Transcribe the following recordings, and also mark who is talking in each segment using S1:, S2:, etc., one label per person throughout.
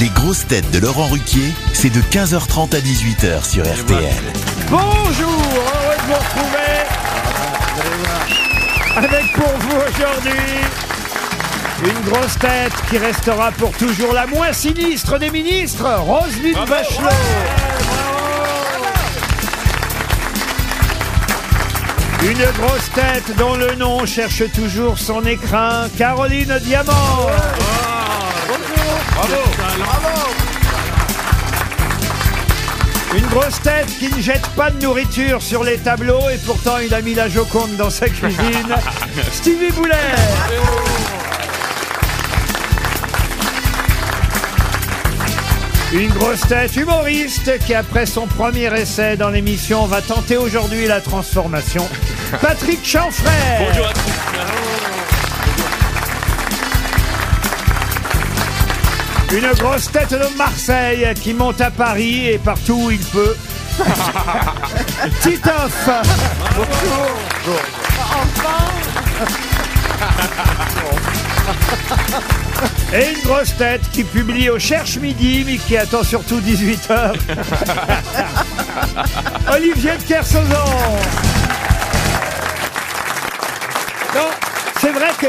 S1: Les grosses têtes de Laurent Ruquier, c'est de 15h30 à 18h sur RTL.
S2: Bonjour, heureux de vous retrouver avec pour vous aujourd'hui une grosse tête qui restera pour toujours la moins sinistre des ministres, Roselyne Bachelot. Une grosse tête dont le nom cherche toujours son écrin, Caroline Diamant. Une grosse tête qui ne jette pas de nourriture sur les tableaux et pourtant il a mis la Joconde dans sa cuisine. Stevie Boulet. Une grosse tête humoriste qui après son premier essai dans l'émission va tenter aujourd'hui la transformation. Patrick Chanfray.
S3: Bonjour à
S2: Une grosse tête de Marseille qui monte à Paris et partout où il peut. Titoff Et une grosse tête qui publie au Cherche Midi mais qui attend surtout 18h. Olivier de Kersauzon Non, c'est vrai que.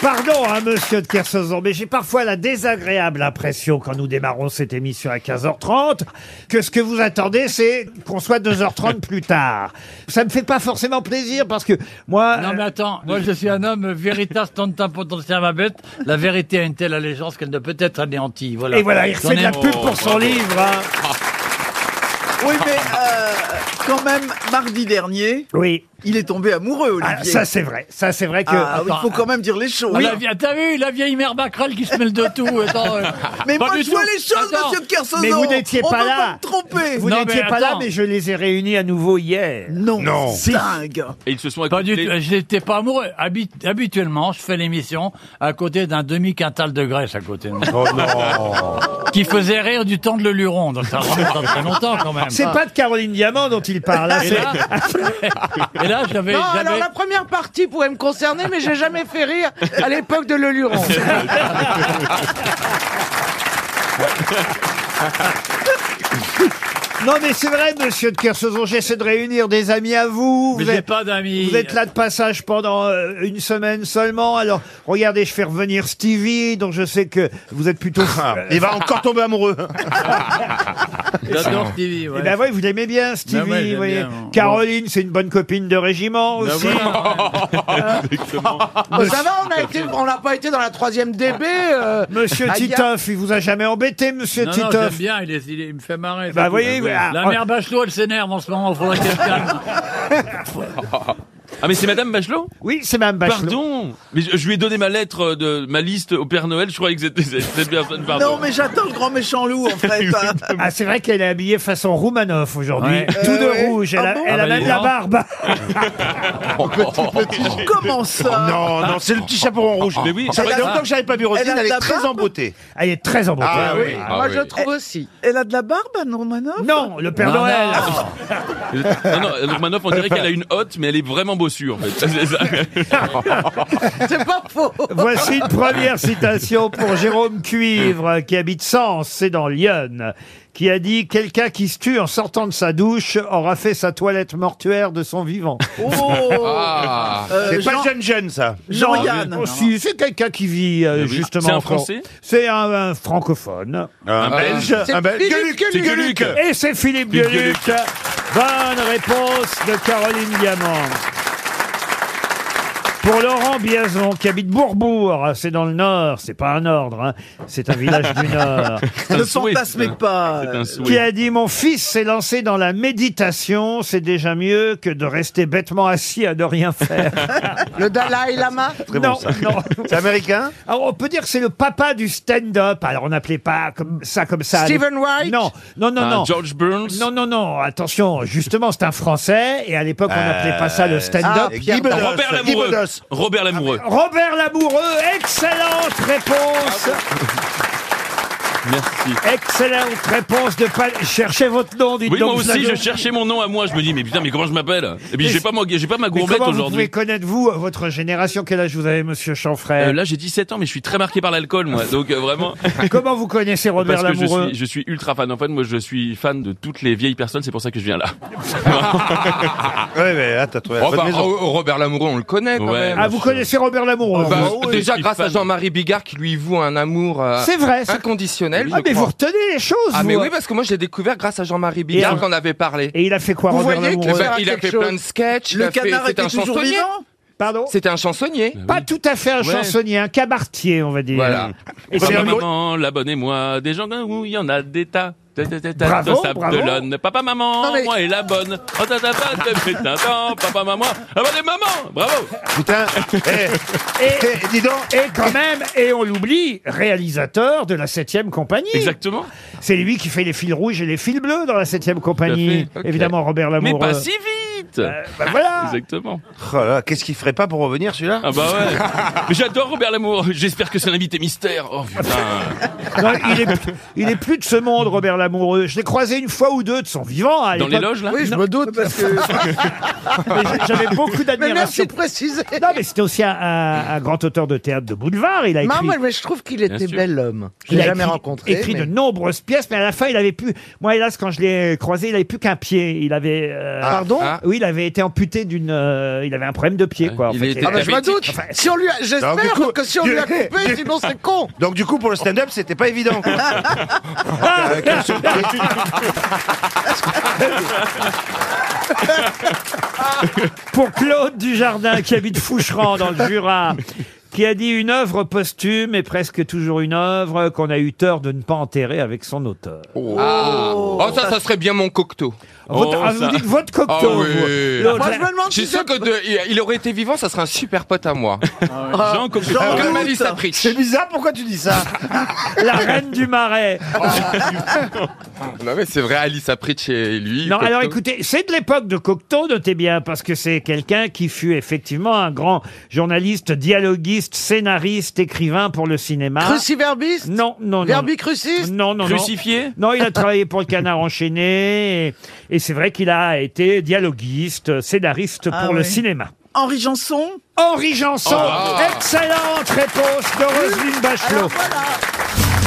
S2: Pardon, hein, monsieur de Kersauzon, mais j'ai parfois la désagréable impression, quand nous démarrons cette émission à 15h30, que ce que vous attendez, c'est qu'on soit 2h30 plus tard. Ça me fait pas forcément plaisir, parce que moi... euh,
S4: Non mais attends, moi je suis un homme veritas tantam potentiam bête. La vérité a une telle allégeance qu'elle ne peut être anéantie. Voilà.
S2: Et voilà, il
S4: J'en
S2: fait de
S4: ai- Ah,
S2: la pub pour son livre. hein.
S5: Oui, mais euh, quand même, mardi dernier,
S2: Oui,
S5: il est tombé amoureux, Olivier.
S2: Ah, ça c'est vrai. Ça c'est vrai que...
S5: Ah, oui,
S4: Attends,
S5: il faut quand même dire les choses.
S4: Ah, la vie- T'as vu la vieille mère Bacral qui se mêle de tout attends, euh,
S5: Mais
S4: pas
S5: moi,
S4: du
S5: je vois
S4: tout.
S5: les choses,
S4: Attends,
S5: monsieur de Kersauzon.
S2: Mais vous n'étiez
S5: On
S2: pas
S5: peut
S2: là.
S5: pas me
S2: Vous
S5: tromper.
S4: Non, mais
S2: n'étiez pas là,
S4: attends.
S2: mais je les ai réunis à nouveau hier.
S5: Non,
S6: Non.
S5: c'est dingue.
S3: Et ils se sont
S4: Pas du
S3: écoutés.
S4: tout, j'étais pas amoureux. Habit- habituellement, je fais l'émission à côté d'un demi-quintal de graisse à côté de moi,
S6: Oh non
S4: qui faisait rire du temps de le luron. Donc ça remonte à très longtemps quand même.
S2: C'est pas de Caroline Diamant dont il parle. hein,
S4: Et
S2: c'est-
S4: là, et là, j'avais.
S7: Non, alors
S4: j'avais-
S7: la première partie pourrait me concerner, mais j'ai jamais fait rire à l'époque de Le Luron.
S2: Non, mais c'est vrai, monsieur de Kersauzon, j'essaie de réunir des amis à vous.
S4: Mais
S2: Vous
S4: j'ai
S2: êtes,
S4: pas d'amis.
S2: vous êtes là de passage pendant euh, une semaine seulement. Alors, regardez, je fais revenir Stevie, donc je sais que vous êtes plutôt.
S6: Ah, Il va encore tomber amoureux
S4: J'adore Stevie. ouais.
S2: Eh ben oui, vous l'aimez bien, Stevie.
S4: Ben ouais, j'aime
S2: vous voyez.
S4: bien, moi.
S2: Caroline, c'est une bonne copine de régiment
S4: Ben
S2: aussi.
S4: voilà.
S7: Bon, Oh, ça va, on a été, on n'a pas été dans la troisième DB. euh,
S2: Monsieur
S7: Ah, il y a-
S2: Titoff, il vous a jamais embêté, Monsieur
S4: Non, non, j'aime
S2: Titoff.
S4: bien, il, est- il est- il me fait marrer.
S2: Bah,
S4: c'est tout.
S2: voyez, voilà.
S4: La mère Bachelot, elle s'énerve en ce moment, il faudrait qu'elle se calme.
S3: Ah mais c'est Madame Bachelot
S2: Oui, c'est Mme Bachelot.
S3: Pardon Mais je, je lui ai donné ma lettre euh, de ma liste au Père Noël, je croyais que c'était cette personne,
S6: Ah
S3: pardon.
S5: Non, mais j'attends le grand méchant loup, en fait.
S2: Ah, c'est vrai qu'elle est habillée façon Roumanoff aujourd'hui.
S4: Ouais.
S2: Tout de
S5: Euh, ouais.
S2: rouge. Elle,
S5: Ah
S2: a,
S5: bon
S2: elle a
S4: Ah, bah,
S2: même
S4: dis
S2: la
S4: donc.
S2: barbe.
S6: Oh,
S5: Oh, Comment ça
S6: Non, non, c'est le petit chaperon rouge.
S3: Mais oui,
S6: Ça
S3: en
S6: fait
S3: fait,
S6: longtemps Ah, que j'avais pas vu Rosine,
S5: Elle a
S6: elle,
S5: de
S6: est
S5: la
S6: très
S5: barbe
S6: en beauté.
S2: Elle est très embêtée.
S6: Ah oui.
S7: moi, je trouve aussi.
S5: Elle a de la barbe, Anne Romanoff
S2: Non, le Père
S4: Non,
S2: Noël.
S4: non.
S3: Non, non, Roumanoff, on dirait qu'elle a une hotte, mais elle est vraiment bossue en fait. C'est ça.
S7: C'est pas faux.
S2: Voici une première citation pour Jérôme Cuivre, qui habite Sens, c'est dans l'Yonne, qui a dit « Quelqu'un qui se tue en sortant de sa douche aura fait sa toilette mortuaire de son vivant
S5: Oh
S3: Ah.
S5: Euh,
S6: C'est pas
S5: Jean-
S6: jeune jeune, ça. ».
S5: Jean-Yann.
S2: Oh, si, c'est quelqu'un qui vit euh,
S3: Mais oui.
S2: justement
S3: C'est un
S2: en France.
S3: Français
S2: C'est un, un francophone.
S6: Un belge,
S7: C'est
S6: un belge.
S7: Philippe
S6: Ah ben, Gueluc,
S3: Gueluc.
S6: Gueluc.
S3: Gueluc.
S2: Et c'est Philippe
S3: Philippe
S2: Gueluc. Bonne réponse de Caroline Diamant. Pour Laurent Biazon, qui habite Bourbourg, c'est dans le Nord, c'est pas un ordre, hein. c'est un village du Nord,
S3: un
S5: Ne
S3: souhait,
S5: fantasmez
S3: ça.
S5: pas.
S3: C'est un
S2: qui
S3: souhait.
S2: a dit « Mon fils s'est lancé dans la méditation, c'est déjà mieux que de rester bêtement assis à ne rien faire.
S7: Le Dalai Lama. »
S2: Non, non.
S6: C'est américain
S2: Alors, on peut dire que c'est le papa du stand-up, alors on n'appelait pas comme ça comme ça.
S7: Stephen Wright
S2: Non, non, non,
S3: Ah,
S2: non.
S3: George Burns
S2: Non, non, non, attention, justement, c'est un Français, et à l'époque, on n'appelait pas ça le stand-up.
S3: ah,
S2: Ah,
S6: Euh,
S7: Pierre
S6: Guy Bedos.
S3: Robert
S6: Guy
S3: Lamoureux
S6: Bedos.
S3: Robert Lamoureux
S2: Robert Lamoureux, excellente réponse
S3: Merci.
S2: Excellente réponse de Pan. Cherchez votre nom, dites
S3: Oui,
S2: donc.
S3: moi
S2: vous
S3: aussi,
S2: avez-
S3: je cherchais mon nom à moi. Je me dis, mais putain, mais comment je m'appelle Et puis,
S2: Mais
S3: j'ai pas, ma- j'ai pas ma
S2: Mais
S3: gourmette
S2: comment vous pouvez
S3: aujourd'hui.
S2: connaître, vous, votre génération Quel âge vous avez, monsieur Chanfray Ah,
S3: Euh, là, j'ai 17 ans, mais je suis très marqué par l'alcool, moi. Donc, euh, vraiment.
S2: Comment vous connaissez Robert
S3: Parce que je
S2: Lamoureux
S3: suis, je suis ultra fan. En fait, moi, je suis fan de toutes les vieilles personnes. C'est pour ça que je viens là.
S6: Ouais, mais là, t'as trouvé la
S8: Oh,
S6: bonne
S8: bah,
S6: maison.
S8: oh, oh, Robert Lamoureux, on le connaît quand
S3: Ouais.
S8: même.
S2: Ah, vous connaissez Robert Lamoureux
S8: Bah,
S2: vous
S8: déjà,
S3: je suis
S8: grâce à
S3: fan.
S8: Jean-Marie Bigard qui lui voue un amour euh,
S2: C'est vrai, c'est-
S8: inconditionnel.
S2: Ah,
S8: je
S2: mais
S8: crois.
S2: vous retenez les choses,
S8: Ah,
S2: vous,
S8: mais
S2: hein.
S8: oui, parce que moi, je l'ai découvert grâce à Jean-Marie Bigard
S2: Et-
S8: qu'on avait parlé.
S2: Et il a fait quoi,
S5: Vous
S2: Robert
S5: voyez
S8: Eh
S2: Lamoureux
S5: que-
S8: ben,
S5: sert à
S8: il a
S5: quelque
S8: fait
S5: chose.
S8: plein de sketchs. il
S5: Le
S8: a fait-
S5: canard
S8: C'était
S5: était
S8: un
S5: toujours
S8: chansonnier.
S5: vivant
S2: Pardon
S8: C'était un chansonnier.
S2: Pas tout à fait un
S8: Ouais.
S2: chansonnier, un cabaretier, on va dire.
S8: Voilà.
S2: Et c'est
S3: Papa,
S2: un-
S3: maman, la bonne et moi, des gens où il y en a des tas. Ta, ta, ta, ta,
S2: Bravo,
S3: de sable
S2: bravo.
S3: de l'onne. Papa, maman,
S5: Non, mais-
S3: moi et la bonne. Oh, ta, ta, ta, ta, ta, ta, ta, papa, maman, la bonne et maman. Bravo.
S6: Putain. Eh,
S2: et,
S6: eh, dis donc.
S2: et quand même, et on l'oublie, réalisateur de la 7ème compagnie.
S3: Exactement.
S2: C'est lui qui fait les fils rouges et les fils bleus dans la 7ème compagnie.
S8: fait, ok.
S2: Évidemment, Robert
S3: Mais
S2: Lamoureux.
S3: pas si vite.
S2: Euh, bah voilà
S3: Exactement.
S6: Oh là là, qu'est-ce qu'il ferait pas pour revenir, celui-là
S3: Ah bah ouais. Mais j'adore Robert Lamour. J'espère que c'est l'invité mystère. Oh putain.
S2: Non, il, est, il est plus de ce monde, Robert Lamoureux. Je l'ai croisé une fois ou deux de son vivant. à
S3: Dans les
S2: l'époque,
S3: loges là
S7: Oui, je me doute. Parce que...
S2: mais j'ai- J'avais beaucoup
S7: Mais merci
S2: d'admiration.
S7: de préciser.
S2: Non, mais c'était aussi un, un- un grand auteur de théâtre de boulevard. Il a écrit.
S7: Non, mais- mais je trouve qu'il
S3: Bien
S7: était
S3: sûr.
S7: bel homme. Je
S2: il
S7: l'ai
S2: a
S7: jamais
S2: écrit-
S7: rencontré.
S2: écrit
S7: mais-
S2: de nombreuses pièces, mais à la fin, il avait plus. Moi, hélas, quand je l'ai croisé, il avait plus qu'un pied. Il avait. euh,
S7: Pardon
S8: Ah.
S2: Oui, il avait été amputé d'une. euh, il avait un problème de pied, quoi. en
S8: il
S2: fait.
S8: était-
S7: Ah bah, je me doute.
S6: Enfin-
S7: Si on lui a- J'espère
S6: Non, du coup,
S7: que si on lui a
S6: du-
S7: coupé, sinon c'est con.
S6: Donc, du coup, pour le stand-up, c'était pas évident. quoi. Ah,
S2: Ah.
S6: Avec un seul-
S2: Pour Claude Dujardin, qui habite Foucheran, dans le Jura. Qui a dit une œuvre posthume est presque toujours une œuvre qu'on a eu tort de ne pas enterrer avec son auteur.
S8: Ah. Oh, ça, ça serait bien mon cocteau.
S2: Votre-
S3: Oh,
S2: ah, vous
S3: ça-
S2: dites votre cocktail.
S8: Ah oui.
S2: vous. L'autre-
S7: Moi, je me demande
S8: Je suis
S7: si c'est
S8: sûr que de- il- il aurait été vivant, ça serait un super pote à moi.
S2: Ah
S3: Jean Cocteau.
S8: Ah, Comme Alice Aprich.
S6: C'est bizarre, pourquoi tu dis ça
S2: La reine du marais.
S8: Non mais c'est vrai, Alice Aprich chez lui.
S2: Non,
S8: Cocteau.
S2: alors écoutez, c'est de l'époque de Cocteau, notez bien, parce que c'est quelqu'un qui fut effectivement un grand journaliste, dialoguiste, scénariste, écrivain pour le cinéma.
S6: Ah.
S7: Cruciverbiste
S2: non, non, non.
S7: Verbi crucis
S2: Non, non, non.
S3: Crucifié
S2: Non, il a travaillé pour le Canard enchaîné et, et c'est vrai qu'il a été dialoguiste, scénariste
S5: Ah
S2: pour le
S5: oui.
S2: cinéma.
S5: Henri Janson
S2: Henri Janson,
S8: Oh.
S2: excellente réponse de Roselyne Bachelot.
S5: Alors voilà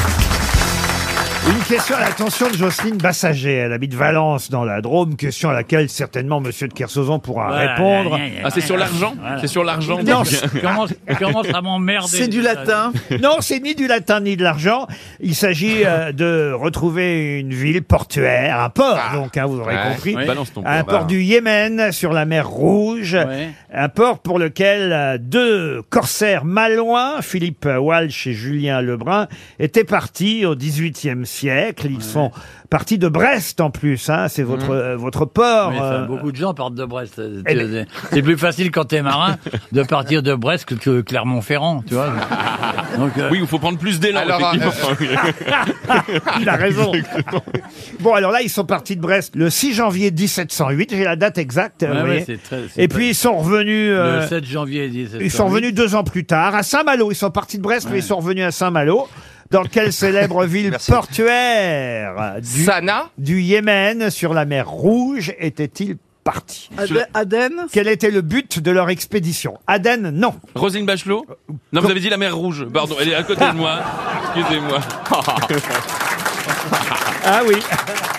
S2: Une question à l'attention de Jocelyne Bassager. Elle habite Valence, dans la Drôme. Question à laquelle certainement Monsieur de Kersauzon pourra
S4: Voilà,
S2: répondre.
S4: gna, gna, gna.
S3: Ah, c'est sur l'argent
S4: Voilà.
S3: C'est sur l'argent.
S2: Non,
S3: donc.
S4: Tu commences, tu commences à m'emmerder.
S5: C'est du latin.
S2: Non, c'est ni du latin ni de l'argent. Il s'agit euh, de retrouver une ville portuaire, un port, donc hein, vous aurez
S8: Ouais.
S2: compris.
S4: Oui.
S3: Ah. Balance ton Bah.
S2: Un
S3: père.
S2: port du Yémen sur la mer Rouge,
S4: Ouais.
S2: un port pour lequel euh, deux corsaires malouins, Philippe Walsh et Julien Lebrun, étaient partis au XVIIIe siècle. Ils sont partis de Brest en plus, hein, c'est
S4: Mmh.
S2: votre euh, votre port.
S4: Mais
S2: euh,
S4: ça, beaucoup de gens partent de Brest.
S2: eh
S4: Tu- C'est plus facile quand t'es marin de partir de Brest que- que Clermont-Ferrand, tu vois. Donc, euh,
S3: Oui, il faut prendre plus d'élan.
S8: Alors, euh,
S3: effectivement.
S2: Il a raison. bon, alors là, ils sont partis de Brest le 6 janvier 1708. J'ai la date exacte. euh,
S4: ouais,
S2: vous voyez.
S4: ouais, c'est très- c'est
S2: Et
S4: pas-
S2: puis, ils sont revenus. euh,
S4: le 7 janvier 17.
S2: ils sont revenus deux ans plus tard à Saint-Malo. Ils sont partis de Brest, mais ils sont revenus à Saint-Malo. Dans quelle célèbre ville portuaire du,
S8: Sana,
S2: du Yémen sur la mer Rouge étaient-ils partis
S5: Aden, Aden
S2: Quel était le but de leur expédition Aden, non.
S3: Roselyne Bachelot Non, vous avez dit la mer rouge. Pardon, elle est à côté de moi. Excusez-moi.
S2: Ah oui.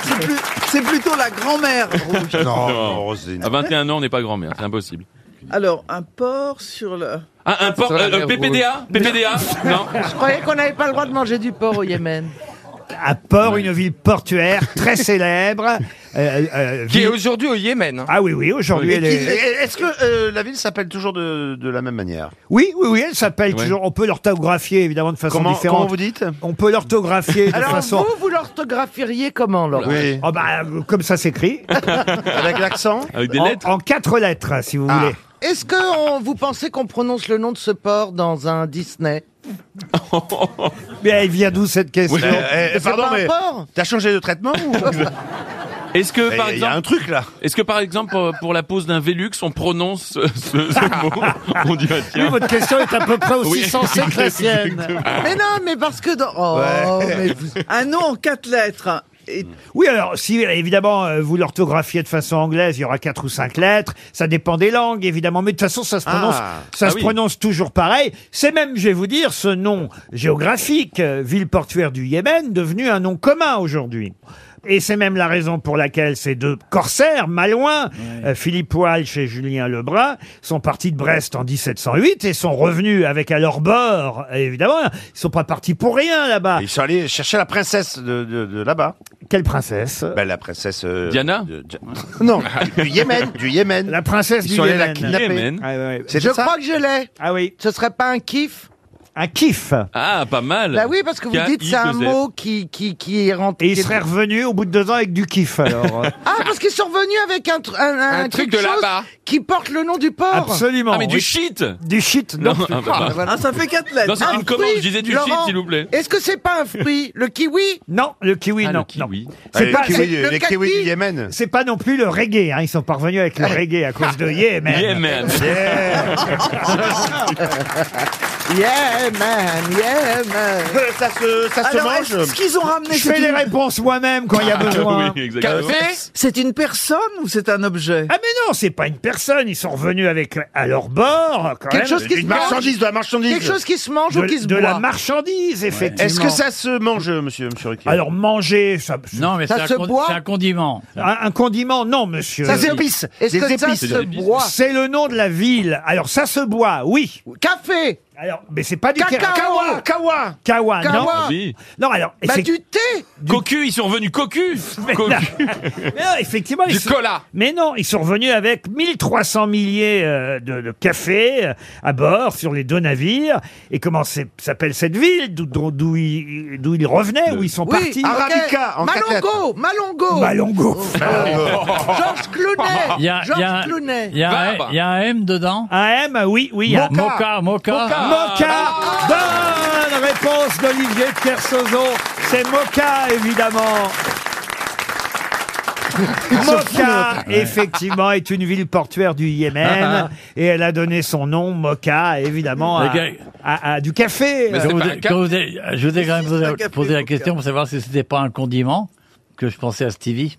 S5: C'est plus- C'est plutôt la grand-mère rouge.
S6: Non, Roselyne.
S3: À 21 ans, on n'est pas grand-mère. C'est impossible.
S5: Alors, un port sur le...
S3: Ah, un port,
S8: Sur la
S3: euh,
S8: mer
S3: euh, PPDA PPDA Non
S7: Je croyais qu'on n'avait pas le droit de manger du porc au Yémen.
S2: À Port, une ville portuaire très célèbre. euh, euh,
S8: qui est
S2: ville-
S8: aujourd'hui au Yémen.
S2: Ah oui, oui, aujourd'hui elle
S6: Et-
S2: est...
S6: et- Est-ce que euh, la ville s'appelle toujours de, de la même manière
S2: Oui, oui, oui, elle s'appelle
S3: Ouais.
S2: toujours. On peut l'orthographier évidemment de façon
S6: comment, comment
S2: différente.
S6: vous dites
S2: On peut l'orthographier de
S7: Alors,
S2: façon.
S7: vous, vous l'orthographieriez comment, Laurent
S6: Oui.
S2: Oh bah, euh, comme ça s'écrit.
S6: Avec l'accent
S3: Avec des
S2: en,
S3: lettres
S2: en quatre lettres, si vous voulez.
S7: Est-ce que on- vous pensez qu'on prononce le nom de ce port dans un Disney
S2: Mais elle vient d'où cette question
S6: Euh, eh,
S7: C'est
S6: Pardon,
S7: pas un
S6: mais
S7: port
S6: t'as changé de traitement ou
S3: Est-ce que,
S6: Mais
S3: par
S6: Il y a un
S3: exemple,
S6: truc là.
S3: est-ce que par exemple, pour, pour la pose d'un Vélux, on prononce euh, ce, ce mot On dit, ah,
S2: Oui,
S3: tiens.
S2: votre question est à peu près aussi
S3: Oui.
S2: sensée que la sienne.
S5: Mais non, mais parce que dans... Oh, mais vous- Un nom en quatre lettres. Et-
S2: Oui, alors, si évidemment euh, vous l'orthographiez de façon anglaise, il y aura quatre ou cinq lettres. Ça dépend des langues, évidemment. Mais de toute façon, ça se prononce, ça
S3: Ah
S2: se
S3: oui.
S2: prononce toujours pareil. C'est même, je vais vous dire, ce nom géographique, euh, ville portuaire du Yémen, devenu un nom commun aujourd'hui. Et c'est même la raison pour laquelle ces deux corsaires, malouins, euh, Philippe Walsh et Julien Lebrun, sont partis de Brest en 1708 et sont revenus avec à leur bord, évidemment. Ils sont pas partis pour rien là-bas.
S6: Ils sont allés chercher la princesse de, de- de là-bas.
S2: Quelle princesse
S6: Ben, la princesse. euh,
S3: Diana
S6: de- de- Non, du Yémen. Du Yémen.
S2: La princesse
S6: Ils
S2: du
S6: sont allés la
S2: Yémen.
S6: kidnapper.
S3: Yémen.
S2: Ah, ouais, ouais.
S6: C'est
S7: Je
S6: ça
S7: crois que je l'ai.
S2: Ah oui,
S7: Ce serait pas un kiff
S2: un kiff.
S3: Ah, pas mal.
S7: Bah oui, parce que vous dites c'est un
S3: K-I-2-F.
S7: mot qui, qui, qui est rentré.
S2: Et il serait revenu au bout de deux ans avec du kiff, alors.
S7: Ah, parce qu'ils sont revenus avec un, tr- un,
S8: Un truc de
S7: chose
S8: là-bas.
S7: qui porte le nom du port.
S2: Absolument.
S3: Ah, mais du
S2: oui.
S3: shit
S2: Du shit,
S3: Non,
S2: non.
S3: ah, bah, bah.
S5: Ah, ça fait quatre lettres.
S3: Non, c'est
S5: Ah,
S3: une commande,
S7: fruit,
S3: je disais du shit,
S7: Laurent.
S3: s'il vous plaît.
S7: Est-ce que c'est pas un fruit Le kiwi
S2: Non, le kiwi,
S3: Ah,
S2: non.
S3: le kiwi.
S2: non.
S6: Ah,
S2: C'est
S6: les
S2: pas,
S6: kiwis
S2: c'est-
S6: du-
S7: le
S6: les
S7: kaki.
S6: kiwis du Yémen.
S2: c'est pas non plus le reggae, hein. Ils sont parvenus avec le reggae à cause de Yémen.
S3: Yémen.
S7: Yeah, man, yeah, man.
S6: Ça se, ça
S5: Alors, est-ce ce qu'ils ont ramené,
S2: Je fais
S5: c'est
S2: les
S5: une...
S2: réponses moi-même quand il y a besoin.
S3: oui, exactement.
S5: c'est une personne ou c'est un objet
S2: Ah, mais non, c'est pas une personne. Ils sont revenus avec, à leur bord, quand
S7: Quelque
S2: même.
S7: chose qui se
S6: Une
S7: mange
S6: marchandise, de la marchandise.
S7: Quelque chose qui se mange ou qui
S2: de,
S7: se
S2: de
S7: boit
S2: la marchandise, effectivement.
S6: Est-ce que ça se mange, euh, monsieur, monsieur Ruquier
S2: Alors, manger, ça.
S4: Non, mais
S7: Ça
S4: c'est un,
S7: se
S4: con-
S7: boit
S4: c'est un condiment.
S2: Un, un condiment, non, monsieur.
S7: Ça
S6: Des
S7: se-
S6: épices.
S7: Est-ce
S6: Des
S7: que ça
S6: épices.
S7: se
S3: des épices.
S7: boit
S2: C'est le nom de la ville. Alors, ça se boit, oui.
S7: Café
S2: Alors, mais c'est pas du
S7: Cacao.
S6: Kawa, kawa.
S2: Kawa, non.
S7: Kawa.
S3: Oui.
S2: Non, alors,
S7: Bah
S2: c'est-
S7: du thé
S3: Ah, Cocu, ils sont revenus cocu. Cocu.
S2: mais non, effectivement, ils
S8: Du
S2: sont-
S8: cola.
S2: Mais non, ils sont revenus avec 1300 milliers euh, de, de cafés euh, à bord sur les deux navires. Et comment c'est- s'appelle cette ville d'où- d'où d'où ils, d'où ils revenaient, où ils sont partis
S7: ah, ok.
S6: Arabica, en quatre
S7: Malongo, Euh, Malongo,
S2: Malongo.
S3: Bah,
S7: Georges Clooney,
S4: Il y a, il y a un-
S7: Georges Clooney. Bah,
S4: il y a un-
S8: Verbe.
S4: il y a un M dedans.
S2: AM, ah oui, oui. il y a-
S4: Mocha, mocha.
S2: Mocha.
S4: Ah.
S2: Bonne réponse d'Olivier de Kersozo. C'est Mocha, évidemment. Mocha, effectivement, est une ville portuaire du Yémen et elle a donné son nom, Mocha, évidemment, à,
S4: Les gars.
S2: à- à du café.
S8: Mais
S4: Je
S8: c'est
S4: vous
S8: pas
S4: ai-
S8: un
S4: que vous ai- je vous ai quand même
S5: c'est un
S4: posé,
S5: café,
S4: posé la
S5: Mocha.
S4: question pour savoir si c'était pas un condiment que je pensais à Stevie.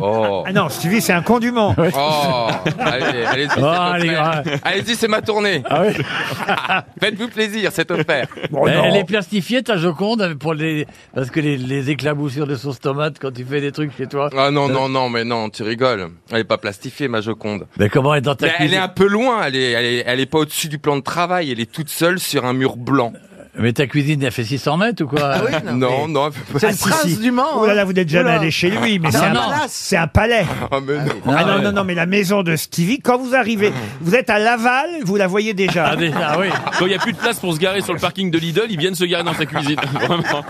S8: Oh.
S2: Ah non, Stevie, c'est un condiment.
S8: Oh. Allez, allez-y, c'est
S4: Oh,
S8: offert.
S4: allez, ouais.
S8: Allez-y, c'est ma tournée.
S4: Ah oui.
S8: Faites-vous plaisir, c'est offert.
S2: Bon, Oh non.
S4: elle, est plastifiée ta Joconde pour les parce que les, les éclaboussures de sauce tomate quand tu fais des trucs chez toi.
S8: Ah non, non, non, mais non, tu rigoles. Elle est pas plastifiée, ma Joconde.
S4: Mais comment est dans ta
S8: Mais elle est
S4: cuisine
S8: un peu loin, elle est, elle est, elle est pas au-dessus du plan de travail, elle est toute seule sur un mur blanc.
S4: Mais ta cuisine elle fait 600 mètres ou
S5: Ah
S4: quoi
S7: oui,
S8: Non, non, elle peut pas-
S2: Ah,
S7: le prince du Mans,
S2: Oh là
S7: hein.
S2: là, vous n'êtes jamais
S7: Oula.
S2: allé chez lui, mais c'est un,
S4: non.
S2: c'est un palais.
S8: Ah, mais non.
S2: Ah non,
S4: ouais.
S2: non, non, mais la maison de Stevie, quand vous arrivez, vous êtes à Laval, vous la voyez déjà.
S4: Ah déjà oui.
S3: Quand il n'y a plus de place pour se garer sur le parking de Lidl, ils viennent se garer dans sa cuisine. Vraiment.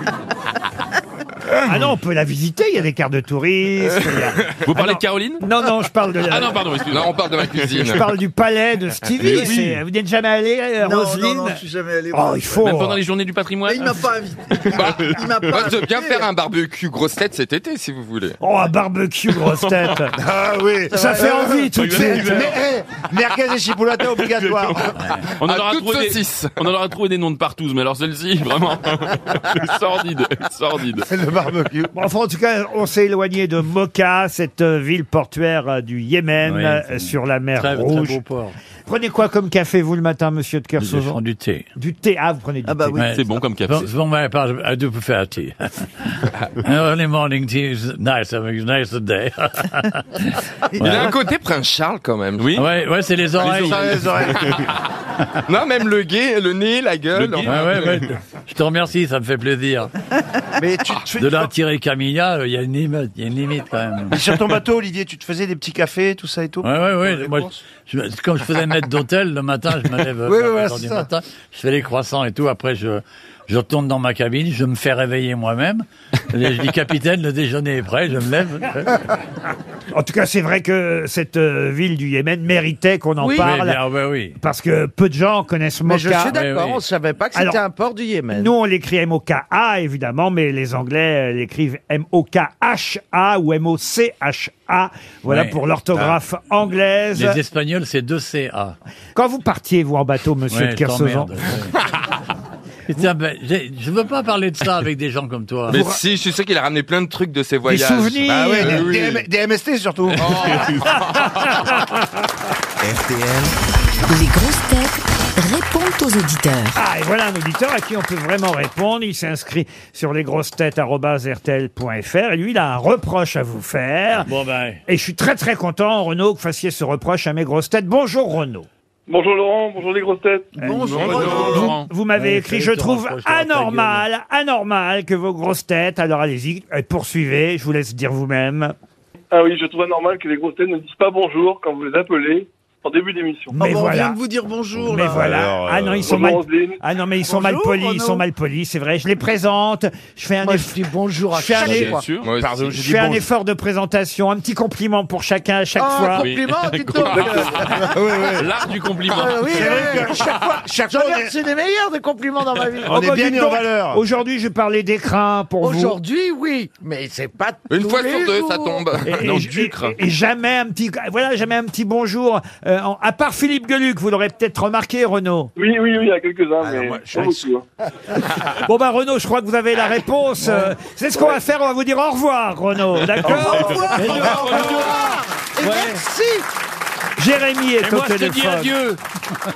S2: Ah non, on peut la visiter, il y a des cartes de touristes. il y a-
S3: Vous parlez de Caroline
S2: Ah Non, non, je parle de la-
S3: Ah non, pardon,
S8: Non,
S3: excusez-moi.
S8: on parle de ma
S2: Je
S8: cuisine.
S2: parle du palais de Stevie.
S8: Mais oui.
S2: c'est- Vous n'êtes jamais allé, euh,
S5: non,
S2: Roselyne
S5: non, non, je suis jamais allé.
S2: Oh, il faut.
S3: Même pendant les journées du
S5: Mais il
S3: patrimoine
S5: m'a pas invité. Il m'a pas
S8: Bah, Moi, je veux bien
S5: invité.
S8: faire un barbecue grosse tête cet été, si vous voulez.
S2: Oh, un barbecue, grosse tête.
S6: Ah oui.
S2: Ça fait envie tout de suite.
S6: Mais, eh, merguez et chipolata obligatoire.
S3: on en,
S8: Ah,
S3: aura
S8: toute
S3: trouvé des...
S8: saucisse.
S3: on en aura trouvé des noms de partout, mais alors celle-ci, vraiment, sordide, sordide.
S6: Le barbecue.
S2: Bon, enfin, en tout cas, on s'est éloigné de Mocha, cette euh, ville portuaire euh, du Yémen,
S4: Oui,
S2: euh,
S4: c'est-
S2: sur la mer
S4: Très, très
S2: Rouge.
S4: beau porc.
S2: Prenez quoi comme café, vous, le matin, monsieur de
S4: Ils
S2: Kersauzon
S4: font du thé.
S2: Du thé. Ah, vous prenez du
S5: Ah bah
S2: thé.
S5: oui.
S4: Ouais.
S3: C'est bon comme café.
S4: For, for my part, I do prefer tea. Early morning tea is nice. I mean, it's nice today.
S8: Il a un côté Prince Charles quand même.
S3: Oui
S4: ouais, ouais, c'est les oreilles.
S6: Ça, les oreilles. Ah,
S8: Non, Ah, même le guet, le nez, la gueule.
S3: Le guet.
S4: Ouais, ouais, ouais. Je te remercie, ça me fait plaisir.
S6: Mais tu te fais-
S4: De là tirer Camilla, euh, il y a une limite, il y a une limite quand même.
S6: Mais sur ton bateau, Olivier, tu te faisais des petits cafés, tout ça et tout
S4: Ouais, ouais, ouais.
S6: les
S4: Moi,
S6: courses.
S4: je, je- comme je faisais maître d'hôtel le matin, je me lève
S6: Oui,
S4: vers
S6: oui,
S4: quatre
S6: voilà,
S4: heures
S6: c'est
S4: du
S6: ça.
S4: matin, je fais les croissants et tout. Après, je, Je retourne dans ma cabine, je me fais réveiller moi-même. Et Je dis, capitaine, le déjeuner est prêt, je me lève.
S2: En tout cas, c'est vrai que cette euh, ville du Yémen méritait qu'on en
S7: Oui.
S4: Eh
S2: parle.
S4: bien, ouais, oui.
S2: Parce que peu de gens connaissent
S7: Mais je
S2: Mocha.
S7: suis d'accord,
S4: oui.
S7: on ne savait pas que c'était
S2: Alors,
S7: un port du Yémen.
S2: Nous, on l'écrit M-O-K-A, évidemment, mais les Anglais euh, l'écrivent M-O-K-H-A ou M-O-C-H-A. Voilà
S4: Ouais. Ah.
S2: pour l'orthographe anglaise.
S4: Les Espagnols, c'est 2 CA.
S2: Quand vous partiez, vous, en bateau, monsieur
S4: Ouais,
S2: de Kersauzon,
S4: t'emmerdes, ouais. Putain, ben, j'ai- je veux pas parler de ça avec des gens comme toi.
S8: Mais si, je suis sûr qu'il a ramené plein de trucs de ses voyages.
S2: souvenirs.
S4: Ah
S8: Bah ouais,
S6: Des,
S8: oui.
S6: des- des MST surtout. Oh.
S1: RTL,
S9: Les grosses têtes répondent aux auditeurs.
S2: Ah, et voilà un auditeur à qui on peut vraiment répondre. Il s'est inscrit sur lesgrossetêtes.rtl.fr et lui, il a un reproche à vous faire.
S4: Bon, ben.
S2: Et je suis très très content, Renaud, que vous fassiez ce reproche à mes grosses têtes. Bonjour Renaud.
S10: Bonjour Laurent, bonjour les grosses têtes.
S7: Bonjour.
S3: Renaud, Laurent.
S2: Vous m'avez
S4: Ouais,
S2: écrit, je
S4: salut, Laurent,
S2: trouve
S4: je te raconte ta
S2: anormal, anormal que vos grosses têtes, alors allez-y, euh, poursuivez, je vous laisse dire vous-même.
S10: Ah oui, je trouve anormal que les grosses têtes ne disent pas bonjour quand vous les appelez en début d'émission.
S2: Mais
S5: Oh, bah, On
S2: voilà.
S5: vient de vous dire bonjour.
S2: Mais
S5: là.
S2: voilà.
S6: Alors, euh,
S2: ah non, ils sont
S10: Bonjour
S2: mal.
S10: Roselyne.
S2: Ah non, mais ils sont mal
S5: Bonjour,
S2: polis, ils
S5: Renaud.
S2: sont mal polis, c'est vrai. Je les présente, je fais un,
S7: Moi,
S2: eff-
S7: je dis bonjour à
S2: je fais un
S7: chaque
S2: eff-
S7: fois.
S3: Bien sûr.
S8: Moi aussi.
S6: Pardon,
S2: je
S6: j'ai dit
S2: fais un
S6: bonjour.
S2: effort de présentation, un petit compliment pour chacun à chaque fois.
S7: Ah, compliment, dites donc.
S3: Ah L'art du compliment.
S7: euh, Ah, oui,
S6: C'est
S7: oui,
S6: vrai
S7: oui.
S6: que chaque fois, chaque
S7: J'en
S6: fois, on
S7: ai
S6: est-
S7: reçu des meilleurs des compliments dans ma vie.
S6: on est
S2: bah,
S6: bien
S2: dis
S6: mis en
S2: donc,
S6: valeur.
S2: Aujourd'hui, je parlais d'écrin pour vous.
S7: Aujourd'hui, oui, mais c'est pas
S8: Une
S7: tous
S8: fois
S7: les
S8: sur deux,
S7: jours.
S8: ça tombe.
S2: Et,
S8: Non,
S2: et-
S8: du sucre.
S2: et- et jamais un petit voilà jamais un petit bonjour euh, en- à part Philippe Gueluc vous l'aurez peut-être remarqué Renaud
S10: Oui, oui, oui, il y a quelques-uns, mais
S6: moi, je
S10: pas
S6: suis
S10: beaucoup. hein.
S2: bon bah Renaud je crois que vous avez la réponse euh, c'est ce qu'on va faire on va vous dire au revoir Renaud d'accord
S7: Et merci.
S2: Jérémy est
S3: Et
S2: au
S3: moi, je te dis
S2: téléphone
S3: adieu.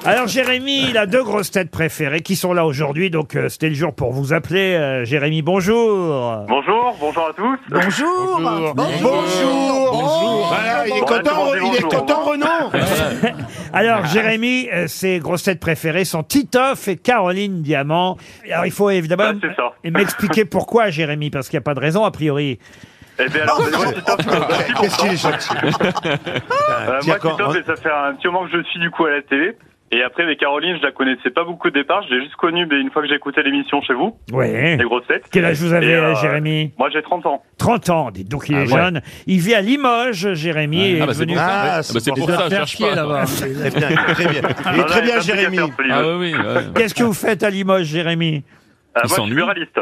S2: alors Jérémy il a deux grosses têtes préférées qui sont là aujourd'hui donc euh, c'était le jour pour vous appeler Euh, Jérémy bonjour
S10: Bonjour, bonjour à tous.
S5: Bonjour.
S6: Bonjour.
S5: Bonjour.
S6: Voilà, il est
S10: Bon,
S6: content,
S10: là, c'est
S6: il est
S10: bonjour.
S6: content, Renaud.
S2: alors Jérémy euh, ses grosses têtes préférées sont Titoff et Caroline Diamant alors il faut évidemment
S10: Ah, c'est ça.
S2: et m'expliquer pourquoi Jérémy parce qu'il n'y a pas de raison a priori
S10: Eh bien alors, c'est moi, Titoff, Ah, bah, merci pour
S6: Qu'est-ce
S10: ça.
S6: qu'il est gentil.
S10: Euh, moi,
S6: Tiens, quand-
S10: Titoff, et ça fait un petit moment que je suis du coup à la télé. Et après, avec Caroline, je la connaissais pas beaucoup au départ. Je l'ai juste connue mais une fois que j'écoutais l'émission chez vous,
S2: Ouais.
S10: les grosses têtes.
S2: Quel âge vous avez,
S10: Et, euh,
S2: euh, Jérémy
S10: Moi, j'ai 30 ans.
S2: 30 ans, dites donc, il est
S6: Ah ouais.
S2: jeune. Il vit à Limoges, Jérémy. et
S3: Ah,
S2: est
S3: bah, c'est
S2: venu-
S3: pour ça.
S6: Ah,
S3: Ah,
S6: c'est
S3: bah, c'est
S6: pour
S3: pour ça, je
S4: Faire
S3: cherche
S4: chier,
S3: pas. quoi.
S4: là-bas.
S6: Très bien, il est très bien. Il
S10: Non,
S6: est très
S10: non, il y
S6: bien,
S10: a plein de trucs à
S6: Jérémy.
S10: faire, Pauline.
S3: Ah, oui, oui. ouais.
S2: Qu'est-ce que vous faites à Limoges, Jérémy
S10: Euh,
S3: Il
S10: Moi, je suis
S3: s'ennuie.
S10: pluraliste.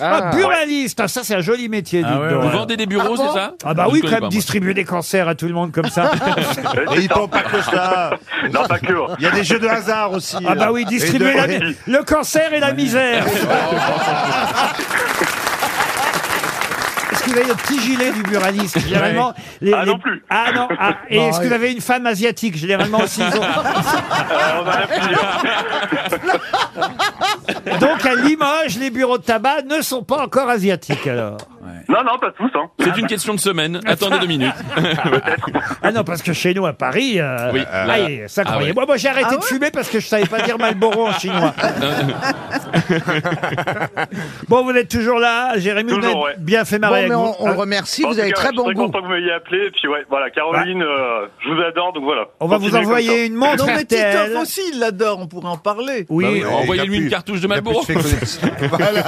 S2: Ah, buraliste Ah, Ça, c'est un joli métier,
S4: Ah
S2: dites
S4: ouais,
S2: donc.
S4: ouais.
S3: Vous vendez des bureaux, c'est ça
S2: Ah bah
S3: Je
S2: oui,
S3: connais
S2: quand même,
S3: pas, moi.
S2: distribuer des cancers à tout le monde comme ça.
S10: Euh,
S6: Et
S10: c'est
S6: ils
S10: ça.
S6: font pas que ça.
S10: Non, pas que.
S6: Il y a des jeux de hasard aussi. euh.
S2: bah, ah bah oui,
S6: Et de-
S2: distribuer la mi- le cancer et la misère. Est-ce que vous avez le petit gilet du buraliste Généralement, les-
S10: Ah, non
S2: les-
S10: plus.
S2: Ah non. ah, et
S7: Non,
S2: est-ce que
S7: oui.
S2: vous avez une femme asiatique Généralement aussi. ils ont-
S10: Euh, on en a plusieurs.
S2: Donc à Limoges, les bureaux de tabac ne sont pas encore asiatiques alors.
S10: Non, non, pas tous. Hein.
S3: C'est une question de semaine. Attendez deux minutes.
S2: Ah non, parce que chez nous à Paris, euh,
S3: Oui,
S2: ah,
S3: là-
S2: et ça
S3: ah
S2: croyez.
S3: ouais.
S2: Moi, moi j'ai arrêté de fumer parce que je savais pas dire Malboro en chinois. bon, vous êtes toujours là, Jérémy. vous
S10: Toujours,
S2: m'avez
S10: ouais.
S2: bien fait
S7: Bon,
S2: marrer
S7: mais
S2: avec
S7: on,
S2: vous.
S7: on
S2: Ah,
S7: remercie,
S10: En
S7: vous
S10: tout
S7: avez
S10: cas,
S7: très
S10: Je
S7: bon
S10: suis très
S7: goût.
S10: content que vous m'ayez appelé. Et puis, ouais, voilà, Caroline, euh, je vous adore. Donc voilà.
S2: Bah.
S6: Oh,
S2: on va vous
S10: Continuez comme
S2: envoyer une montre
S5: Non mais
S2: RTL.
S5: Titoff aussi, il l'adore, on pourrait en parler.
S2: Oui,
S6: Bah oui, on-
S3: Envoyez-lui
S6: il a
S3: une
S6: plus-
S3: cartouche de
S6: il a plus
S3: Marlboro.
S6: fait connaître. Voilà.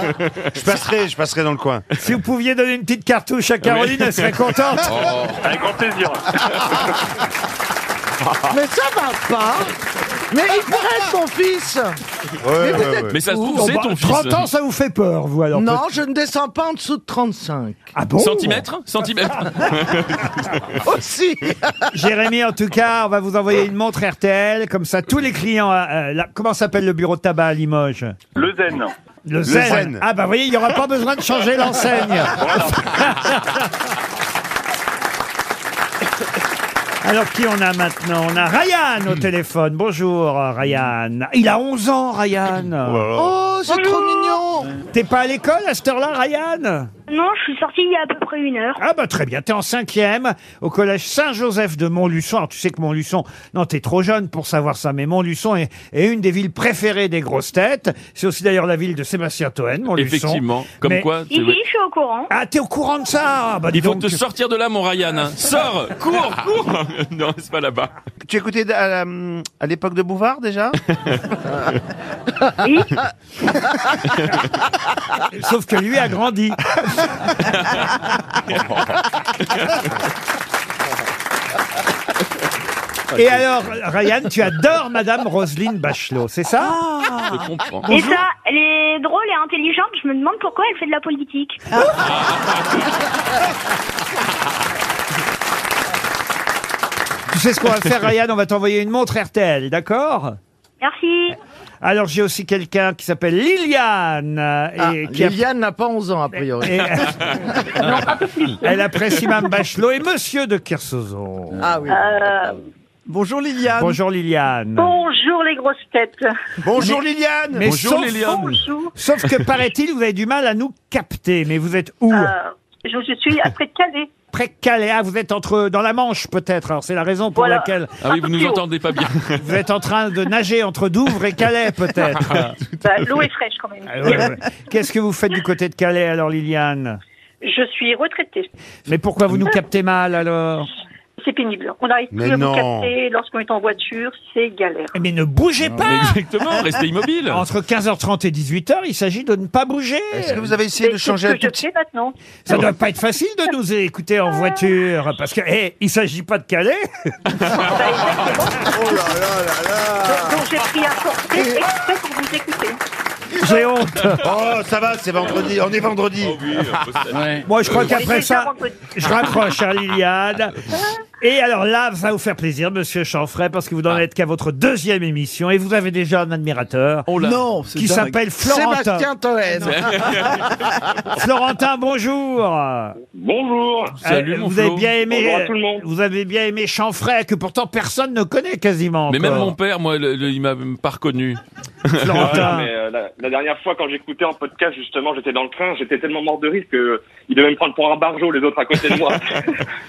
S6: Je passerai, je passerai dans le coin.
S2: si vous pouviez donner une petite cartouche à Caroline, elle serait contente.
S3: Oh.
S10: ça. Oh. Avec grand plaisir.
S7: Mais ça va pas. Mais il pourrait être mon fils.
S6: Ouais,
S7: vous
S6: ouais,
S7: êtes-
S6: ouais.
S3: Mais ça se trouve,
S2: Bon,
S3: c'est
S2: bah,
S3: ton fils.
S2: 30 ans, ça vous fait peur, vous alors
S7: Non, je ne descends pas en dessous de 35.
S2: Ah bon
S3: Centimètres Centimètres
S7: Aussi.
S2: Jérémy, en tout cas, on va vous envoyer une montre RTL. Comme ça, tous les clients. à- à la- comment s'appelle le bureau de tabac à Limoges
S10: Le zen.
S2: Le Zen.
S6: Zen.
S2: Ah bah vous voyez, il n'y aura pas besoin de changer l'enseigne.
S10: Voilà.
S2: Alors qui on a maintenant On a Ryan au téléphone. Bonjour Ryan. Il a 11 ans Ryan.
S6: Oh là là.
S7: Oh, c'est trop mignon.
S2: T'es pas à l'école à cette heure-là, Ryan
S11: Non, je suis sortie il y a à peu près une heure.
S2: Ah bah très bien, t'es en cinquième au collège Saint-Joseph de Montluçon. Alors tu sais que Montluçon, non t'es trop jeune pour savoir ça, mais Montluçon est, est une des villes préférées des grosses têtes. C'est aussi d'ailleurs la ville de Sébastien Toen, Montluçon.
S3: Effectivement, comme
S2: Mais-
S3: quoi...
S11: Ici, je suis au courant.
S2: Ah t'es au courant de ça Ah, bah, dis
S3: Il faut
S2: donc.
S3: te sortir de là, mon Ryan. hein. Sors, cours, cours. non, c'est pas là-bas.
S6: Tu écoutais à, la- à l'époque de Bouvard déjà
S2: Sauf que lui a grandi. Et alors, Ryan, tu adores Madame Roselyne Bachelot, c'est ça Ah.
S3: Je comprends.
S11: Et ça, elle est drôle et intelligente. Je me demande pourquoi elle fait de la politique.
S2: Ah. Tu sais ce qu'on va faire, Ryan On va t'envoyer une montre RTL, d'accord
S11: Merci.
S2: Alors, j'ai aussi quelqu'un qui s'appelle Liliane. euh, Et qui a-
S7: Liliane n'a pas 11 ans, a priori.
S2: et- euh, elle apprécie Mme Bachelot et Monsieur de Kersozo.
S5: Ah oui. Bonjour Liliane.
S2: Bonjour Liliane.
S12: Euh, Bonjour les grosses têtes.
S6: Bonjour Liliane
S2: Mais
S3: Bonjour,
S2: sauf,
S3: Liliane.
S12: Bonjour.
S2: sauf que, paraît-il, vous avez du mal à nous capter. Mais vous êtes où
S12: Euh, je, je suis après Calais.
S2: Près de Calais. Ah, vous êtes entre, dans la Manche, peut-être. Alors, c'est la raison pour
S12: Voilà.
S2: laquelle
S3: Ah oui, vous nous entendez pas bien.
S2: vous êtes en train de nager entre Douvres et Calais, peut-être.
S12: Bah, L'eau est fraîche quand même.
S2: Ah, ouais, ouais. Qu'est-ce que vous faites du côté de Calais, alors, Liliane
S12: Je suis retraitée.
S2: Mais pourquoi vous nous captez mal alors
S12: C'est pénible. On n'arrive
S6: Mais
S12: plus à
S6: non.
S12: vous capter lorsqu'on est en voiture. C'est galère.
S2: Mais ne bougez
S3: Mais
S2: pas
S3: exactement, restez immobile.
S2: Entre 15h30 et 18h, il s'agit de ne pas bouger.
S6: Est-ce que vous avez essayé
S12: Mais
S6: de changer un
S12: qu'est-ce
S6: tout
S12: que je
S6: petit
S12: fais maintenant
S2: Ça doit pas être facile de nous écouter en voiture, parce que, hé, il s'agit pas de Calais.
S12: Bah, exactement.
S5: Oh là là là là.
S12: Ah, Donc j'ai pris un forfait exprès pour vous écouter.
S2: J'ai honte.
S6: Oh, ça va, c'est vendredi, on est vendredi. Euh,
S3: Oh oui, on peut se-
S4: Ouais.
S2: Moi, je crois
S12: On est
S2: qu'après
S12: déjà
S2: ça,
S12: vendredi.
S2: je raccroche à Liliane. Et alors là, ça va vous faire plaisir, monsieur Chanfray, parce que vous n'en êtes qu'à votre deuxième émission et vous avez déjà un admirateur
S3: Oh là.
S5: Non, c'est
S2: qui
S5: dingue.
S2: s'appelle Florentin.
S7: Sébastien Toen.
S2: Florentin, bonjour.
S10: Bonjour.
S3: Salut,
S2: Euh,
S3: mon
S2: vous avez
S3: Flo.
S2: bien aimé,
S10: Bonjour à tout le monde.
S2: vous avez bien aimé Chanfray que pourtant personne ne connaît quasiment.
S3: Mais même
S2: encore.
S3: mon père, moi, le- le- il m'a même pas reconnu.
S10: Ah, mais,
S2: Florentin.
S10: euh, la, la dernière fois, quand j'écoutais en podcast, justement, j'étais dans le train, j'étais tellement mort de rire que euh, il devait me prendre pour un barjot, les autres à côté de moi.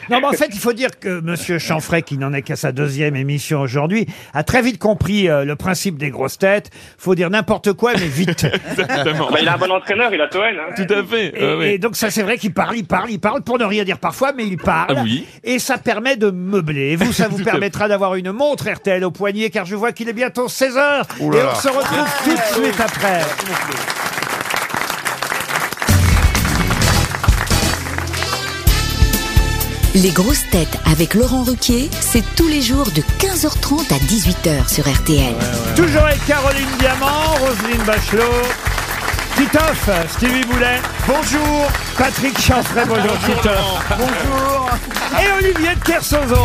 S2: Non, mais en fait, il faut dire que Monsieur Chanfray, qui n'en est qu'à sa deuxième émission aujourd'hui, a très vite compris euh, le principe des grosses têtes. Faut dire n'importe quoi, mais vite.
S3: Exactement.
S10: Bah, il a un bon entraîneur, il a Toen. hein.
S3: Tout à fait.
S2: Et,
S3: ouais, ouais.
S2: et donc ça, c'est vrai qu'il parle, il parle, il parle, pour ne rien dire parfois, mais il parle.
S3: Ah oui.
S2: Et ça permet de meubler. Et vous, ça vous
S3: Tout à fait.
S2: permettra d'avoir une montre RTL au poignet, car je vois qu'il est bientôt 16h. Et
S6: Ouh là là.
S2: on se retrouve tout de suite après.
S9: Les grosses têtes avec Laurent Ruquier, c'est tous les jours de 15h30 à 18h sur RTL.
S2: Toujours avec Caroline Diamant, Roselyne Bachelot, Titoff, Stevie Boulet. Bonjour. Patrick Chanfray, bonjour Titoff.
S5: Bonjour.
S2: Et Olivier de Kersauzon.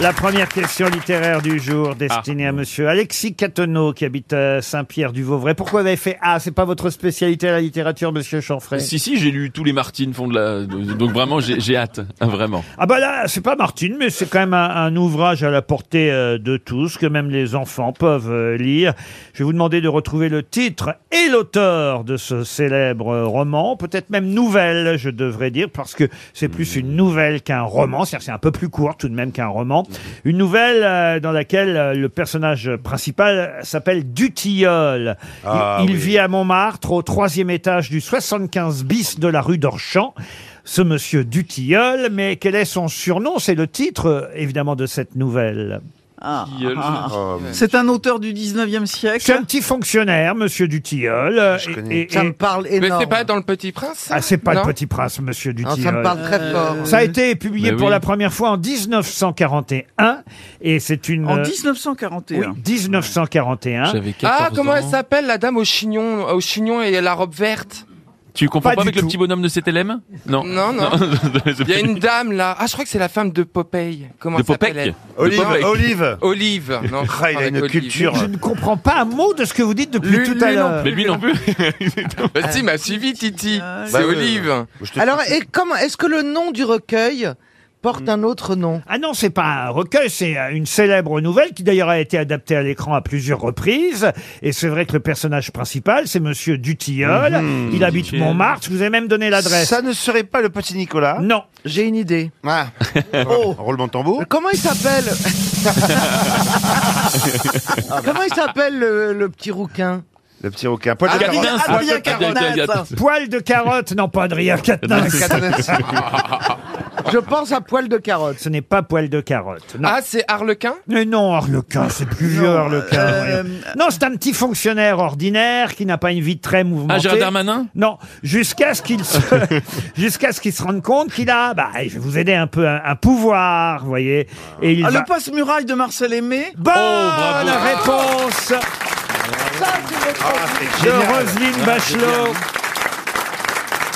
S2: La première question littéraire du jour destinée à monsieur Alexis Cateneau qui habite euh, Saint-Pierre-du-Vauvray. Pourquoi vous avez fait A C'est pas votre spécialité la littérature, monsieur Chanfray
S3: Si, si, j'ai lu tous les Martines font de la. de- Donc vraiment, j'ai j'ai hâte. hein, Vraiment.
S2: Ah bah là, c'est pas Martine, mais c'est quand même un, un ouvrage à la portée euh, de tous, que même les enfants peuvent euh, lire. Je vais vous demander de retrouver le titre et l'auteur de ce célèbre euh, roman, peut-être même nouvelle, je devrais dire, parce que c'est plus une nouvelle qu'un roman, c'est-à-dire que c'est un peu plus court tout de même qu'un roman. Une nouvelle euh, dans laquelle euh, le personnage principal s'appelle Dutilleul. Il-
S6: Ah
S2: il
S6: oui.
S2: vit à Montmartre, au troisième étage du 75 bis de la rue d'Orchamps. Ce monsieur Dutilleul, mais quel est son surnom C'est le titre, euh, évidemment, de cette nouvelle.
S5: Ah,
S3: Gueule.
S5: ah, ah. C'est un auteur du 19e
S2: C'est un
S5: siècle.
S2: petit fonctionnaire, monsieur Dutilleul. euh,
S6: Je
S2: et-
S6: connais.
S2: et-
S7: Ça me
S2: et-
S7: parle
S8: Mais
S7: énorme.
S8: c'est pas dans Le Petit Prince ça
S2: Ah, c'est pas
S8: Non
S2: le petit prince, monsieur
S7: Non, ça me
S2: Dutilleul.
S7: parle très fort.
S2: Ça a été publié
S3: Euh, Mais
S2: pour
S3: oui.
S2: la première fois en 1941, et c'est une...
S5: En
S2: euh,
S5: 1941.
S2: oui, 1941.
S3: J'avais 14
S8: Ah, comment
S3: ans.
S8: elle s'appelle, la dame au chignon, au chignon et la robe verte
S3: Tu comprends
S2: Pas
S3: pas,
S2: du
S3: avec
S2: tout.
S3: le petit bonhomme de CTLM Non.
S8: Non, non. Il y a une dame là. Ah, je crois que c'est la femme de Popeye. Comment
S3: De
S8: elle s'appelle
S3: Popec.
S8: elle
S6: Olive,
S8: Popec.
S6: Olive.
S8: Olive. Non,
S6: Ah, il a
S8: avec
S6: une
S8: Olive.
S6: culture.
S2: Je ne comprends pas un mot de ce que vous dites depuis
S5: Lui-
S2: tout à
S5: lui non
S2: l'heure.
S3: Mais lui non plus.
S8: Bah, si, m'a suivi, Titi.
S5: Euh,
S8: C'est
S6: Bah, oui,
S8: Olive.
S6: Je te-
S7: Alors, et comment est-ce que le nom du recueil
S2: porte un autre nom. Ah non, c'est pas un recueil, c'est euh, une célèbre nouvelle qui d'ailleurs a été adaptée à l'écran à plusieurs reprises. Et c'est vrai que le personnage principal, c'est Monsieur Dutilleul.
S6: Mhm.
S2: Il habite
S6: Dutilleul.
S2: Montmartre. Je vous ai même donné l'adresse.
S6: Ça ne serait pas le petit Nicolas
S2: Non.
S6: J'ai une idée. Ah.
S7: Oh.
S6: Roulement de tambour.
S7: Comment il s'appelle
S6: Ah,
S7: Comment il s'appelle le, le petit rouquin
S6: bah. Le petit requin. Poil de
S2: Adrien-
S6: carotte.
S2: Adrien Adrien Carotte.
S6: Ah,
S2: Carotte. Poil de carotte, non pas Adrien Quatennens.
S8: Ah,
S7: Je pense à poil de carotte.
S2: Ce n'est pas poil de carotte. non.
S8: Ah, c'est Harlequin
S2: Mais non, Harlequin, c'est plus vieux, Harlequin.
S8: euh,
S2: voyons. Non, c'est un petit fonctionnaire ordinaire qui n'a pas une vie très mouvementée.
S3: Ah, Gérard Darmanin
S2: Non, jusqu'à ce qu'il se, jusqu'à ce qu'il se rende compte qu'il a, bah, je vais vous aider un peu, un, un pouvoir, vous voyez. Et il
S5: Ah,
S2: va-
S5: le Oh, passe-muraille de Marcel Aimé
S3: Oh,
S2: Bonne réponse
S5: Ah, bah
S2: de Roselyne Bachelot.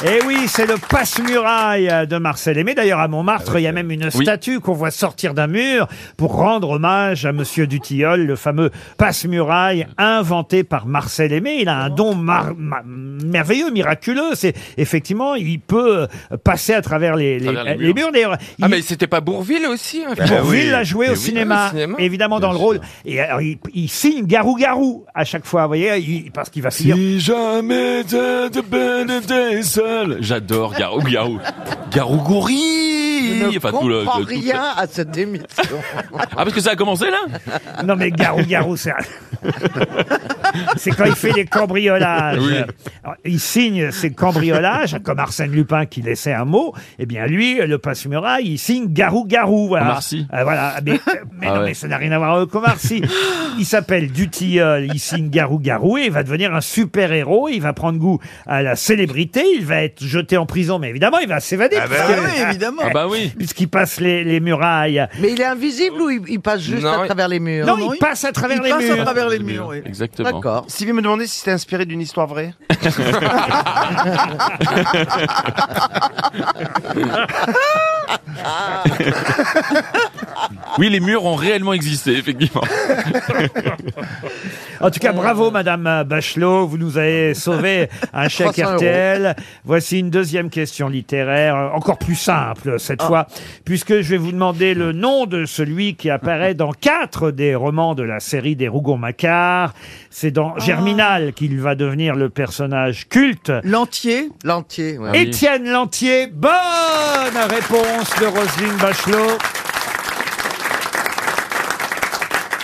S2: Et Eh oui, c'est le passe-muraille de Marcel Aimé. D'ailleurs, à Montmartre, il y a même une statue qu'on voit sortir d'un mur pour rendre hommage à Monsieur Dutilleul, le fameux passe-muraille inventé par Marcel Aimé. Il a un don mar- ma- merveilleux, miraculeux. C'est effectivement, il peut euh, passer à travers les, les-
S8: Travers les
S2: les murs. D'ailleurs,
S8: Ah,
S2: il- Bah,
S8: mais c'était pas Bourville aussi hein,
S2: Bourville Ah, l'a joué au
S8: Mais oui,
S2: cinéma,
S8: au cinéma.
S2: évidemment dans le rôle. Et alors, il, il signe Garou Garou à chaque fois, vous voyez, il- parce qu'il va finir.
S3: Si jamais t'étais belle et t'es seule. J'adore Garou Garou. Garou Gouri
S7: Je ne
S3: Enfin, tout le-
S7: comprends
S3: tout- tout-
S7: rien à cette émission.
S3: Ah, parce que ça a commencé là
S2: Non mais Garou Garou, c'est un- c'est quand il fait les cambriolages.
S3: Oui.
S2: Alors, il signe ses cambriolages, comme Arsène Lupin qui laissait un mot. Eh bien lui, le passe-muraille, il signe Garou Garou. Voilà.
S3: Marcy.
S2: Ah, voilà. Mais, mais
S3: Ah
S2: non,
S3: ouais.
S2: mais ça n'a rien à voir avec Comarcy. Il s'appelle Dutilleul, il signe Garou Garou et il va devenir un super-héros. Il va prendre goût à la célébrité. Il va être jeté en prison, mais évidemment, il va s'évader.
S5: Ah bah
S2: puisque-
S5: oui, évidemment. Ah bah oui.
S2: Puisqu'il passe les, les murailles.
S7: Mais il est invisible ou il, il passe juste
S2: Non,
S7: à
S2: il-
S7: travers les murs
S2: Non, il passe à travers les murs.
S3: Exactement.
S7: D'accord.
S6: Si vous me demandez si c'était inspiré d'une histoire vraie.
S3: Oui, les murs ont réellement existé, effectivement.
S2: En tout cas, bravo, Madame Bachelot. Vous nous avez sauvé un chèque
S7: 300 euros.
S2: RTL. Voici une deuxième question littéraire, euh, encore plus simple cette
S7: Ah.
S2: fois, puisque je vais vous demander le nom de celui qui apparaît dans quatre des romans de la série des Rougon-Macquart. C'est
S7: Ah.
S2: dans Germinal qu'il va devenir le personnage culte.
S5: L'entier
S7: L'entier, ouais.
S2: Étienne Lantier, bonne réponse de Roselyne Bachelot.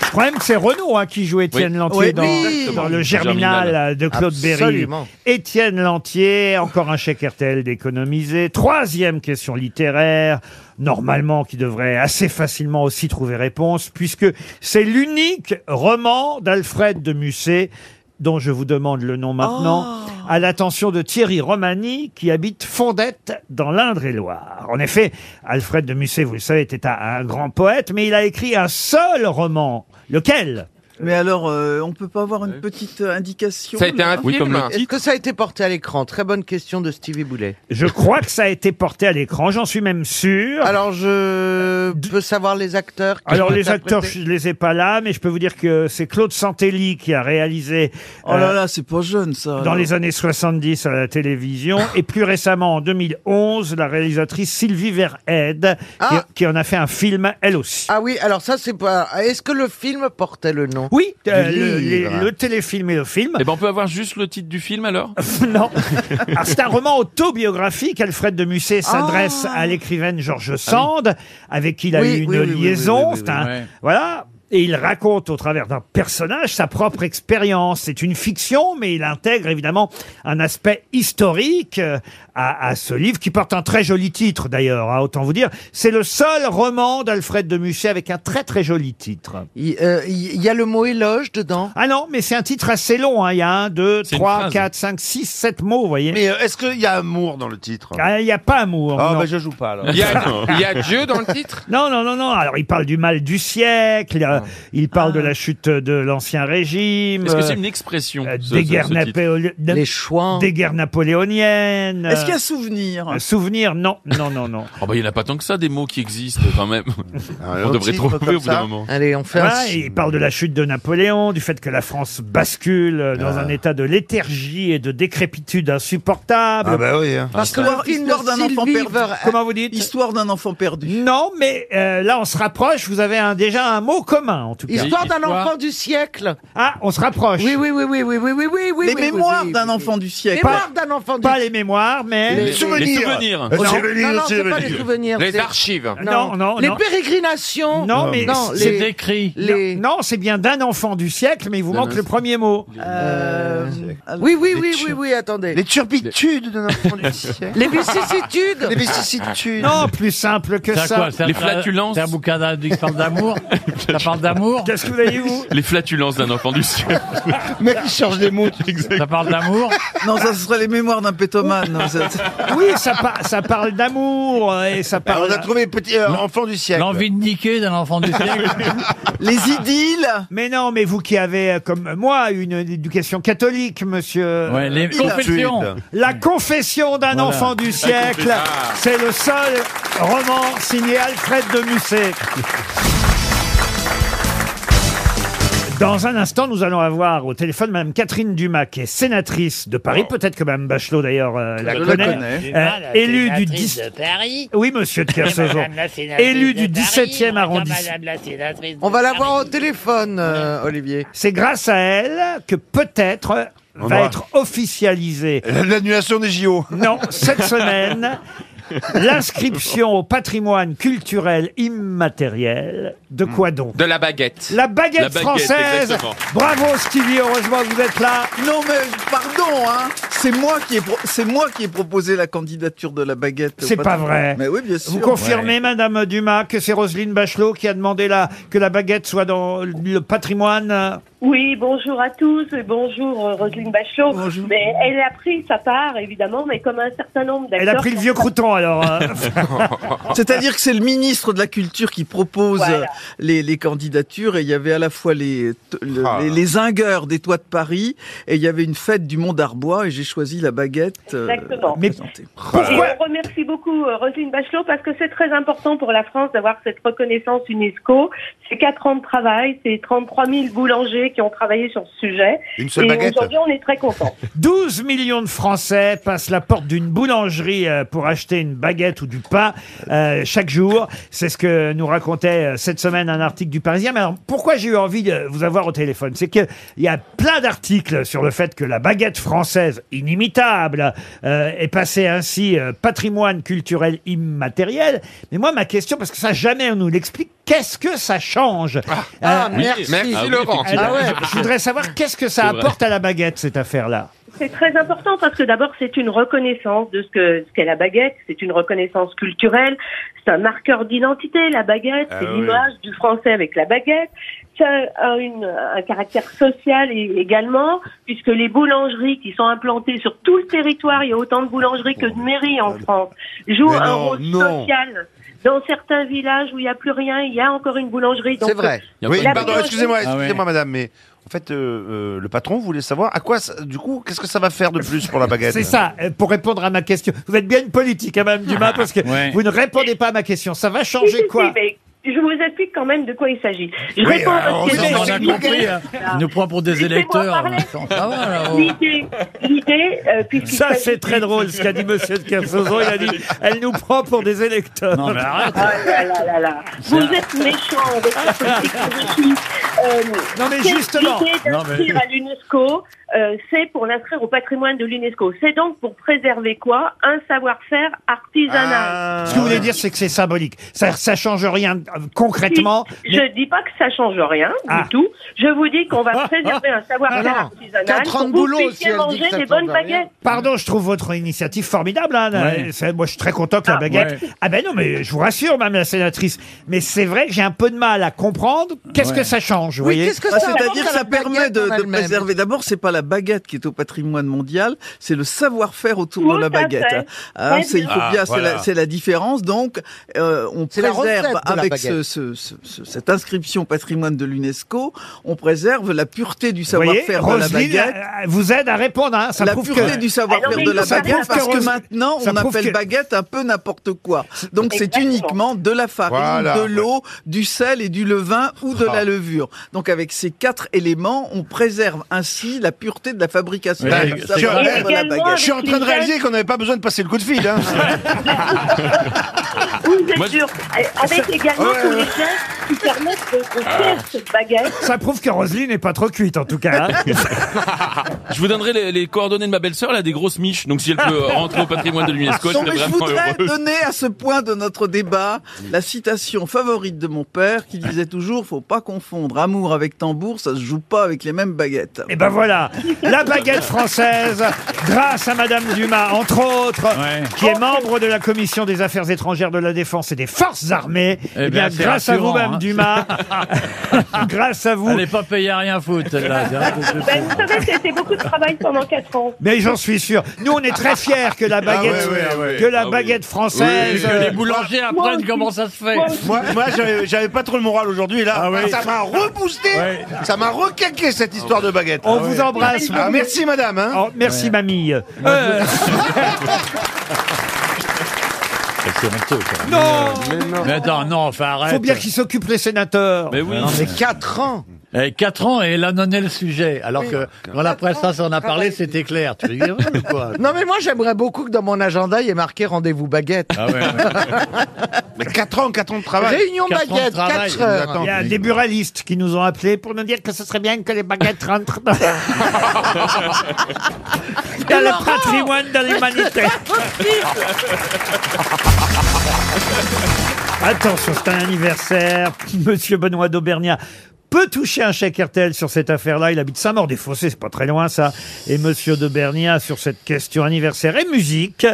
S2: Je crois même que c'est Renaud hein, qui joue Étienne
S7: Oui.
S2: Lantier
S7: Oui,
S2: dans,
S7: exactement.
S2: dans le Germinal,
S7: Germinal.
S2: de Claude Berry.
S7: Absolument.
S2: Étienne Lantier, encore un chèque RTL d'économiser. Troisième question littéraire, normalement qui devrait assez facilement aussi trouver réponse, puisque c'est l'unique roman d'Alfred de Musset dont je vous demande le nom maintenant, à l'attention de Thierry Romani, qui habite Fondette, dans l'Indre-et-Loire. En effet, Alfred de Musset, vous le savez, était un, un grand poète, mais il a écrit un seul roman. Lequel
S5: Mais alors, euh, on peut pas avoir une petite euh, indication là
S7: Est-ce que ça a été porté à l'écran Très bonne question de Stevie Boulet.
S2: Je crois que ça a été porté à l'écran, j'en suis même sûr.
S7: Alors, je peux Euh, savoir les acteurs. qui
S2: Euh, Alors
S7: ont
S2: les acteurs,
S7: interprété
S2: je les ai pas là, mais je peux vous dire que c'est Claude Santelli qui a réalisé euh,
S5: Oh là là, c'est pas jeune ça.
S2: dans
S5: alors.
S2: les années 70 à la télévision et plus récemment en 2011 la réalisatrice Sylvie Verheyd
S7: Ah.
S2: qui, qui en a fait un film elle aussi.
S7: Ah oui, alors ça, c'est pas. Est-ce que le film portait le nom
S2: Oui, euh,
S7: Du
S2: le, les-
S7: livre.
S2: le téléfilm et le film.
S3: Eh ben, on peut avoir juste le titre du film alors
S2: non. Alors, c'est un roman autobiographique. Alfred de Musset s'adresse
S3: Ah.
S2: à l'écrivaine Georges Sand, avec qui il a
S7: Oui,
S2: eu une
S7: oui, oui, oui,
S2: liaison.
S7: oui, oui,
S2: C'est un-
S7: oui, oui.
S2: Voilà. Et il raconte au travers d'un personnage sa propre expérience. C'est une fiction, mais il intègre évidemment un aspect historique euh, à, à ce livre qui porte un très joli titre d'ailleurs, hein, autant vous dire. C'est le seul roman d'Alfred de Musset avec un très très joli titre.
S7: Il euh, il- il y a le mot éloge dedans.
S2: Ah non, mais c'est un titre assez long. hein. Il y a un, deux,
S7: une
S2: trois,
S7: phrase.
S2: quatre, cinq, six, sept mots, vous voyez.
S6: Mais euh, est-ce qu'il y a amour dans le titre
S2: Ah, Il n'y a pas amour.
S6: Ah,
S2: non.
S6: bah, je joue pas alors.
S8: Il y a- il y a Dieu dans le titre
S2: Non, non, non, non. Alors, il parle du mal du siècle. euh, Il parle de la chute de l'ancien régime.
S3: Est-ce que c'est
S2: euh,
S3: une expression
S2: euh,
S3: ce-
S2: des
S3: ce-
S2: guerres,
S3: ce titre
S2: napéolé- na-
S3: Les
S2: des guerres napoléoniennes.
S5: Est-ce qu'il y a
S2: souvenir
S5: souvenir
S2: Souvenir, non, non, non, non.
S3: Oh bah, il n'y en a pas tant que ça des mots qui existent quand même. on
S5: Ah,
S2: autre
S3: devrait
S2: titre
S3: trouver
S2: comme
S3: au bout d'un
S2: ça.
S3: moment.
S5: Allez, on
S2: Voilà, et il parle de la chute de Napoléon, du fait que la France bascule euh,
S6: Ah.
S2: dans un état de léthargie et de décrépitude insupportable.
S6: Ah bah oui, hein.
S2: Parce que
S5: Histoire, histoire d'un enfant perdu.
S2: Comment vous dites
S5: Histoire d'un enfant perdu.
S2: Non, mais euh, là, on se rapproche. Vous avez un- déjà un mot commun, en tout cas.
S7: Histoire d'un enfant du siècle.
S2: Ah, on se rapproche.
S7: Oui, oui, oui, oui, oui, oui, oui, oui, oui. oui,
S5: Les
S7: oui,
S5: mémoires
S7: oui,
S5: d'un
S7: oui,
S5: enfant
S7: oui.
S5: du siècle.
S7: Mémoires d'un enfant du
S2: Pas les mémoires, mais...
S7: Les- Les souvenirs. les souvenirs. Les
S2: Non,
S7: souvenirs,
S2: non, non,
S7: les
S2: c'est pas
S7: souvenirs. souvenirs,
S8: Les
S7: c'est-
S8: archives.
S2: Non, non,
S7: Les
S2: non.
S7: pérégrinations.
S2: Non, mais
S7: Non,
S2: c'est
S7: les-
S2: décrit.
S7: les-
S2: Non, non, c'est bien d'un enfant du siècle, mais il vous manque le premier mot.
S7: Euh, Oui, oui, oui, oui, oui, attendez.
S6: Les turpitudes d'un enfant du siècle.
S7: Les vicissitudes.
S6: Les vicissitudes.
S2: Non, plus simple que
S4: C'est à
S2: ça.
S4: quoi C'est à- C'est un bouquin d'un- qui parle d'amour. Ça parle d'amour.
S2: Qu'est-ce que vous avez, vous
S3: Les flatulences d'un enfant du ciel.
S5: Mec, il change des mots.
S4: Ça parle d'amour.
S5: Non, ça ce serait les mémoires d'un pétomane. non, ça-
S2: Oui, ça, par- ça parle d'amour euh, et ça parle.
S6: on a trouvé petit euh, enfant du siècle.
S4: L'envie de niquer d'un enfant du siècle.
S5: Les idylles.
S2: Ah. Mais non, mais vous qui avez, euh, comme moi, une éducation catholique, monsieur.
S4: Ouais, les
S2: Hilbert.
S4: confessions.
S2: La confession d'un
S4: Voilà.
S2: enfant du
S4: La
S2: siècle.
S4: confession.
S2: C'est le seul roman signé Alfred de Musset. Dans un instant, nous allons avoir au téléphone Madame Catherine Dumas, qui est sénatrice de Paris.
S13: Oh.
S2: Peut-être que Madame Bachelot, d'ailleurs, euh, la
S5: Je la
S2: connaît.
S5: connais.
S2: Euh,
S13: Dumas, Ah, la
S2: élue du
S13: sénatrice
S2: 10...
S13: de Paris.
S2: Oui, monsieur de Kersauzon.
S13: Madame la sénatrice
S2: Élue
S13: de
S2: du
S13: Paris,
S2: 17e
S13: bonjour,
S2: arrondissement.
S13: madame la sénatrice de
S7: On va
S13: Paris.
S7: l'avoir au téléphone, euh, Olivier.
S2: C'est grâce à elle que peut-être
S6: On
S2: va
S6: aura-
S2: être officialisée
S6: L'annulation des JO.
S2: Non, cette semaine, l'inscription au patrimoine culturel immatériel. De quoi donc
S8: De la baguette.
S2: La baguette,
S8: La baguette,
S2: française
S8: exactement.
S2: Bravo Stevie, heureusement que vous êtes là.
S5: Non mais pardon, hein. C'est moi qui ai pro- c'est moi qui ai proposé la candidature de la baguette. au
S2: C'est pas
S5: patron.
S2: vrai.
S5: Mais oui, bien sûr.
S2: Vous confirmez, Madame Dumas, que c'est Roselyne Bachelot qui a demandé la, que la baguette soit dans le patrimoine
S12: Oui, bonjour à tous et bonjour euh, Roselyne Bachelot. Mais elle a pris sa part, évidemment, mais comme un certain nombre d'acteurs...
S2: Elle a pris le vieux crouton, alors. hein.
S5: C'est-à-dire que c'est le ministre de la Culture qui propose
S12: Voilà.
S5: euh, les, les candidatures et il y avait à la fois les, t- le-
S6: Ah.
S5: les, les zingueurs des toits de Paris et il y avait une fête du Mont d'Arbois et j'ai choisi la baguette. euh,
S12: Exactement.
S5: à
S2: Mais-
S5: présenter.
S12: Et euh,
S2: Pourquoi
S12: on remercie beaucoup euh, Roselyne Bachelot parce que c'est très important pour la France d'avoir cette reconnaissance UNESCO. C'est quatre ans de travail, c'est 33 000 boulangers qui ont travaillé sur ce sujet.
S6: Une seule
S12: et
S6: baguette.
S12: aujourd'hui, on est très contents.
S2: 12 millions de Français passent la porte d'une boulangerie euh, pour acheter une baguette ou du pain euh, chaque jour. C'est ce que nous racontait euh, cette semaine un article du Parisien. Mais alors, pourquoi j'ai eu envie de vous avoir au téléphone C'est qu'il y a plein d'articles sur le fait que la baguette française, inimitable, euh, est passée ainsi euh, patrimoine culturel immatériel. Mais moi, ma question, parce que ça, jamais on nous l'explique, qu'est-ce que ça change
S7: Ah,
S2: Euh,
S7: merci.
S8: Merci
S7: Ah oui,
S8: Laurent.
S7: effectivement.
S2: alors, Je voudrais savoir qu'est-ce que ça
S8: C'est vrai.
S2: apporte à la baguette, cette affaire-là
S12: C'est très important parce que d'abord, c'est une reconnaissance de ce que ce qu'est la baguette. C'est une reconnaissance culturelle. C'est un marqueur d'identité, la baguette.
S6: Ah
S12: c'est
S6: oui.
S12: l'image du français avec la baguette. Ça a une- un caractère social et- également, puisque les boulangeries qui sont implantées sur tout le territoire, il y a autant de boulangeries que de mairies en France, jouent
S6: Mais
S12: un
S6: non,
S12: rôle
S6: non.
S12: social. Dans certains villages où il n'y a plus rien, il y a encore une boulangerie. Donc,
S7: C'est vrai.
S12: euh,
S6: Oui,
S12: la
S6: pardon,
S12: boulangerie-
S6: excusez-moi,
S4: Ah ouais.
S6: excusez-moi, madame, mais en fait, euh, euh, le patron voulait savoir à quoi, ça- du coup, qu'est-ce que ça va faire de plus pour la baguette
S2: C'est ça, euh, pour répondre à ma question. Vous êtes bien une politique, hein, Madame Dumas, parce que
S4: Ouais.
S2: vous ne répondez pas à ma question. Ça va
S12: Si, si,
S2: changer
S12: si,
S2: quoi euh,
S12: mais je vous explique quand même de quoi il s'agit. Je
S6: Oui, ah,
S12: réponds à
S6: alors,
S12: votre
S6: on
S4: On
S12: question.
S4: en a compris. hein. Il nous prend pour des
S12: Laissez-moi
S4: électeurs.
S12: parler.
S4: Ça va, là, oh.
S12: L'idée, l'idée, euh, puisqu'il
S2: Ça,
S12: s'agit-
S2: c'est très drôle ce qu'a dit Monsieur de Kersauzon. Il a dit elle nous prend pour des électeurs.
S4: Non, mais arrête.
S12: Ah là là là là. Vous êtes méchant avec la politique que je suis. Euh,
S2: Non, mais
S12: c'est
S2: justement.
S12: L'idée
S4: Non, mais-
S12: d'inscrire à l'UNESCO, euh, c'est pour l'inscrire au patrimoine de l'UNESCO. C'est donc pour préserver quoi Un savoir-faire artisanal.
S2: Ce que vous voulez dire, c'est que c'est symbolique. Ça, ça change rien euh, concrètement.
S12: Si, Je dis pas que ça change rien
S2: Ah.
S12: du tout. Je vous dis qu'on va préserver un
S7: Non,
S12: savoir-faire
S7: non. T'as
S12: artisanal
S7: 30
S12: pour
S7: boulots,
S12: que vous
S7: si
S12: puissiez
S7: elle dit que
S12: manger
S7: ça
S12: des
S7: change
S12: bonnes
S7: rien.
S12: baguettes.
S2: Pardon, je trouve votre initiative formidable. hein, là.
S4: Ouais.
S2: C'est- Moi, je suis très content que la
S12: Ah,
S2: baguette.
S4: ouais.
S2: Ah ben non, mais je vous rassure, Madame la sénatrice. Mais c'est vrai que j'ai un peu de mal à comprendre qu'est-ce
S4: Ouais.
S2: que ça change. Vous
S7: Oui,
S2: voyez
S7: qu'est-ce que
S5: Ah,
S7: ça apporte
S5: C'est-à-dire
S7: à
S5: que ça
S7: la
S5: permet
S7: baguette
S5: de,
S7: en
S5: de
S7: elle-même
S5: préserver. D'abord, c'est pas la la baguette qui est au patrimoine mondial, c'est le savoir-faire autour
S12: Tout
S5: de la
S12: à
S5: baguette.
S12: fait.
S5: Hein,
S12: Très
S5: c'est, il
S12: bien.
S5: faut
S12: Ah,
S5: bien, c'est,
S12: voilà.
S5: la, c'est la différence. Donc, euh, on
S12: C'est la
S5: préserve
S12: recette de la
S5: avec
S12: baguette.
S5: ce- ce- ce- cette inscription patrimoine de l'UNESCO, on préserve la pureté du
S2: Vous voyez,
S5: savoir-faire de la
S2: Roselyne
S5: baguette.
S2: euh, vous aide à répondre. Hein. Ça
S5: la
S2: prouve
S5: pureté
S2: que-
S5: du savoir-faire de la
S2: Ça
S5: baguette,
S2: prouve
S5: parce que
S2: Rose-
S5: maintenant,
S2: ça
S5: on
S2: prouve
S5: appelle
S2: que-
S5: baguette un peu n'importe quoi. Donc, c'est uniquement de la farine,
S13: Voilà.
S5: de l'eau, du sel et du levain ou de
S13: Ah.
S5: la levure. Donc, avec ces quatre éléments, on préserve ainsi la pureté de la fabrication.
S6: Bah,
S5: du
S6: je,
S5: savoir-faire de la baguette.
S6: je suis en train de réaliser qu'on n'avait pas besoin de passer le coup de fil. Hein.
S2: Ah.
S12: Vous êtes sûr Avec également
S2: Ouais,
S12: tous
S2: ouais. Ah.
S12: les gestes qui permettent de, de faire cette baguette.
S2: Ça prouve que Roselyne n'est pas trop cuite, en tout cas. hein.
S3: Je vous donnerai les, les coordonnées de ma belle-sœur, elle a des grosses miches, donc si elle peut rentrer au patrimoine de l'UNESCO, je
S5: Non,
S3: serai
S5: mais je
S3: vraiment
S5: voudrais
S3: heureux.
S5: donner à ce point de notre débat la citation favorite de mon père qui disait toujours faut pas confondre amour avec tambour, ça se joue pas avec les mêmes baguettes.
S2: Et ben voilà, la baguette française, grâce à Madame Dumas, entre autres, qui est membre de la commission des affaires étrangères de la défense et des forces armées.
S4: Eh
S2: Eh bien,
S4: bien, c'est
S2: grâce à vous,
S4: rassurant,
S2: Madame
S4: hein.
S2: Dumas, grâce à vous.
S4: Elle n'est pas payée à rien foutre, celle-là.
S12: Ben, vous savez, c'était beaucoup de travail pendant 4 ans.
S2: Mais j'en suis sûr. Nous, on est très fiers que la baguette,
S6: Ah ouais,
S12: Eh
S6: ouais, ouais.
S2: que la
S6: Ah oui.
S2: baguette
S6: Oui,
S2: française.
S6: que les
S4: boulangers apprennent comment ça se fait.
S6: Moi, moi, j'avais- j'avais pas trop le moral aujourd'hui, et là,
S4: Ah oui.
S6: ça m'a reboosté,
S2: Ouais.
S6: ça m'a recaqué cette
S4: Ah
S6: histoire de baguette.
S2: On vous embrasse.
S6: Ah, merci madame. hein.
S2: Oh, merci, mamie. Euh, Non
S4: mais non Mais attends, non, enfin arrête
S2: faut bien qu'ils s'occupent les sénateurs.
S4: Mais oui.
S2: Non, mais
S6: 4 ans
S4: Eh, quatre ans et elle a donné le sujet. Alors que quand la presse ça en a parlé, c'était clair. Tu rigoles ou quoi
S7: Non mais moi j'aimerais beaucoup que dans mon agenda il y ait marqué rendez-vous baguette.
S4: Ah ouais, ouais.
S6: Mais 4 ans, 4 ans de travail.
S7: Réunion Quatre ans de baguette, travail. quatre heures.
S2: Il y a des buralistes qui nous ont appelés pour nous dire que ce serait bien que les baguettes rentrent dans, dans le patrimoine de l'humanité. Attention, c'est un anniversaire. Monsieur Benoît d'Aubergnat peut toucher un chèque RTL sur cette affaire-là. Il habite Saint-Maur-des-Fossés, c'est pas très loin ça. Et Monsieur d'Aubergnat, sur cette question anniversaire et musique,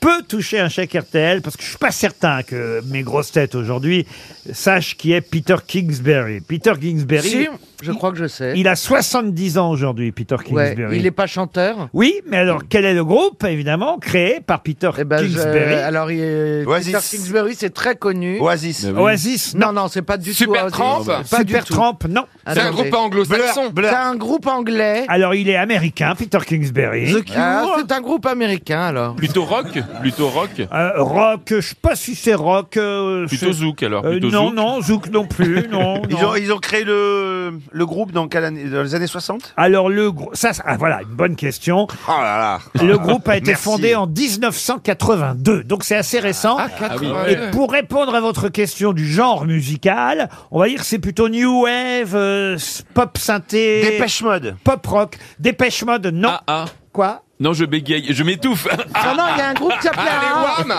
S2: peut toucher un chèque RTL parce que je suis pas certain que mes grosses têtes aujourd'hui sachent qui est Peter Kingsbury. Peter Kingsbury.
S7: Si, je crois que je sais.
S2: Il a 70 ans aujourd'hui, Peter
S7: Ouais,
S2: Kingsbury.
S7: il n'est pas chanteur.
S2: Oui, mais alors quel est le groupe, évidemment, créé par Peter
S7: Ben, je-
S2: Kingsbury
S7: alors il est...
S2: Oasis.
S7: Peter Kingsbury c'est très connu.
S6: Oasis.
S2: Ben oui. Oasis,
S7: Non non, c'est pas du tout
S8: Supertramp.
S7: Oasis. Pas du tout.
S2: Supertramp, non.
S7: C'est un Attendez. groupe anglo-saxon. Blur, Blur. C'est un groupe anglais.
S2: Alors, il est américain, Peter Kingsbury.
S7: Ah, c'est un groupe américain alors.
S3: Plutôt rock Plutôt rock
S2: Euh, rock, je sais pas si c'est rock. euh,
S3: Plutôt
S2: c'est-
S3: zouk, alors,
S2: Euh,
S3: plutôt
S2: non,
S3: zouk.
S2: non, zouk non plus, non.
S6: Ils
S2: non.
S6: ont, ils ont créé le, le groupe dans, quelle année- dans les années 60
S2: Alors le groupe, ça, ça- ah, voilà, une bonne question.
S6: Oh
S3: Ah.
S6: là là.
S2: Le groupe a été
S6: Merci.
S2: fondé en 1982, donc c'est assez récent.
S6: Ah,
S7: Ah
S2: Et
S6: 82.
S2: pour répondre à votre question du genre musical, on va dire que c'est plutôt new wave, euh, pop synthé,
S6: Dépêche Mode.
S2: pop rock, dépêche mode, non.
S7: Ah,
S2: Quoi
S3: Non, je bégaye, je m'étouffe.
S2: Ah.
S7: Non, non, il y a un groupe qui s'appelle
S8: Ah, les
S7: Ah.
S8: Wham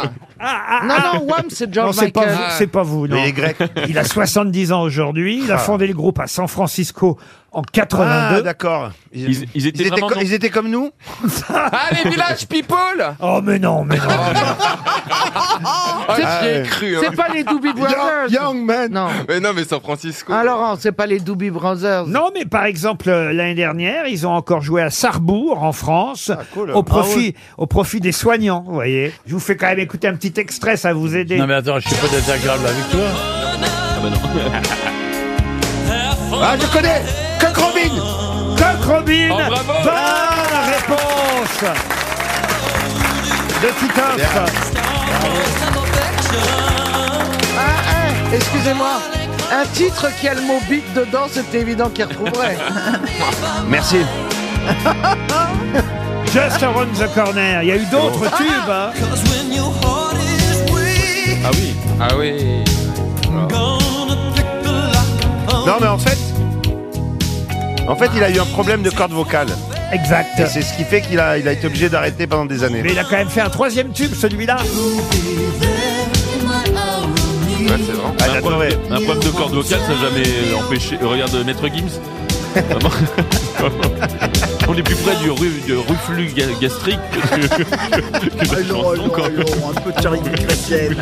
S7: Non, non, Wham, c'est George
S2: Non, c'est pas
S7: Michael.
S2: vous, c'est pas vous, non.
S6: Mais les Grecs.
S2: Il a 70 ans aujourd'hui. Il a
S6: Ah.
S2: fondé le groupe à San Francisco en 82.
S6: Ah, d'accord. Ils,
S3: ils étaient vraiment
S6: co-
S3: non-
S6: ils étaient comme nous
S8: Ah, les Village People
S2: Oh mais non, mais non.
S8: Ah,
S7: C'est-
S8: J'y ai cru, hein.
S7: C'est pas les Doobie Brothers.
S6: Young man.
S7: Non.
S8: Mais non, mais San Francisco.
S7: Ah, Laurent, c'est pas les Doobie Brothers.
S2: Non, mais par exemple, euh, l'année dernière, ils ont encore joué à Sarrebourg, en France,
S6: Ah,
S2: au, profit, au profit des soignants, vous voyez. Je vous fais quand même écouter un petit extrait, ça va vous aider.
S4: Non mais attends, je suis pas désagréable avec toi.
S6: Ah, je connais Coq Robin
S2: Coq Robin,
S3: Oh, bravo
S2: bonne réponse de Titoff.
S7: Ah, ah, excusez-moi. Un titre qui a le mot big dedans, c'était évident qu'il retrouverait.
S6: Merci.
S2: Just Around the Corner. Il y a eu d'autres tubes, hein.
S8: Ah oui. Ah oui.
S6: Non, mais en fait. En fait, il a eu un problème de corde vocale.
S2: Exact.
S6: Et c'est ce qui fait qu'il a, il a été obligé d'arrêter pendant des années.
S2: Mais il a quand même fait un troisième tube, celui-là.
S8: Ouais, c'est vrai.
S6: Ah,
S3: un,
S6: j'adorais.
S3: problème, un problème de corde vocale, ça n'a jamais empêché. euh, Regarde Maître Gims. Vraiment. On est plus près du, ru- du reflux ga- gastrique que, que- que de la chanson, quand même.
S5: un peu de charité chrétienne.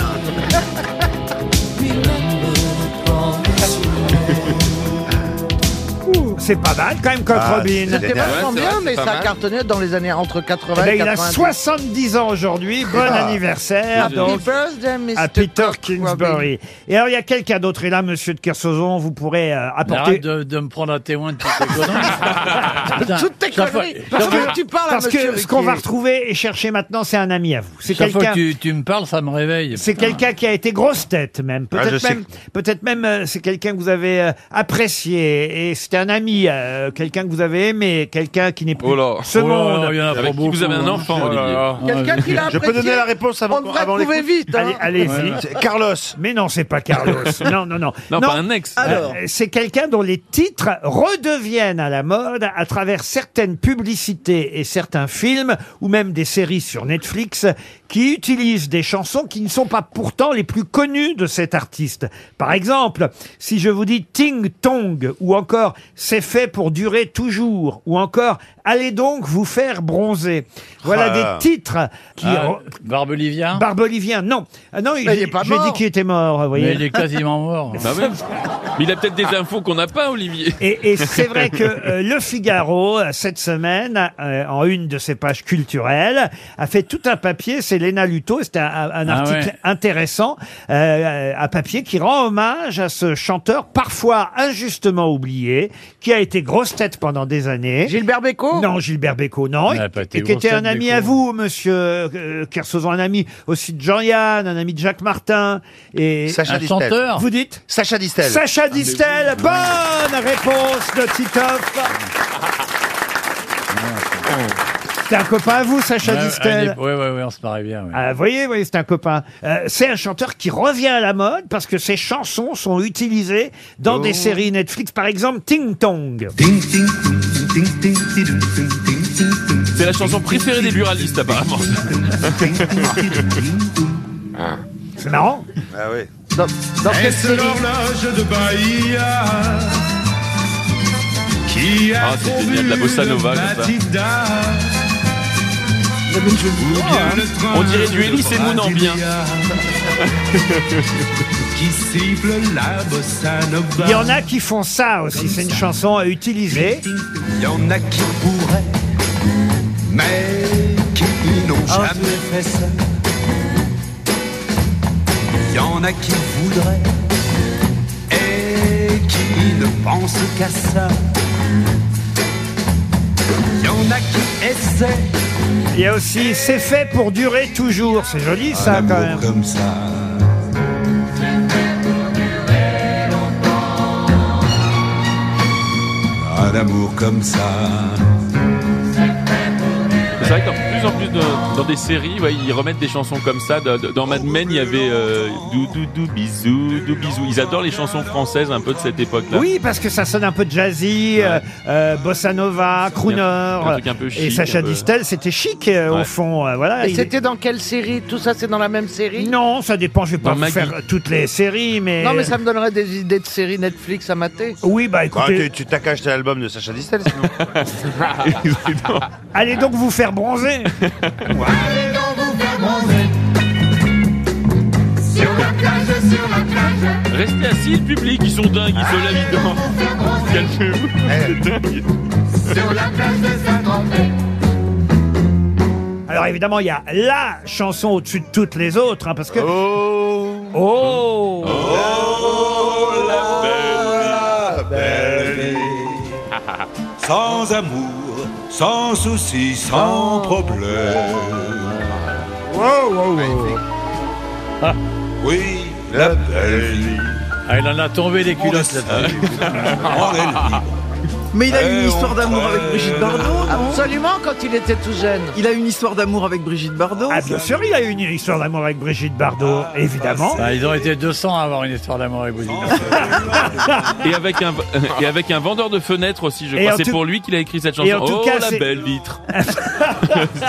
S2: C'est pas mal quand même, Coq
S6: Ah,
S2: Robin.
S7: C'était vachement bien, mais ça cartonnait dans les années entre 80
S2: Eh
S7: et
S2: ben, il a
S7: 90.
S2: 70 ans aujourd'hui. Bon
S7: Ah.
S2: anniversaire.
S7: Happy
S2: donc,
S7: birthday, Mr.
S2: À Peter
S7: Cock
S2: Kingsbury. Et alors, il y a quelqu'un d'autre. Et là, monsieur de Kersauzon, vous pourrez euh, apporter.
S4: Arrête de, de me prendre à témoin de toutes tes conneries.
S2: Toutes tes
S4: Chaque fois-
S2: conneries.
S4: chaque fois-
S2: Parce que ce qu'on va retrouver et chercher maintenant, c'est un ami à vous. C'est
S4: Chaque fois
S2: quelqu'un.
S4: que tu, tu me parles, ça me réveille.
S2: C'est
S4: Putain.
S2: quelqu'un qui a été grosse tête même.
S4: Ah, je
S2: Peut-être
S4: sais.
S2: même, peut-être même, euh, c'est quelqu'un que vous avez euh, apprécié et c'était un ami, euh, quelqu'un que vous avez aimé, quelqu'un qui n'est plus
S8: Oh là.
S2: ce
S8: Oh là,
S2: monde.
S8: il y en a pas Avec qui beaucoup, vous avez un hein. enfant, Oh là Olivier. là.
S7: Quelqu'un qui l'a
S6: Je peux donner la réponse avant, avant les coups.
S7: hein.
S2: Allez, allez-y.
S6: Ouais. C'est Carlos.
S2: Mais non, c'est pas Carlos. non, non, non.
S3: Non, pas un ex. Alors.
S2: Euh, C'est quelqu'un dont les titres redeviennent à la mode à travers certaines publicités et certains films ou même des séries sur Netflix qui utilisent des chansons qui ne sont pas pourtant les plus connues de cet artiste. Par exemple, si je vous dis Ting Tong ou encore C'est fait pour durer toujours ou encore Allez donc vous faire bronzer. Voilà
S4: Ah.
S2: des titres qui
S4: Ah,
S2: re-
S4: Barbelivien
S2: Barbolivien, non. Ah non, il,
S4: Mais il est pas
S2: j'ai
S4: mort.
S2: dit qu'il était mort, Ah, vous voyez.
S4: Mais il est quasiment mort.
S3: Bah ouais. Mais il a peut-être des infos qu'on n'a pas, Olivier.
S2: Et, et c'est vrai que euh, Le Figaro, euh, cette semaine, euh, en une de ses pages culturelles, a fait tout un papier, c'est Léna Luto, c'est un, un- un
S4: Ah
S2: article
S4: ouais.
S2: intéressant, euh, un papier qui rend hommage à ce chanteur parfois injustement oublié, qui a été grosse tête pendant des années.
S7: Gilbert Bécaud
S2: Non, Gilbert Bécaud, non.
S4: Il n'a
S2: Et-
S4: pas été
S2: et qui était
S4: grosse
S2: un
S4: tête,
S2: ami
S4: Bécaud.
S2: à vous, monsieur euh, Kersauzon, un ami aussi de Jean-Yann, un ami de Jacques Martin. Et
S6: Sacha Un Distel. chanteur Ah,
S2: Vous dites
S6: Sacha Distel.
S2: Sacha
S4: Ah,
S2: Distel, bonne réponse de Titoff. C'est un copain Oh. à vous, Sacha
S4: Ah. Ouais,
S2: Distel.
S4: Oui, oui, oui, on se marie bien. ouais.
S2: Ah, vous voyez, vous voyez, c'est un copain. Euh, c'est un chanteur qui revient à la mode parce que ses chansons sont utilisées dans
S3: Oh.
S2: des séries Netflix, par exemple Ting Tong.
S3: C'est la chanson préférée des buralistes, apparemment.
S2: C'est marrant.
S6: Ah oui.
S7: Dans, dans quelle
S13: Est-ce
S7: série
S13: l'horloge Eh, de Bahia qui a
S3: Ah, c'est génial, de la bossa nova, comme ça.
S13: Matilda Ou bien le train
S3: Ah, On dirait du
S13: de
S3: Elie Semoun en bien.
S13: Brasilia qui cible la bossa nova.
S2: Il y en a qui font ça aussi, c'est une chanson à utiliser.
S13: Il y en a qui pourraient, mais qui n'ont jamais fait ça. Il y en a qui voudraient et qui ne pensent qu'à ça. Il y en a qui essaient
S2: Il y a aussi C'est fait pour durer toujours. C'est joli ça quand même.
S13: comme ça. Un amour comme ça.
S3: C'est vrai qu'en plus en plus de- dans des séries, ouais, ils remettent des chansons comme ça. De- de- Dans Mad Men, il y avait euh, dou dou dou bisou dou bisou. Ils adorent les chansons françaises un peu de cette époque-là.
S2: Oui, parce que ça sonne un peu jazzy, euh, euh, bossa nova, crooner. euh,
S3: un truc un peu
S2: et
S3: chic,
S2: Sacha
S3: un peu.
S2: Distel, c'était chic euh, au
S3: Ouais.
S2: fond. euh, voilà,
S7: Et
S2: Il-
S7: c'était dans quelle série Tout ça, c'est dans la même série
S2: Non, ça dépend. Je vais pas
S3: Dans
S2: vous
S3: Maggie.
S2: faire toutes les séries, mais.
S7: Non, mais ça me donnerait des idées de séries Netflix à mater.
S2: Oui, bah
S6: Ah,
S2: écoutez,
S6: tu tu t'as qu'à acheter l'album de Sacha Distel, sinon.
S2: allez donc vous faire bronzer.
S13: Sur la plage, sur la plage.
S3: Restez assis, le public, ils sont dingues, ils se
S2: Ah.
S3: lèvent, ils dansent. Calmez-vous,
S2: Eh.
S3: c'est dingue.
S13: Sur la plage de Saint-Tropez.
S2: Alors évidemment, il y a la chanson au-dessus de toutes les autres, hein, parce que.
S6: Oh
S2: Oh,
S13: La belle vie. Sans amour, sans souci, sans problème. Oui, la
S2: Euh,
S13: belle vie.
S4: Ah, il en a tombé des culottes là-dessus.
S13: On est libre.
S5: Mais il a eu
S13: Eh,
S5: une histoire
S13: on
S5: d'amour avec
S13: traîne.
S5: Brigitte Bardot, non
S7: Absolument, quand il était tout jeune.
S5: Il a eu une histoire d'amour avec Brigitte Bardot.
S2: Ah bien sûr, il a eu une histoire d'amour avec Brigitte Bardot, évidemment.
S4: Ah, ils ont été 200 à avoir une histoire d'amour avec vous.
S3: Et avec un et avec un vendeur de fenêtres aussi, je
S2: Et en
S3: crois. C'est
S2: tout-
S3: pour lui qu'il a écrit cette chanson.
S2: et en tout
S3: oh
S2: cas, c'est-
S3: la belle vitre.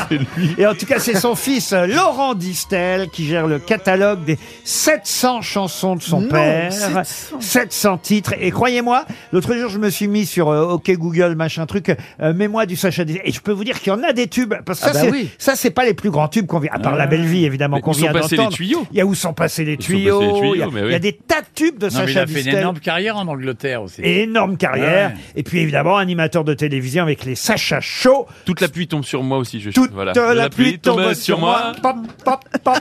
S3: c'est lui.
S2: Et en tout cas, c'est son fils euh, Laurent Distel qui gère le catalogue des 700 chansons de son
S5: Non,
S2: père,
S5: 700.
S2: 700 titres. Et croyez-moi, l'autre jour, je me suis mis sur euh, OK Google, machin truc, euh, mets-moi du Sacha Distel. Et je peux vous dire qu'il y en a des tubes. Parce que
S7: Ah
S2: ça,
S7: bah
S2: c'est,
S7: oui.
S2: ça, c'est pas les plus grands tubes qu'on vient, à part
S7: Ah.
S2: la belle vie, évidemment,
S7: Mais
S2: qu'on
S7: où sont
S2: vient
S7: passés les
S2: d'entendre.
S7: tuyaux
S2: Il y a où sont passés les
S7: Où sont passés les
S2: tuyaux. il y a,
S7: tuyaux, mais
S2: il y a
S7: oui.
S2: des tas de tubes de
S4: Non, mais
S2: Sacha
S4: il a fait
S2: Distel.
S4: une énorme carrière en Angleterre aussi.
S2: Et énorme carrière.
S4: Ah ouais.
S2: Et puis évidemment, animateur de télévision avec les Sacha Show.
S3: Toute la pluie tombe sur moi aussi, je
S2: Toute
S3: voilà.
S2: la, pluie tombe sur moi. Pop, pop, pop.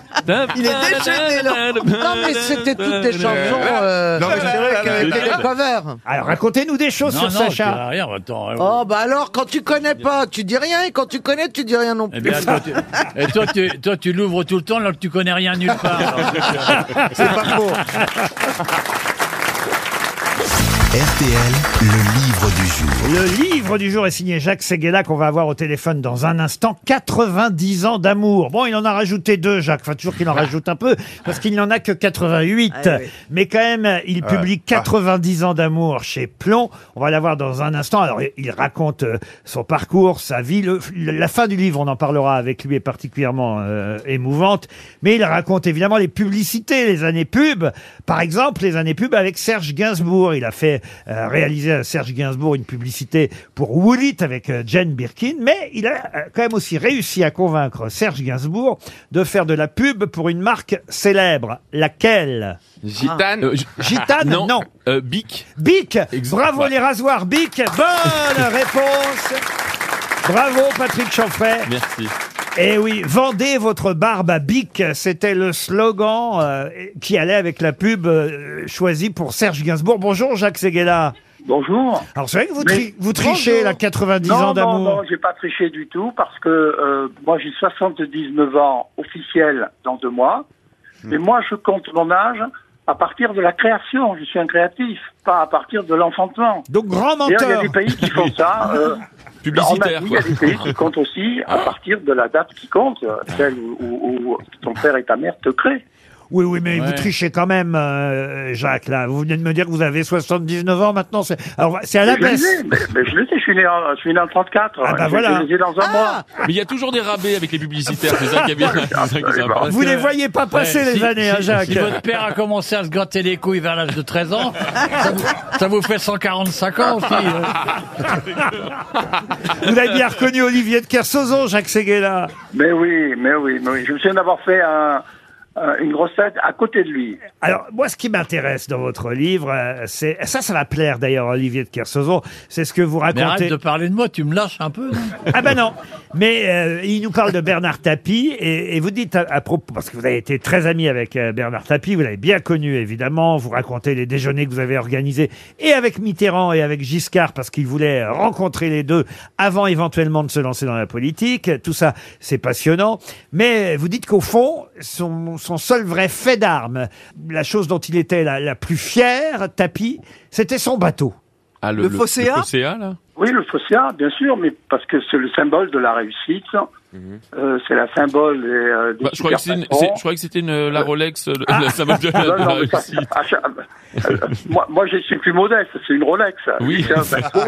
S7: Il est déchaîné, là. Non, mais c'était toutes des chansons. euh,
S2: Non, mais c'est vrai
S7: qui avaient été des covers.
S2: Alors racontez-nous des choses
S4: Non,
S2: sur
S4: non, je dirais
S2: Sacha.
S4: rien, attends. euh,
S7: Oh, bah alors, quand tu connais pas, tu dis rien, et quand tu connais, tu dis rien non
S4: Eh
S7: plus.
S4: bien, toi, tu, et toi, tu, toi, tu l'ouvres tout le temps alors que tu connais rien nulle part.
S7: C'est pas faux.
S1: RTL, le livre du jour.
S2: Le livre du jour est signé Jacques Seguela qu'on va avoir au téléphone dans un instant. 90 ans d'amour. Bon, il en a rajouté deux, Jacques. Enfin, toujours qu'il en rajoute un peu, parce qu'il n'en a que 88.
S7: Ah oui.
S2: Mais quand même, il
S7: Ouais.
S2: publie 90 ans d'amour chez Plomb. On va l'avoir dans un instant. Alors, il raconte euh, son parcours, sa vie. Le- la fin du livre, on en parlera avec lui, est particulièrement euh, émouvante. Mais il raconte évidemment les publicités, les années pub. Par exemple, les années pub avec Serge Gainsbourg. Il a fait euh, réaliser à Serge Gainsbourg une publicité pour Woolit avec euh, Jane Birkin. Mais il a euh, quand même aussi réussi à convaincre Serge Gainsbourg de faire de la pub pour une marque célèbre. Laquelle
S3: Gitane Euh, j-
S2: Gitane
S3: Non.
S2: Non.
S3: Euh, Bic
S2: Bic Bravo les rasoirs Bic Bonne réponse Bravo Patrick Chanfray
S3: Merci.
S2: Eh oui, vendez votre barbe à Bic, c'était le slogan euh, qui allait avec la pub euh, choisie pour Serge Gainsbourg. Bonjour Jacques Seguela.
S14: Bonjour.
S2: Alors c'est vrai que vous,
S14: Mais-
S2: tri- vous trichez
S14: Bonjour.
S2: là 90
S14: non,
S2: ans
S14: Non,
S2: d'amour.
S14: non, j'ai pas triché du tout parce que euh, moi j'ai 79 ans officiels dans deux mois.
S2: Hmm.
S14: Mais moi je compte mon âge à partir de la création. Je suis un créatif, pas à partir de l'enfantement.
S2: Donc grand
S14: D'ailleurs, Il y
S2: menteur.
S14: a des pays qui font ça. euh,
S3: Publicitaire,
S14: en Asie, Il y a
S3: quoi.
S14: des pays qui comptent aussi à partir de la date qui compte, euh, celle où, où- où ton père et ta mère te créent.
S2: Oui, oui, mais vous
S14: Ouais.
S2: trichez quand même, euh, Jacques. Là, vous venez de me dire que vous avez 79 ans maintenant. C'est alors c'est à la
S14: Je le
S2: baisse.
S14: sais, Mais, mais je le sais, je suis né en, je suis né en 34.
S2: Ah, bah
S14: Je-
S2: voilà.
S14: Je les ai dans un
S2: Ah
S14: mois.
S3: Mais il y a toujours des rabais avec les publicitaires, c'est ça qui est bien. c'est ça qui est sympa.
S2: Vous les voyez pas passer, les années, hein, Jacques.
S4: Si votre père a commencé à se gratter les couilles vers l'âge de 13 ans, ça vous, ça vous fait 145 ans aussi. hein.
S2: Vous avez bien reconnu Olivier de Kersauzon, Jacques Seguela.
S14: Mais oui, mais oui, mais oui. Je me souviens d'avoir fait un- un- une grossette à côté de lui.
S2: Alors, moi, ce qui m'intéresse dans votre livre, euh, c'est ça, ça va plaire d'ailleurs à Olivier de Kersauzon, c'est ce que vous
S4: Mais arrête
S2: racontez.
S4: de parler de moi, tu me lâches un peu. non
S2: Ah ben non, mais euh, il nous parle de Bernard Tapie et, et vous dites à, à propos, parce que vous avez été très ami avec euh, Bernard Tapie, vous l'avez bien connu évidemment, vous racontez les déjeuners que vous avez organisés et avec Mitterrand et avec Giscard parce qu'il voulait euh, rencontrer les deux avant éventuellement de se lancer dans la politique, tout ça c'est passionnant, mais vous dites qu'au fond, son, son seul vrai fait d'armes, la chose dont il était la, la plus fière, Tapie, c'était son bateau.
S3: Ah,
S2: le- Le le- Phocéa le
S3: Phocéa, là
S14: Oui, le Fosséa, bien sûr, mais parce que c'est le symbole de la réussite. Euh, c'est la symbole des. euh, des
S3: Mhm. Bah, je croyais que c'était une-
S14: super patrons.
S3: c'est- je croyais que c'était une- la Rolex, euh, le-
S2: Ah.
S3: la- ça m'a bien-
S14: Non, non, mais ça-
S3: réussi.
S14: à chaque- euh, moi, moi, je suis plus modeste, c'est une Rolex.
S3: Oui.
S14: C'est un bateau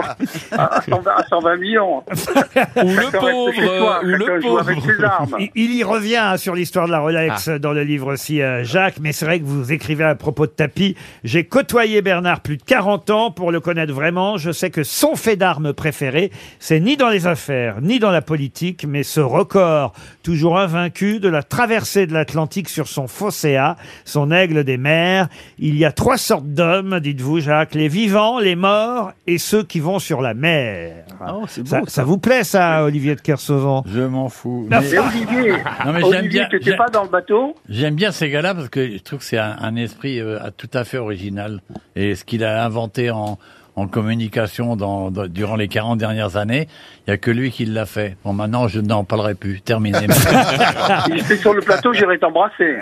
S14: à, à 120, à 120 millions.
S3: Ou
S14: le
S3: pauvre, ou le
S14: joue avec
S3: pauvre. Ah.
S14: ses armes.
S2: Il, il y revient hein, sur l'histoire de la Rolex euh, dans le livre aussi, euh, Jacques, mais c'est vrai que vous écrivez à propos de tapis. J'ai côtoyé Bernard plus de 40 ans pour le connaître vraiment. Je sais que son fait d'armes préféré, c'est ni dans les affaires, ni dans la politique, mais ce record, toujours invaincu, de la traversée de l'Atlantique sur son Fosséa, son aigle des mers. Il y a trois sortes d'hommes, dites-vous, Jacques, les vivants, les morts et ceux qui vont sur la mer.
S3: Oh,
S2: ça, ça vous plaît, ça, Olivier de Kersauzon
S4: Je m'en fous.
S2: Non,
S14: Et Olivier,
S4: Non, mais j'aime
S14: Olivier
S4: bien-
S14: tu n'étais
S4: j'aime-
S14: pas dans le bateau
S4: J'aime bien ces gars-là parce que je trouve que c'est un, un esprit euh, tout à fait original. Et ce qu'il a inventé en, en communication dans, dans- durant les 40 dernières années, il n'y a que lui qui l'a fait. Bon, maintenant, je n'en parlerai plus. Terminé.
S14: Il était sur le plateau, j'irais t'embrasser.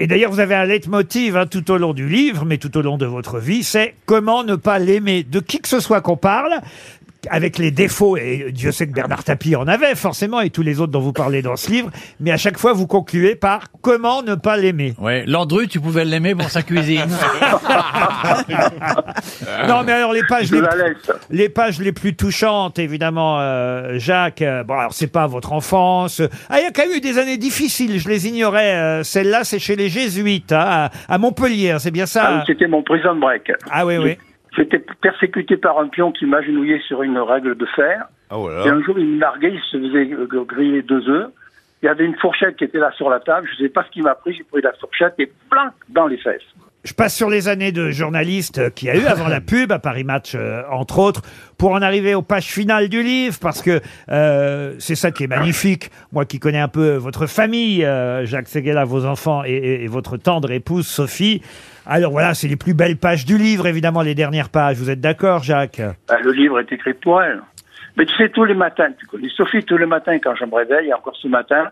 S2: Et d'ailleurs, vous avez un leitmotiv hein, tout au long du livre, mais tout au long de votre vie, c'est comment ne pas l'aimer de qui que ce soit qu'on parle. Avec les défauts, et Dieu sait que Bernard Tapie en avait forcément, et tous les autres dont vous parlez dans ce livre, mais à chaque fois vous concluez par comment ne pas l'aimer.
S4: ouais, Landru, tu pouvais l'aimer pour sa cuisine.
S2: Non, mais alors les pages,
S14: Je
S2: les,
S14: la laisse.
S2: les pages les plus touchantes, évidemment, euh, Jacques. euh, bon, alors c'est pas votre enfance. Ah, il y a quand même eu des années difficiles. Je les ignorais. euh, Celle-là, c'est chez les Jésuites hein, à, à Montpellier. hein, C'est bien ça.
S14: Ah oui, C'était mon prison break.
S2: Ah oui, oui.
S14: Je- J'étais persécuté par un pion qui m'agenouillait sur une règle de fer.
S2: Ah.
S14: Et un jour, il me larguait, il se faisait euh, griller deux œufs. Il y avait une fourchette qui était là sur la table. Je ne sais pas ce qu'il m'a pris. J'ai pris la fourchette et plein dans les fesses.
S2: Je passe sur les années de journaliste qu'il y a eu avant la pub, à Paris Match euh, entre autres, pour en arriver aux pages finales du livre, parce que euh, c'est ça qui est magnifique. Moi qui connais un peu votre famille, euh, Jacques Seguela, vos enfants et, et- et votre tendre épouse Sophie. Alors voilà, c'est les plus belles pages du livre, évidemment, les dernières pages. Vous êtes d'accord, Jacques
S14: Ben, le livre est écrit pour elle. Mais tu sais, tous les matins, tu connais Sophie, tous les matins, quand je me réveille, et encore ce matin,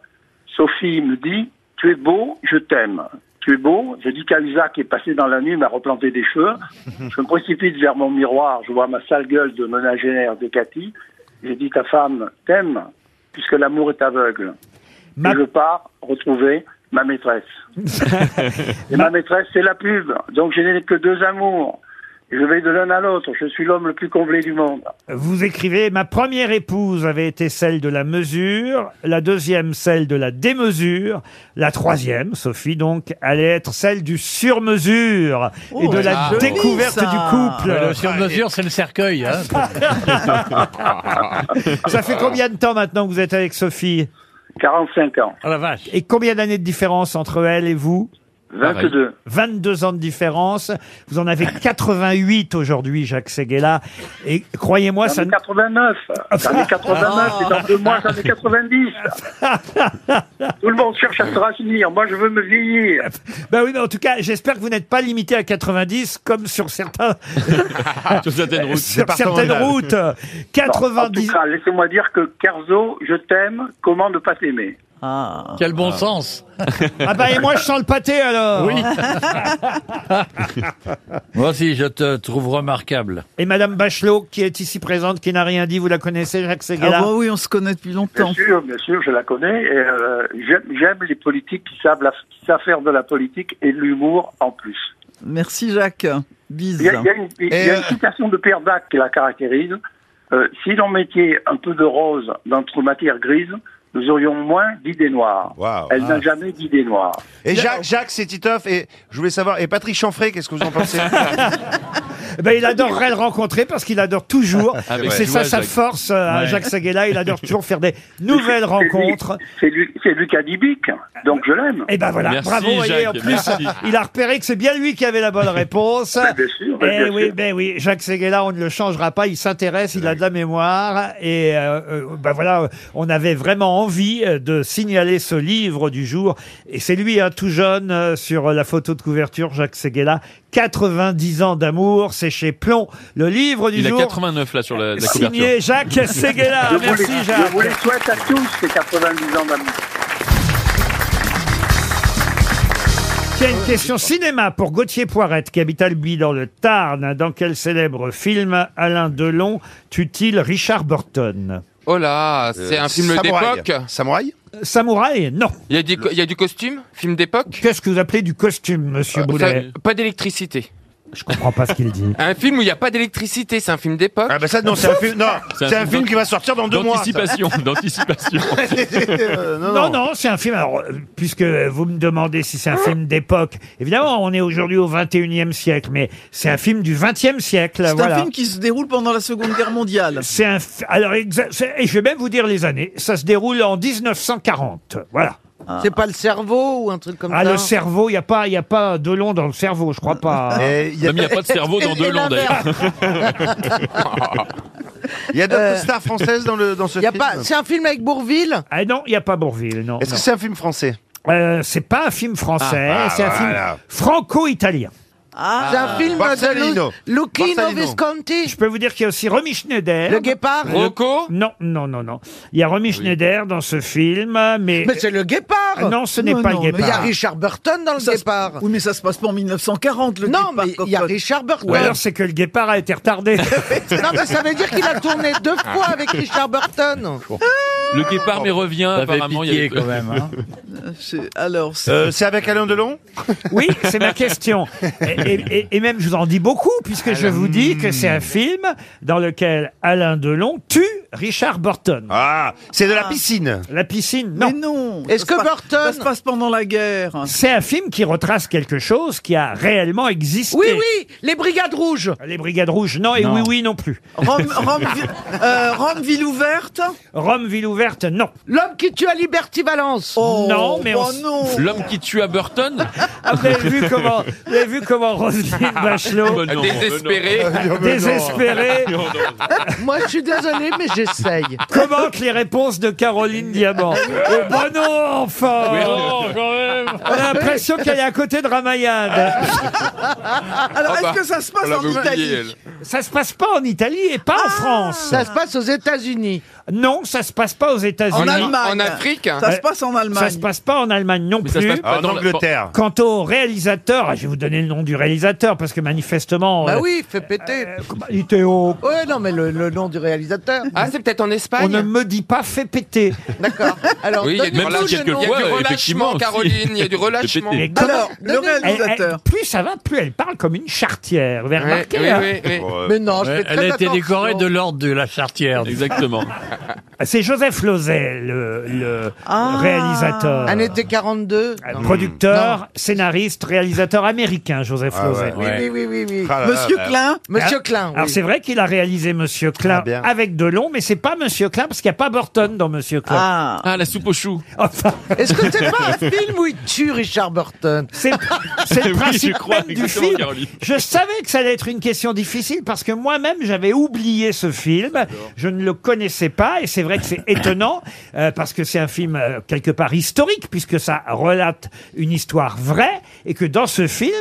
S14: Sophie me dit Tu es beau, je t'aime. Tu es beau. Je dis qu'à Isaac, qui est passé dans la nuit, il m'a replanté des cheveux. Je me précipite vers mon miroir, je vois ma sale gueule de ménagénaire de Cathy. J'ai dit Ta femme t'aime, puisque l'amour est aveugle.
S2: Ma-
S14: Et je pars retrouver ma maîtresse. Et ma maîtresse, c'est la pub. Donc je n'ai que deux amours. Je vais de l'un à l'autre. Je suis l'homme le plus comblé du monde.
S2: Vous écrivez Ma première épouse avait été celle de la mesure, la deuxième celle de la démesure, la troisième, Sophie donc, allait être celle du sur-mesure et
S4: Oh,
S2: de la
S4: joli,
S2: découverte
S4: ça.
S2: du couple.
S4: Mais le sur-mesure, c'est le cercueil. hein.
S2: Ça fait combien de temps maintenant que vous êtes avec Sophie
S14: 45 ans.
S3: Ah
S4: Oh la vache.
S2: Et combien d'années de différence entre elle et vous
S14: 22.
S2: 22 ans de différence. Vous en avez 88 aujourd'hui, Jacques Seguela. Et croyez-moi, ça...
S14: J'en ai 89. J'en ai 89. Et dans deux mois, j'en ai 90. Tout le monde cherche à se rajeunir. Moi, je veux me vieillir.
S2: Ben oui, mais en tout cas, j'espère que vous n'êtes pas limité à 90, comme sur certains...
S3: Sur certaines routes.
S2: Sur certaines routes.
S14: En tout
S2: 90...
S14: cas, laissez-moi dire que Carzo, je t'aime. Comment ne pas t'aimer
S4: Quel bon sens.
S2: Ah bah et moi, je sens le pâté, alors
S4: Oui. Moi aussi, je te trouve remarquable.
S2: Et Madame Bachelot, qui est ici présente, qui n'a rien dit, vous la connaissez, Jacques Seguela
S14: Ah oui, on se connaît depuis longtemps. Bien sûr, bien sûr, je la connais. Et, euh, j'aime- J'aime les politiques qui savent, la- qui savent faire de la politique et de l'humour en plus.
S5: Merci Jacques. Bise. euh,
S14: Il y a, il y a une, il y a
S2: euh,
S14: une
S2: Ben
S14: citation de Pierre Dac qui la caractérise. Euh, si l'on mettait un peu de rose dans notre matière grise, nous aurions moins d'idées noires. Elle n'a
S6: Ah.
S14: jamais d'idées noires.
S6: Et Jacques, Jacques, c'est Titoff. Et je voulais savoir, et Patrick Chanfray, qu'est-ce que vous en pensez
S2: Ben, il adorerait le rencontrer parce qu'il adore toujours.
S6: Ah,
S2: Et
S6: ouais.
S2: c'est ça
S6: Ouais,
S2: sa
S6: Jacques.
S2: force à
S14: Ouais.
S2: Jacques Seguela. Il adore toujours faire des nouvelles rencontres.
S14: C'est lui, c'est lui qui a dit Bic, donc je l'aime.
S2: Et ben voilà, bravo. vous voyez, en plus, il a repéré que c'est bien lui qui avait la bonne réponse.
S14: Bah, bien sûr,
S2: Eh
S14: bien
S2: oui,
S14: sûr.
S2: ben oui, Jacques Seguela, on ne le changera pas. Il s'intéresse, il a de la mémoire. Et euh, euh, ben voilà, on avait vraiment envie euh, de signaler ce livre du jour. Et c'est lui, hein, tout jeune, euh, sur la photo de couverture, Jacques Seguela. 90 ans d'amour, c'est chez Plomb. Le livre du
S3: Il a
S2: jour.
S3: 89 là sur la, la couverture.
S2: Signé Jacques Seguela.
S14: Je vous
S2: Merci,
S14: les-
S2: Jacques.
S14: Je vous les souhaite à tous ces 90 ans d'amour.
S2: Tiens, une question cinéma pour Gauthier Poirette, qui habite Albi dans le Tarn. Dans quel célèbre film Alain Delon tue-t-il Richard Burton
S8: Oh là, c'est
S2: Euh,
S8: un film
S2: Samouraï. Euh,
S8: d'époque.
S6: Samouraï
S2: Samouraï Non.
S8: Il y, a du co- il y a du costume Film d'époque
S2: Qu'est-ce que vous appelez du costume, monsieur
S8: Ça-
S2: Boulet
S8: Pas d'électricité.
S2: Je comprends pas ce qu'il dit.
S8: Un film où il n'y a pas d'électricité, c'est un film d'époque. Ah
S6: bah ça, non, c'est un film- non, C'est c'est un un film film qui va sortir dans deux mois, ça.
S3: D'anticipation, d'anticipation.
S2: non, non, c'est un film. Alors, euh, puisque vous me demandez si c'est un film d'époque, évidemment, on est aujourd'hui au 21e siècle, mais c'est un film du 20e siècle.
S5: C'est
S2: voilà.
S5: un film qui se déroule pendant la Seconde Guerre mondiale.
S2: C'est un. f- Alors, exa- c'est- et je vais même vous dire les années. Ça se déroule en 1940. Voilà.
S7: Ah. C'est pas le cerveau ou un truc comme
S2: Ah,
S7: ça
S2: le cerveau, il n'y a pas, y a pas Delon dans le cerveau, je crois pas.
S6: Et y a- Même y a pas de cerveau dans Et- et Delon, l'inverse. Il y a d'autres
S7: Euh,
S6: stars françaises dans, le, dans ce
S7: y a
S6: film
S7: pas- C'est un film avec Bourville
S2: Ah non, il n'y a pas Bourville, non.
S6: Est-ce que
S2: non.
S6: c'est un film français
S2: Euh, c'est pas un film français,
S6: Ah, ah,
S2: c'est un
S6: voilà.
S2: film franco-italien.
S7: Ah, c'est un film
S2: Borsalino.
S7: de Lu- Lucchino
S2: Borsalino.
S7: Visconti.
S2: Je peux vous dire qu'il y a aussi Romy Schneider.
S7: Le guépard Rocco
S2: Non, non, non, non. Il y a Romy Schneider dans ce film, mais...
S7: Mais c'est le guépard
S2: Non, ce n'est pas le guépard.
S7: Mais il y a Richard Burton dans le guépard
S5: Oui, mais ça se passe pas en 1940, le
S7: Non, mais il y a Richard Burton
S2: Ou alors c'est que le guépard a été retardé.
S7: Non, mais ça veut dire qu'il a tourné deux fois avec Richard Burton
S3: Le guépard mais revient
S4: Ça fait
S3: apparemment.
S4: pitié, quand même, hein.
S5: C'est- Alors,
S6: Euh, c'est avec Alain Delon
S2: Oui, c'est ma question. Et, et- et- et même, je vous en dis beaucoup, puisque je vous dis que c'est un film dans lequel Alain Delon tue Richard Burton.
S6: Ah, c'est de la piscine.
S2: La piscine, non.
S5: Mais non ça se passe- Ça se passe pendant la guerre.
S2: C'est un film qui retrace quelque chose qui a réellement existé.
S7: Oui, oui, les Brigades Rouges.
S2: Les Brigades Rouges, non, et
S5: Non.
S2: oui, oui, non plus.
S5: Rome, Rome, euh, Rome, ville ouverte
S2: Rome, ville ouverte, non.
S7: L'homme qui tue à Liberty Valence.
S5: Oh,
S2: non, mais
S5: bah
S2: on s-
S3: L'homme qui tue à Burton
S2: Ah, vous avez vu comment, vous avez vu comment Roselyne Bachelot,
S3: Bah non,
S8: Désespéré.
S3: bah non.
S2: désespérée,
S7: Moi, je suis désolé, mais j'essaye.
S2: commente les réponses de Caroline Diamant. Oh, bah non, enfin
S3: Oui, non, Oh, quand même.
S2: On a l'impression qu'elle est à côté de Ramayad. Ah
S5: Alors,
S2: bah,
S5: est-ce que ça se passe en Italie
S2: Ça se passe pas en Italie et pas en France.
S7: Ah, Ça se passe aux États-Unis.
S2: Non, ça se passe pas aux États-Unis.
S7: En Allemagne. En
S8: Afrique.
S7: Ça se passe en Allemagne.
S2: Ça se passe pas en Allemagne non
S6: Mais ça
S2: plus.
S6: se passe
S4: Ah,
S6: pas En dans le- Angleterre.
S2: Quant au réalisateur, ah, je vais vous donner le nom du réalisateur parce que manifestement.
S7: Bah
S2: euh,
S7: oui, fait péter.
S2: il était au-
S7: Ouais, non, mais le, le nom du réalisateur.
S8: Ah, c'est peut-être en
S2: On
S8: Espagne
S2: ne me dit pas fait péter.
S7: D'accord. Alors,
S8: Oui, il y a du
S7: donne-nous
S8: relâche-
S7: le
S8: il y a
S7: nom.
S8: du relâchement, Caroline, il y a du relâchement.
S2: Mais comment-
S7: Alors, le
S2: Elle- elle-
S7: réalisateur.
S2: plus ça va, plus elle parle comme une chartière. Vous avez
S8: Ouais,
S2: remarqué
S8: oui,
S2: hein
S8: oui, oui.
S7: Mais non, je fais
S4: euh, Elle,
S7: très
S4: elle a été
S7: attention.
S4: décorée de l'ordre de la chartière.
S3: Exactement.
S2: C'est Joseph Lozet, le, le
S7: Ah.
S2: réalisateur.
S7: Un été 42.
S2: Euh, Producteur, scénariste, réalisateur américain, Joseph
S6: Ah ouais.
S2: Lozet.
S7: Oui, oui, oui, oui, oui.
S6: Ah là là,
S5: Monsieur
S6: là.
S5: Klein
S7: Monsieur
S2: Hein
S7: Klein.
S2: Alors
S7: oui.
S2: c'est vrai qu'il a réalisé Monsieur Klein
S6: Ah, bien.
S2: avec Delon, mais c'est pas Monsieur Klein parce qu'il n'y a pas Burton dans Monsieur Klein.
S5: Ah,
S3: Ah, la soupe aux choux.
S2: Enfin,
S7: Est-ce que c'est pas un film où il tue Richard Burton
S2: c'est c'est le
S3: Oui,
S2: principe
S3: je crois,
S2: même du
S3: exactement,
S2: film.
S3: Caroline.
S2: Je savais que ça allait être une question difficile parce que moi-même j'avais oublié ce film, je ne le connaissais pas et c'est vrai que c'est étonnant euh, parce que c'est un film euh, quelque part historique puisque ça relate une histoire vraie et que dans ce film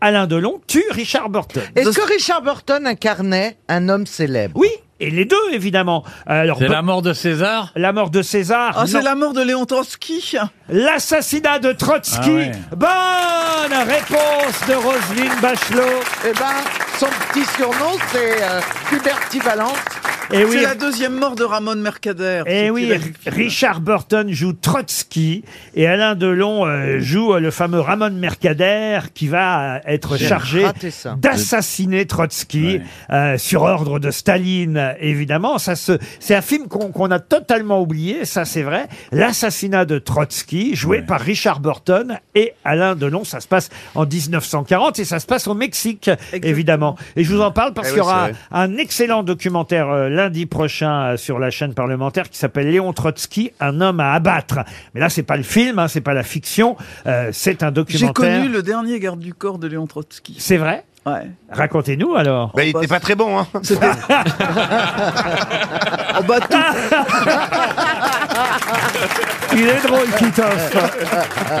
S2: Alain Delon tue Richard Burton.
S7: Est-ce que Richard Burton incarnait un homme célèbre
S2: Oui, et les deux évidemment. Alors
S4: C'est
S2: Bur-
S4: la mort de César
S2: la mort de César.
S5: Ah,
S2: non.
S5: c'est la mort de Léon Trotsky
S2: L'assassinat de Trotsky.
S4: Ah ouais.
S2: Bonne réponse de Roselyne Bachelot.
S7: Eh ben, son petit surnom, c'est euh, Liberty Valence.
S2: Et
S5: C'est
S2: Eh oui.
S5: la deuxième mort de Ramon Mercader.
S2: Et Eh oui, Richard Burton joue Trotsky et Alain Delon euh, joue euh, le fameux Ramon Mercader qui va euh, être
S7: J'ai
S2: chargé
S7: raté ça.
S2: d'assassiner Trotsky
S4: Ouais.
S2: euh, sur ordre de Staline, euh, évidemment. Ça se, c'est un film qu'on, qu'on a totalement oublié, ça c'est vrai. L'assassinat de Trotsky, joué
S4: Ouais.
S2: par Richard Burton et Alain Delon. Ça se passe en 1940 et ça se passe au Mexique, évidemment. Et je vous en parle parce
S6: Eh
S2: qu'il y
S6: oui,
S2: aura
S6: c'est vrai.
S2: un excellent documentaire euh, lundi prochain euh, sur la chaîne parlementaire qui s'appelle Léon Trotsky, un homme à abattre. Mais là, c'est pas le film, hein, c'est pas la fiction, euh, c'est un
S5: J'ai
S2: documentaire.
S5: connu le dernier garde du corps de Léon Trotsky.
S2: C'est vrai
S5: Ouais.
S2: Racontez-nous alors.
S6: Bah, il était pas très bon, hein.
S5: C'était. oh, bah, tout,
S2: Il est drôle, Titoff.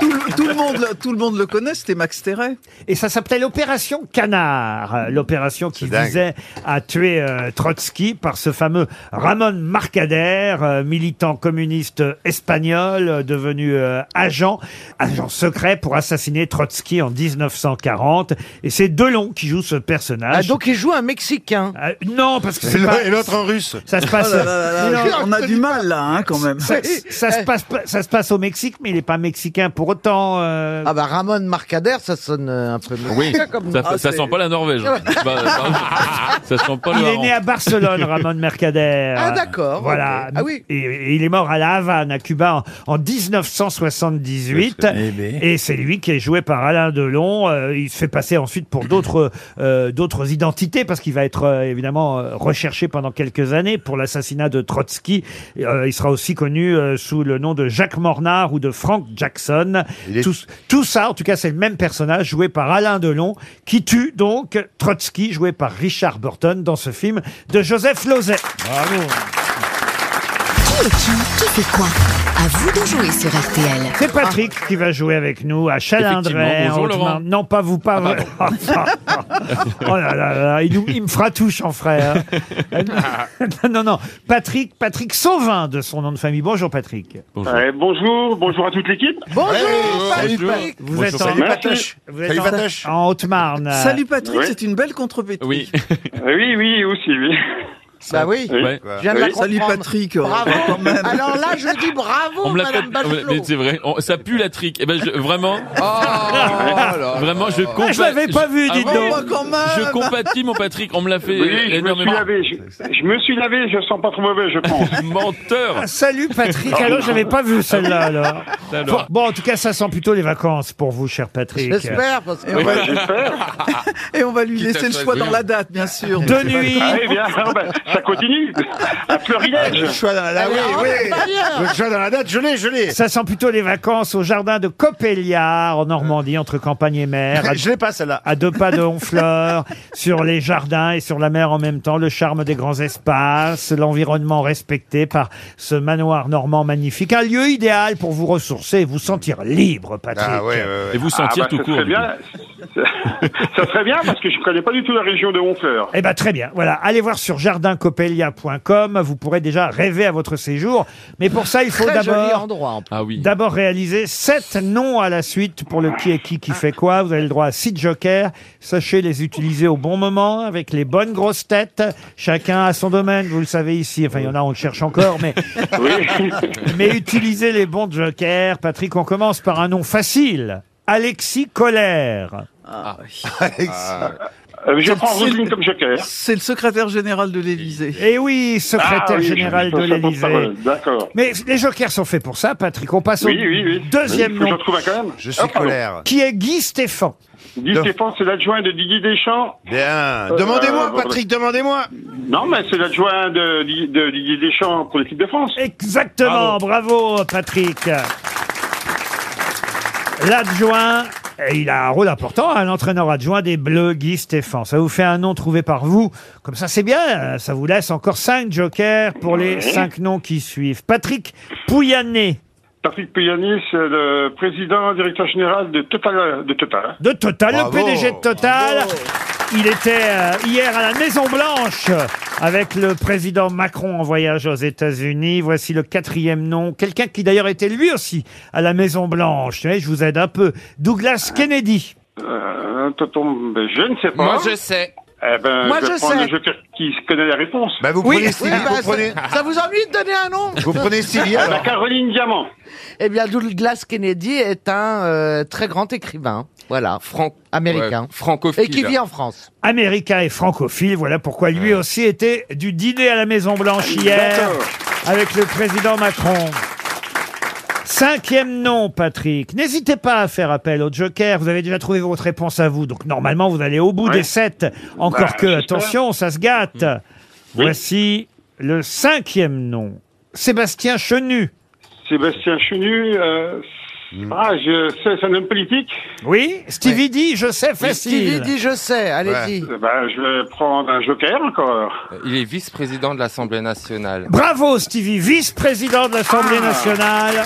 S5: tout le- tout le monde, le- tout le monde le connaît, c'était Max Terret.
S2: Et ça s'appelait l'opération Canard, euh, l'opération qui
S6: C'est dingue.
S2: visait à tuer euh, Trotsky par ce fameux Ramon Marcader, euh, militant communiste espagnol euh, devenu euh, agent, agent secret pour assassiner Trotsky en 1940. Et c'est Delon qui joue ce personnage.
S7: Ah, donc il joue un Mexicain.
S2: Euh, non, parce que
S6: Et
S2: c'est pas...
S6: l'un- et l'autre en russe.
S2: Ça se
S5: Oh
S2: passe.
S5: là là là là,
S2: Non,
S5: on a du mal là, hein, quand même. Eh.
S2: ça, ça se passe, pas- ça se passe au Mexique, mais il n'est pas mexicain pour autant. euh,
S7: Ah bah Ramon Marcader, ça sonne euh, un peu
S3: Oui,
S7: mexicain comme
S3: ça,
S5: Ah,
S3: ça
S5: c'est-
S3: sent pas la Norvège. Bah, bah, ça sent pas
S2: Il
S3: le
S2: est né
S3: hareng.
S2: à Barcelone, Ramon Mercader.
S7: Ah, d'accord,
S2: Voilà.
S7: ok. Ah oui.
S2: Et, et il est mort à La Havane, à Cuba, en, en 1978.
S4: Eh ben.
S2: Et c'est lui qui est joué par Alain Delon. Euh, il se fait passer ensuite pour d'autres euh, d'autres identités parce qu'il va être euh, évidemment euh, recherché pendant quelques années pour l'assassinat de Trotsky. Euh, il sera aussi connu euh, sous le nom de Jacques Mornard ou de Frank Jackson.
S6: Il est-
S2: Tout, tout ça, en tout cas, c'est le même personnage joué par Alain Delon qui tue donc Trotsky, joué par Richard Burton dans ce film de Joseph Lozet.
S9: Qui est qui Qui fait quoi À vous de jouer sur RTL.
S2: C'est Patrick qui va jouer avec nous à Chalindray.
S3: Effectivement. Bonjour,
S2: en Haute-Marne.
S3: Laurent. Ah,
S2: Non, pas vous, pas vrai. oh là là là, il, nous- il me fera touche en frère.
S3: Ah.
S2: non, non, Patrick, Patrick Sauvin de son nom de famille. Bonjour Patrick.
S3: Bonjour.
S10: Euh, bonjour, bonjour à toute l'équipe.
S7: Bonjour
S6: Salut,
S7: Patrick.
S6: Patrick.
S2: Vous
S3: Bonjour,
S2: êtes
S3: salut,
S2: en,
S6: Patoche.
S2: vous êtes
S6: Salut,
S2: en-
S6: Patoche.
S2: en Haute-Marne.
S5: Salut Patrick,
S10: Ouais.
S5: c'est une belle contre-pétrie.
S3: Oui.
S10: Euh, Oui, oui, aussi, oui.
S7: Bah oui,
S3: Ouais.
S7: je viens de la comprendre. Bravo. Alors là, je dis bravo,
S3: On me l'a fait-
S7: Madame
S3: on me l'a-
S7: Bachelot.
S3: mais c'est vrai, on- ça pue la trique. Eh ben, je- vraiment. vraiment, je
S7: Ah,
S3: compatis.
S7: je l'avais pas vu, dites donc.
S3: vraiment,
S7: Oh, quand même.
S3: Je compatis, mon Patrick. On me l'a fait
S10: Oui, je me suis
S3: énormément.
S10: lavé. Je, je me suis lavé, je sens pas trop mauvais, je pense.
S3: Menteur.
S2: Ah, Salut Patrick, alors j'avais pas vu celle-là ah, alors. Bon, bon, en tout cas, ça sent plutôt les vacances pour vous, cher Patrick.
S5: J'espère, parce que- Et on
S10: bah,
S5: va- Et on va lui
S2: Quitte à
S5: laisser le
S2: choisir.
S5: choix dans la date, bien sûr.
S2: De
S5: Monsieur
S2: nuit.
S5: Bachelot.
S10: Ah oui, bien, ah ben, ça continue. À Fleurilège.
S2: Le choix
S15: Ah
S2: dans la- là, oui,
S7: Ah,
S2: oui. Le choix
S15: dans la date, je l'ai, je l'ai.
S2: Ça sent plutôt les vacances au jardin de Copéliard, en Normandie, entre campagne et mer.
S15: Je l'ai pas, celle-là.
S2: À deux pas de Honfleur, sur les jardins et sur la mer en même temps, le charme des grands espaces, l'environnement respecté par ce manoir normand magnifique. Un lieu idéal pour vous ressourcer et vous sentir libre, Patrick.
S10: Ah bah, ça serait bien. ça serait bien parce que je connais pas du tout la région de Honfleur.
S2: Eh ben très bien. Voilà, allez voir sur jardincopelia.com, vous pourrez déjà rêver à votre séjour, mais pour ça il faut
S7: Très joli
S2: d'abord
S7: endroit, en plus.
S3: Ah oui.
S2: D'abord réaliser sept noms à la suite pour le qui est qui qui fait quoi. Vous avez le droit à six jokers. Sachez les utiliser au bon moment avec les bonnes grosses têtes. Chacun à son domaine, vous le savez ici. Enfin, il y en a, on le cherche encore, mais mais utilisez les bons jokers. Patrick, on commence par un nom facile. Alexis Colère.
S5: Ah, oui.
S10: Euh, je
S5: C'est-
S10: prends
S5: c'est le-
S10: Roselyne comme joker.
S5: C'est le secrétaire général de l'Élysée.
S2: Eh oui, secrétaire
S5: Ah oui,
S2: général
S5: je-
S2: de
S5: je- je- je-
S2: l'Élysée.
S10: D'accord.
S2: Mais les jokers sont faits pour ça, Patrick. On passe au
S10: Oui, oui, oui.
S2: deuxième
S10: Il faut que
S2: nom.
S10: Je retrouve un quand même. Ah,
S15: Je
S10: suis
S15: colère.
S2: Qui est Guy Stéphane
S10: Guy Stéphane, c'est l'adjoint de Didier Deschamps.
S15: Bien. Ah,
S10: Euh,
S15: Demandez-moi, Patrick, demandez-moi.
S10: Non, mais c'est l'adjoint de, de Didier Deschamps pour l'équipe de France.
S2: Exactement, bravo, Patrick. L'adjoint, et il a un rôle important, hein, l'entraîneur adjoint des Bleus, Guy Stéphane. Ça vous fait un nom trouvé par vous. Comme ça, c'est bien. euh, Ça vous laisse encore cinq jokers pour les
S10: Ouais.
S2: cinq noms qui suivent. Patrick Pouyanné
S10: Patrick Puyanis, c'est le président, directeur général de Total. De Total.
S2: de Total,
S10: Bravo.
S2: le PDG de Total. Il était euh, hier à la Maison Blanche avec le président Macron en voyage aux États-Unis. Voici le quatrième nom. Quelqu'un qui d'ailleurs était lui aussi à la Maison Blanche. Vous voyez, Je vous aide un peu. Douglas Kennedy.
S10: Euh, tonton, ben, je ne sais pas.
S8: Moi, je sais.
S10: Eh ben,
S8: Moi,
S10: je vais
S8: je
S10: prendre
S8: sais.
S10: le joker qui connaît la réponse.
S15: Bah, vous
S7: Oui, oui, bah, ça- ça, vous ennuie de donner un nom
S10: La Ah, ben, Caroline Diamant.
S7: Eh bien, Douglas Kennedy est un euh, très grand écrivain, voilà, américain,
S8: ouais, francophile.
S7: et qui vit en France.
S2: Américain et francophile. Voilà pourquoi lui aussi était du dîner à la Maison Blanche hier
S10: D'accord.
S2: avec le président Macron. Cinquième nom, Patrick. N'hésitez pas à faire appel au Joker. Vous avez déjà trouvé votre réponse à vous. Donc, normalement, vous allez au bout
S10: Ouais.
S2: des sept. Encore
S10: Bah,
S2: que,
S10: j'espère. Hmm.
S2: attention, ça se gâte. Voici le cinquième nom. Sébastien Chenu.
S10: Sébastien
S7: Hmm.
S10: Chenu. euh, Ah, je sais, c'est un homme politique.
S2: Oui, Stevie dit, je sais, facile.
S7: Stevie dit, je sais, allez-y.
S10: Eh Ben, je vais prendre un joker encore.
S8: Euh, Il est vice-président de l'Assemblée nationale.
S2: Bravo Stevie, vice-président de l'Assemblée
S10: Ah.
S2: nationale.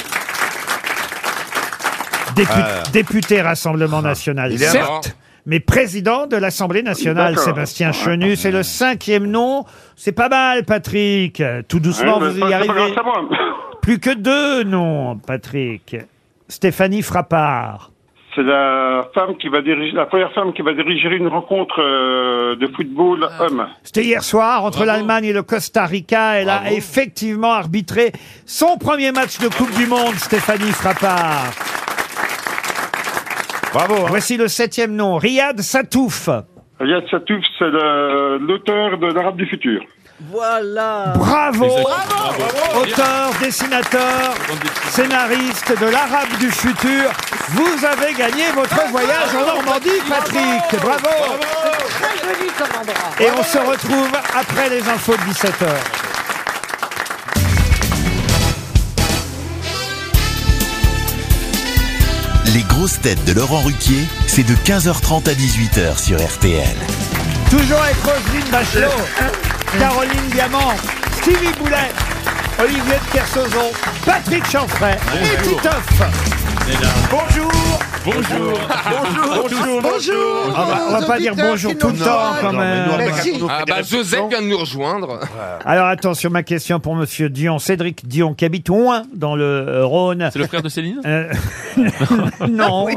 S2: Dépu-
S8: Ah.
S2: Député Rassemblement National,
S8: Il est
S2: certes,
S8: mort.
S2: mais président de l'Assemblée nationale,
S8: D'accord.
S2: Sébastien Chenu, c'est le cinquième nom. C'est pas mal, Patrick. Tout doucement,
S10: Ouais,
S2: vous
S10: mais c'est
S2: y
S10: pas- c'est pas
S2: arrivez.
S10: grâce à moi.
S2: Plus que deux noms, Patrick. Stéphanie Frappard.
S10: C'est la femme qui va diriger, la première femme qui va diriger une rencontre euh, de football homme.
S2: C'était hier soir entre l'Allemagne et le Costa Rica. Elle a effectivement arbitré son premier match de Coupe du Monde, Stéphanie Frappard. Bravo. hein. Voici le septième nom, Riyad Satouf.
S10: Riyad Satouf, c'est le- l'auteur de l'Arabe du futur.
S5: Voilà.
S2: Bravo,
S5: Bravo.
S2: auteur, dessinateur, scénariste de l'Arabe du futur. Vous avez gagné votre voyage en Normandie, Patrick. Bravo.
S7: Très joli comme endroit.
S2: Et on se retrouve après les infos de 17h.
S1: Les grosses têtes de Laurent Ruquier, c'est de 15h30 à 18h sur RTL.
S2: Toujours avec Roselyne Bachelot, Caroline Diamant, Stevie Boulet, Olivier de Kersauzon, Patrick Chanfray et Titoff.
S6: Bonjour
S3: Bonjour
S6: Bonjour Bonjour
S2: Ah bah, on va pas dire bonjour tout le temps quand même.
S8: Ah bah Joseph vient de nous rejoindre.
S2: Alors attention, ma question pour Monsieur Dion, Cédric Dion, qui habite Ouin, dans le euh, Rhône. Euh,
S3: C'est le frère de Céline
S2: Non.
S7: Mais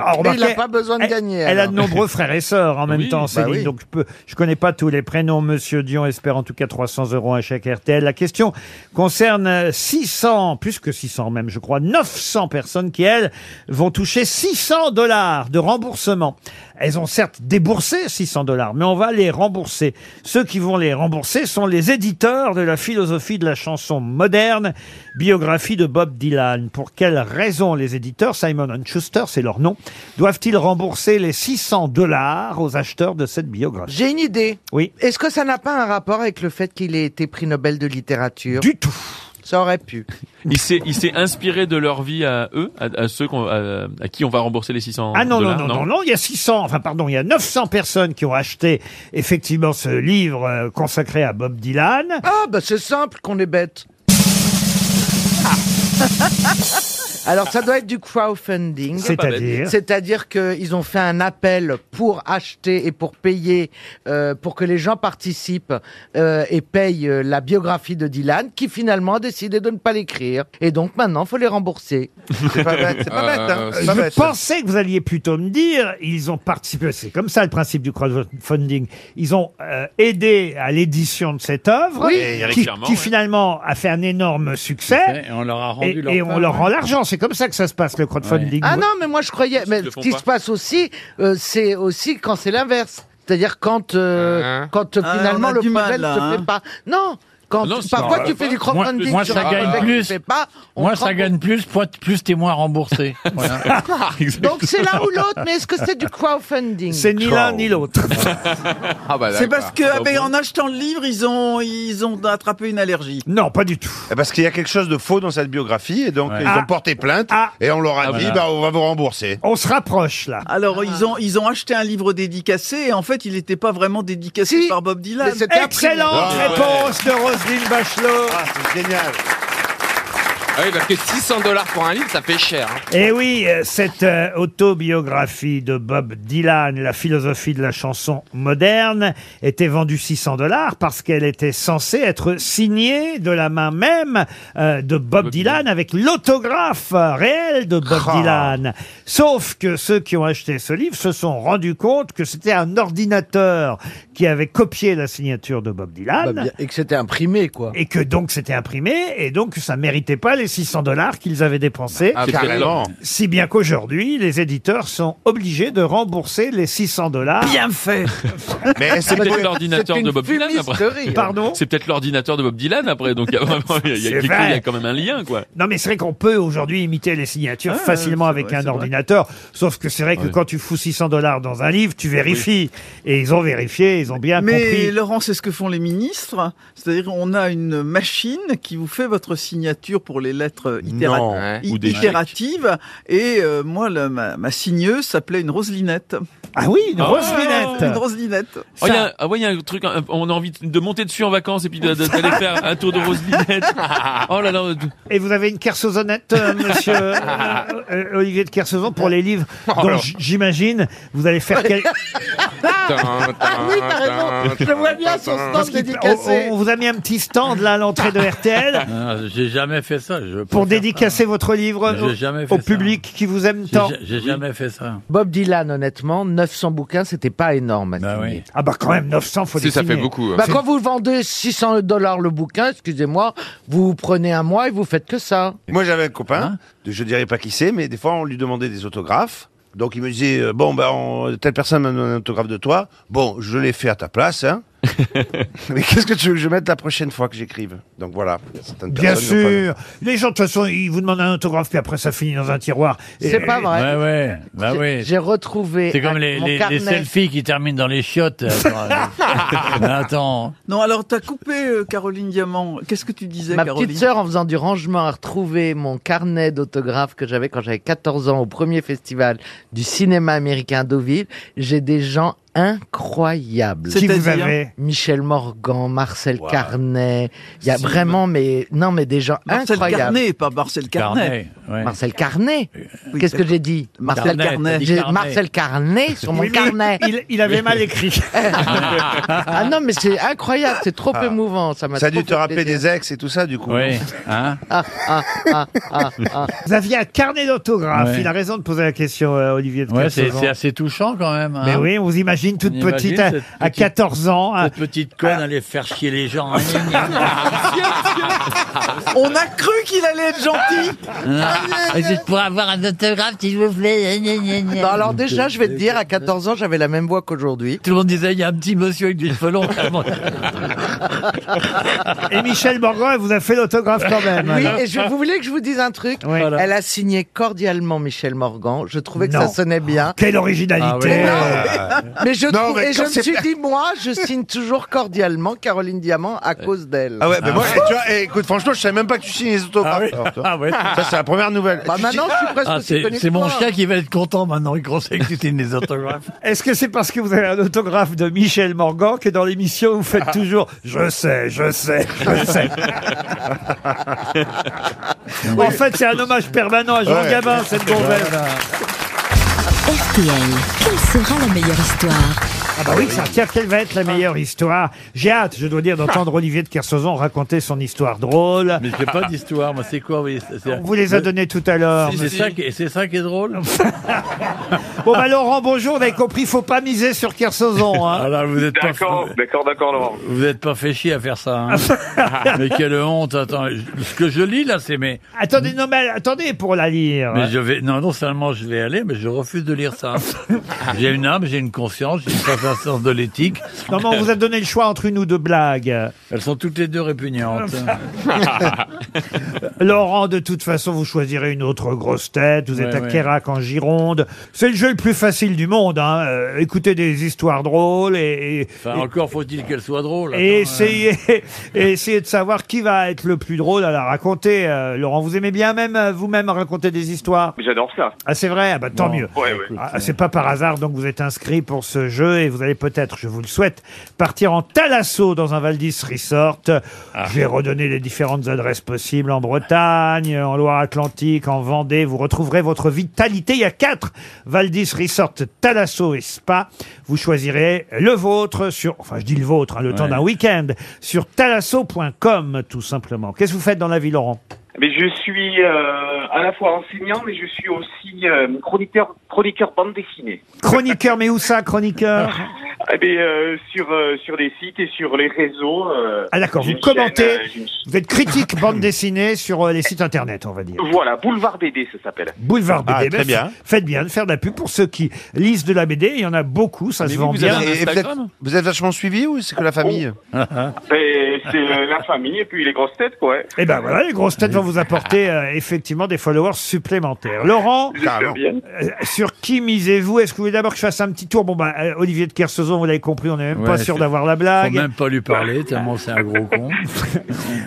S2: Ah, remarquez,
S7: il a pas besoin de
S2: elle-
S7: gagner,
S2: Elle a
S7: alors.
S2: de nombreux frères et sœurs en même
S7: Oui,
S2: temps,
S7: bah
S2: Céline.
S7: oui.
S2: Donc je peux, je connais pas tous les prénoms. Monsieur Dion espère en tout cas 300 euros à chaque RTL. La question concerne 600, plus que 600 même, je crois, 900 personnes qui elles vont toucher 600 dollars de remboursement. Elles ont certes déboursé 600 dollars, mais on va les rembourser. Ceux qui vont les rembourser sont les éditeurs de la philosophie de la chanson moderne, biographie de Bob Dylan. Pour quelles raisons les éditeurs, Simon Schuster, c'est leur nom, doivent-ils rembourser les 600 dollars aux acheteurs de cette biographie
S7: J'ai une idée.
S2: Oui.
S7: Est-ce que ça n'a pas un rapport avec le fait qu'il ait été prix Nobel de littérature
S2: Du tout.
S7: Ça aurait pu.
S3: Il s'est, il s'est inspiré de leur vie à eux, à, à ceux qu'on- à, à qui on va rembourser les 600
S2: Ah non, non,
S3: dollars,
S2: non, non, non, il y a 600, enfin pardon, il y a 900 personnes qui ont acheté effectivement ce livre euh, consacré à Bob Dylan.
S7: Ah, bah c'est simple qu'on est bête. Alors ça doit être du crowdfunding.
S2: C'est-à-dire
S7: C'est-à-dire qu'ils ont fait un appel pour acheter et pour payer, euh, pour que les gens participent euh, et payent euh, la biographie de Dylan, qui finalement a décidé de ne pas l'écrire. Et donc maintenant, faut les rembourser.
S6: C'est pas bête, c'est pas bête,
S5: Euh,
S6: hein. C'est pas
S2: Euh, je
S6: bête.
S2: pensais que vous alliez plutôt me dire, ils ont participé, c'est comme ça le principe du crowdfunding, ils ont euh, aidé à l'édition de cette œuvre,
S3: Oui. Et Eric
S2: qui,
S3: Clermont,
S2: qui
S3: ouais.
S2: finalement a fait un énorme succès,
S4: Et on leur a rendu
S2: et,
S4: leur
S2: et on
S4: part.
S2: leur rend l'argent, c'est comme ça que ça se passe le crowdfunding.
S7: Ah non, mais moi je croyais. Mais
S2: le
S7: ce
S2: font
S7: qui
S2: pas.
S7: se passe aussi, euh, c'est aussi quand c'est l'inverse. C'est-à-dire quand, euh, quand euh,
S5: Ah,
S7: finalement
S5: on a
S7: le
S5: du mal,
S7: projet
S5: là,
S7: ne se
S5: hein.
S7: fait pas. Non, quand
S4: Non,
S7: tu-
S4: c'est-
S7: parfois
S4: non,
S7: tu
S4: euh,
S7: fais du
S4: moi-
S7: crowdfunding
S4: moi,
S7: sur
S4: ça
S7: un
S4: gagne
S7: projet
S4: plus.
S7: qui ne se fait pas. on
S4: Moi,
S7: te
S4: ça
S7: rembourse.
S4: gagne plus, plus, plus t'es moins remboursé. Voilà.
S7: Donc c'est l'un ou l'autre, mais est-ce que c'est du crowdfunding
S2: C'est ni l'un ni l'autre.
S8: Ah, bah,
S5: C'est parce que avec- en achetant le livre, ils ont ils ont attrapé une allergie.
S2: Non, pas du tout.
S6: Eh, Parce qu'il y a quelque chose de faux dans cette biographie, et donc
S5: Ouais.
S6: ils
S5: Ah.
S6: ont porté plainte, et on leur a
S5: Ah,
S6: dit,
S5: voilà.
S6: bah, on va vous rembourser.
S2: On se rapproche là. Ah.
S5: Alors ils ont ils ont acheté un livre dédicacé et en fait il n'était pas vraiment dédicacé par Bob Dylan.
S7: mais c'était
S2: Excellente
S10: Ah
S5: imprimé.
S2: réponse de Roselyne Bachelot.
S6: c'est génial.
S8: Ah oui, parce que 600 dollars pour un livre, ça fait cher. hein.
S2: Et oui, euh, cette euh, autobiographie de Bob Dylan, La philosophie de la chanson moderne, était vendue 600 dollars parce qu'elle était censée être signée de la main même euh, de Bob, Dylan, avec l'autographe euh, réel de Bob
S6: Ah.
S2: Dylan. Sauf que ceux qui ont acheté ce livre se sont rendus compte que c'était un ordinateur qui avait copié la signature de Bob Dylan.
S7: Bah, bien- et que c'était imprimé, quoi.
S2: Et que donc c'était imprimé, et donc ça méritait pas les 600 dollars qu'ils avaient dépensés.
S6: Ah, C'était carrément. énorme.
S2: Si bien qu'aujourd'hui, les éditeurs sont obligés de rembourser les 600 dollars.
S5: Bien fait
S3: Mais c'est hein. peut-être l'ordinateur de Bob Dylan après.
S2: Pardon
S3: C'est peut-être l'ordinateur de Bob Dylan après. Donc il y a vraiment, il y a- il y
S2: C'est
S3: a quelque-
S2: vrai.
S3: il y a quand même un lien quoi.
S2: Non mais c'est vrai qu'on peut aujourd'hui imiter les signatures
S3: Ah,
S2: facilement
S3: c'est
S2: avec
S3: vrai,
S2: un
S3: c'est vrai.
S2: ordinateur, sauf que c'est vrai que
S3: Ouais.
S2: quand tu fous 600 dollars dans un livre, tu vérifies. Et ils ont vérifié, ils ont bien
S5: Mais
S2: compris.
S5: Laurent, c'est ce que font les ministres. C'est-à-dire, on a une machine qui vous fait votre signature pour les lettres itéra-
S6: Non, ouais.
S5: i-
S6: Ou des
S5: itératives. Et euh, moi, la- ma, ma signeuse s'appelait une roselinette.
S2: Ah oui,
S3: une Ah. roselinette.
S5: Une roselinette.
S3: Oh, il y a un- ah ouais, il y a un truc, un- on a envie de monter dessus en vacances et puis de- de- d'aller faire un tour de Roselinette. Oh là là.
S2: Et vous avez une kersozonette, euh, monsieur euh, euh, Olivier de Kersauzon, pour les livres dont
S3: Oh, alors.
S2: j- j'imagine vous allez faire quel...
S7: Ah oui, t'as raison. Je le vois bien sur ce
S2: Parce
S7: stand
S2: qu'il-
S7: dédicacé.
S2: on, on vous a mis un petit stand là à l'entrée de RTL
S4: Non, J'ai jamais fait ça. Je
S2: pour dédicacer votre livre
S4: J'ai jamais fait
S2: au, au
S4: ça.
S2: public qui vous aime tant.
S4: J'ai j'ai jamais fait ça.
S7: Bob Dylan, honnêtement, 900 bouquins, c'était pas énorme. à signer.
S2: Ah bah quand même 900, faut les
S8: Si, ça
S2: signer.
S8: fait beaucoup, hein.
S7: Bah, quand vous vendez 600 dollars le bouquin, excusez-moi, vous prenez un mois et vous faites que ça.
S6: Moi, j'avais un
S7: Hein
S6: copain, de- je dirais pas qui c'est, mais des fois, on lui demandait des autographes. Donc, il me disait, euh, bon, ben, on- telle personne m'a donné un autographe de toi. Bon, je l'ai fait à ta place, hein. mais qu'est-ce que tu veux que je mette la prochaine fois que j'écrive Donc, voilà. Certaines
S2: Bien
S6: personnes n'ont pas-
S2: sûr. Les gens, de toute façon, ils vous demandent un autographe, puis après, ça finit dans un tiroir. Et-
S7: C'est pas vrai.
S4: Ouais, ouais. Bah
S7: J'ai-
S4: oui.
S7: J'ai retrouvé
S4: C'est comme
S7: un-
S4: les,
S7: mon
S4: les,
S7: carnet.
S4: les selfies qui terminent dans les chiottes. euh, sur un- Mais Attends.
S5: Non, alors, t'as coupé, euh, Caroline Diamant. Qu'est-ce que tu disais,
S7: Ma
S5: Caroline
S7: petite sœur, en faisant du rangement, a retrouvé mon carnet d'autographes que j'avais quand j'avais 14 ans au premier festival du cinéma américain à Deauville. J'ai des gens incroyables.
S2: Qui vous C'est-à-dire avez
S7: Michel Morgan, Marcel
S5: Wow.
S7: Carnet. Il y a
S5: Si,
S7: vraiment, mais non, mais des gens
S5: Marcel
S7: incroyables.
S5: Carnet, pas Marcel Carnet.
S7: Marcel Carnet.
S5: Oui,
S7: Qu'est-ce que
S5: d'accord.
S7: j'ai dit
S5: Marcel Carnet.
S7: J'ai
S5: Carnet.
S7: Marcel Carnet sur mon
S5: Oui, mais
S7: carnet.
S5: il- il avait mal
S2: écrit.
S7: ah non, mais c'est incroyable, c'est trop
S6: Ah.
S7: émouvant. Ça m'a
S6: Ça a
S7: trop
S6: dû te
S7: fait
S6: rappeler
S7: plaisir.
S6: des ex et tout ça, du coup.
S7: Oui,
S4: hein
S7: Ah, ah, ah, ah, ah.
S2: Vous aviez un carnet d'autographes.
S4: Ouais.
S2: Il a raison de poser la question, euh, Olivier de
S4: Ouais, c'est
S2: Kersauzon.
S4: c'est assez touchant quand même. hein.
S2: Mais oui, on vous imagine toute
S4: On imagine
S2: petite, à,
S4: cette
S2: à
S4: petite-
S2: 14 ans. à-
S4: Cette petite conne allait faire chier les gens. hein.
S7: Ah.
S5: Ah, On a cru qu'il allait être gentil.
S4: Juste pour avoir un autographe, s'il vous plaît.
S7: Non,
S5: Bah,
S7: alors déjà, je vais te dire, à 14 ans, j'avais la même voix qu'aujourd'hui.
S4: Tout le monde disait, il y a un petit monsieur avec du cheveux longs.
S2: Et Michel Morgan, elle vous a fait l'autographe quand même.
S7: Oui,
S2: alors.
S7: et je vous voulais que je vous dise un truc.
S2: Oui. Voilà.
S7: Elle a signé cordialement Michel Morgan. Je trouvais que
S2: Non. Oh,
S7: ça sonnait bien.
S2: Quelle originalité Euh.
S7: Mais non, mais- Mais je,
S6: Non,
S7: trouve-
S6: mais
S7: et je
S6: quand
S7: me
S6: c'est
S7: suis
S6: pas-
S7: dit, moi, je signe toujours cordialement Caroline Diamant à cause d'elle.
S6: Ah ouais, mais moi, eh, tu vois, eh, écoute, franchement, je savais même pas que tu signes les autographes. alors, toi.
S4: Ah ouais.
S6: Ça, c'est la première nouvelle.
S7: Bah,
S6: Tu
S7: maintenant,
S6: signes-
S7: je suis presque
S4: Ah,
S7: aussi
S4: c'est
S7: connu
S4: c'est
S7: que
S4: mon
S7: toi.
S4: chien qui va être content maintenant. Il conseille que tu signes des autographes.
S2: Est-ce que c'est parce que vous avez un autographe de Michel Morgan que dans l'émission vous
S13: Ah.
S2: faites toujours Je sais, je sais, je sais En fait, c'est un hommage permanent à Jean
S13: Ouais.
S2: Gabin, cette gonzesse.
S9: RTL, quelle sera la meilleure histoire
S2: Ah bah oui, ça tient. Quelle va être la meilleure histoire J'ai hâte, je dois dire, d'entendre Olivier de Kersauzon raconter son histoire drôle.
S4: Mais j'ai pas d'histoire, moi. C'est quoi oui, c'est- c'est-
S2: On vous les a donnés tout à l'heure.
S4: C'est ça, qui- c'est ça qui est drôle
S2: Bon bah Laurent, bonjour, vous avez compris, faut pas miser sur Kersauzon. Hein.
S4: Alors, Ah, vous êtes pas...
S10: D'accord, d'accord, d'accord, Laurent.
S4: Vous n'êtes pas fait chier à faire ça. hein. mais quelle honte. Attends, je- ce que je lis là, c'est mes.
S2: Attendez, non mais attendez pour la lire. hein.
S4: Mais je vais. Non, non seulement je vais aller, mais je refuse de lire ça. j'ai une âme, j'ai une conscience, j'ai un sens de l'éthique.
S2: Non mais on vous a donné le choix entre une ou deux blagues.
S4: Elles sont toutes les deux répugnantes.
S2: Laurent, de toute façon, vous choisirez une autre grosse tête. Vous êtes
S4: Ouais,
S2: à
S4: ouais.
S2: Kérac en Gironde. C'est le jeu le plus facile du monde. Hein. Euh, écoutez des histoires drôles et, et-
S4: Enfin, encore faut-il qu'elles soient
S2: et
S4: drôles. Attends, hein.
S2: essayez, et essayez de savoir qui va être le plus drôle à la raconter. Euh, Laurent, vous aimez bien même euh, vous-même raconter des histoires
S10: J'adore ça.
S2: ah c'est vrai, ah bah, tant
S10: Bon,
S2: mieux.
S10: ouais, ouais.
S2: Ah, c'est pas par hasard donc vous êtes inscrit pour ce jeu et vous allez peut-être, je vous le souhaite, partir en Talasso dans un Valdis Resort.
S10: Ah.
S2: Je vais redonner les différentes adresses possibles en Bretagne, en Loire-Atlantique, en Vendée. Vous retrouverez votre vitalité. Il y a quatre Valdis Resort, Talasso et Spa. Vous choisirez le vôtre sur, enfin je dis le vôtre, hein, le temps d'un week-end sur talasso.com tout simplement. Qu'est-ce que vous faites dans la vie, Laurent
S10: Mais je suis euh, à la fois enseignant, mais je suis aussi euh, chroniqueur, chroniqueur bande dessinée.
S2: Chroniqueur, mais où ça, chroniqueur
S10: Eh bien, euh, sur euh, sur des sites et sur les réseaux. euh,
S2: Ah d'accord,
S10: j'ai
S2: vous
S10: une chaîne,
S2: commentez,
S10: euh, j'ai une-
S2: vous êtes critique bande dessinée sur euh, les sites internet, on va dire.
S10: euh, Voilà, Boulevard BD, ça s'appelle.
S2: Boulevard BD.
S10: Ah,
S2: Ben,
S10: très bien.
S2: f- Faites bien de faire de la pub pour ceux qui lisent de la BD. Il y en a beaucoup, ça
S6: Mais
S2: se
S6: vous,
S2: vend
S6: vous
S2: bien.
S6: avez un Et- et vous êtes- Instagram vous êtes vachement suivi ou c'est que la famille
S10: Ben, c'est euh, la famille et puis les grosses têtes, quoi.
S2: Et ben voilà, les grosses têtes vont vous apporter euh, effectivement des followers supplémentaires. Laurent,
S10: J'espère bien.
S2: euh, sur qui misez-vous Est-ce que vous voulez d'abord que je fasse un petit tour Bon, bah, euh, Olivier de Kersauzon, vous l'avez compris, on n'est même
S4: Ouais,
S2: pas sûr
S4: c'est-
S2: d'avoir la
S4: Faut
S2: blague.
S4: même pas lui parler, tellement c'est un gros con.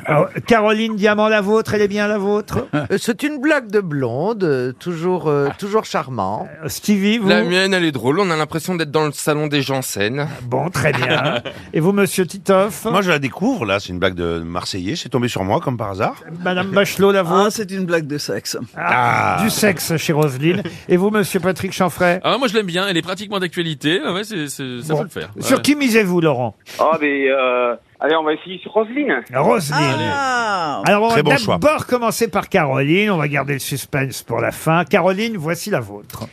S2: Alors, Caroline Diamant, la vôtre, elle est bien la vôtre
S7: Euh, C'est une blague de blonde, euh, toujours, euh, toujours charmant.
S2: Stevie,
S8: La mienne, elle est drôle. On a l'impression d'être dans le salon des Janssen.
S2: Bon, très bien. Et vous, monsieur Titoff
S6: Moi, je la découvre, là. C'est une blague de Marseillais. C'est tombé sur moi, comme par hasard.
S2: Madame Bachelot, la vôtre
S5: Ah, C'est une blague de sexe.
S2: Ah,
S6: Ah.
S2: Du sexe chez Roselyne. Et vous, monsieur Patrick Chanfray
S3: Ah, moi je l'aime bien, elle est pratiquement d'actualité. Ah Ouais, c'est, c'est- ça
S2: Bon.
S3: peut le faire. Ouais.
S2: Sur qui misez-vous, Laurent
S10: Ah, ben, euh, allez, on va essayer sur Roselyne.
S2: Ah, Roselyne.
S5: Ah.
S2: Alors, on
S6: Très
S2: va
S6: bon choix.
S2: d'abord commencer par Caroline. On va garder le suspense pour la fin. Caroline, voici la vôtre.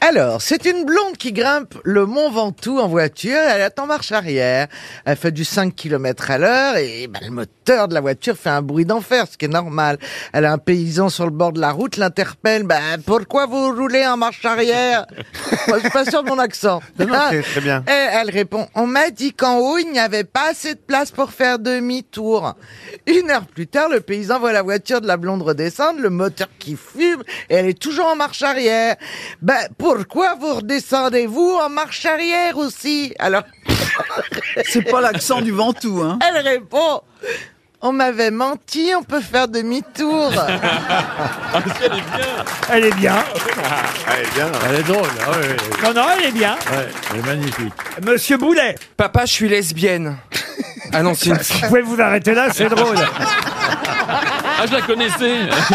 S7: Alors, c'est une blonde qui grimpe le Mont Ventoux en voiture, elle est en marche arrière. Elle fait du 5 km à l'heure et bah, le moteur de la voiture fait un bruit d'enfer, ce qui est normal. Elle a un paysan sur le bord de la route, l'interpelle, bah, pourquoi vous roulez en marche arrière Moi, Je suis pas sûr de mon accent. Ah,
S6: Non, non, c'est très bien.
S7: Et elle répond, on m'a dit qu'en haut, il n'y avait pas assez de place pour faire demi-tour. Une heure plus tard, le paysan voit la voiture de la blonde redescendre, le moteur qui fume, et elle est toujours en marche arrière. Ben, pourquoi vous redescendez-vous en marche arrière aussi Alors,
S5: C'est pas l'accent du Ventoux, hein.
S7: elle répond,
S16: On m'avait menti, on peut faire demi-tour.
S6: Ah,
S3: elle est bien.
S2: Elle est bien.
S6: Ah, Elle est bien.
S4: Elle est drôle. hein,
S2: Non, non, elle est bien.
S4: elle est magnifique.
S2: Monsieur Boulet.
S8: Papa, je suis lesbienne. ah non, c'est une...
S2: Vous pouvez vous arrêter là, c'est drôle.
S3: Ah, je la connaissais. je,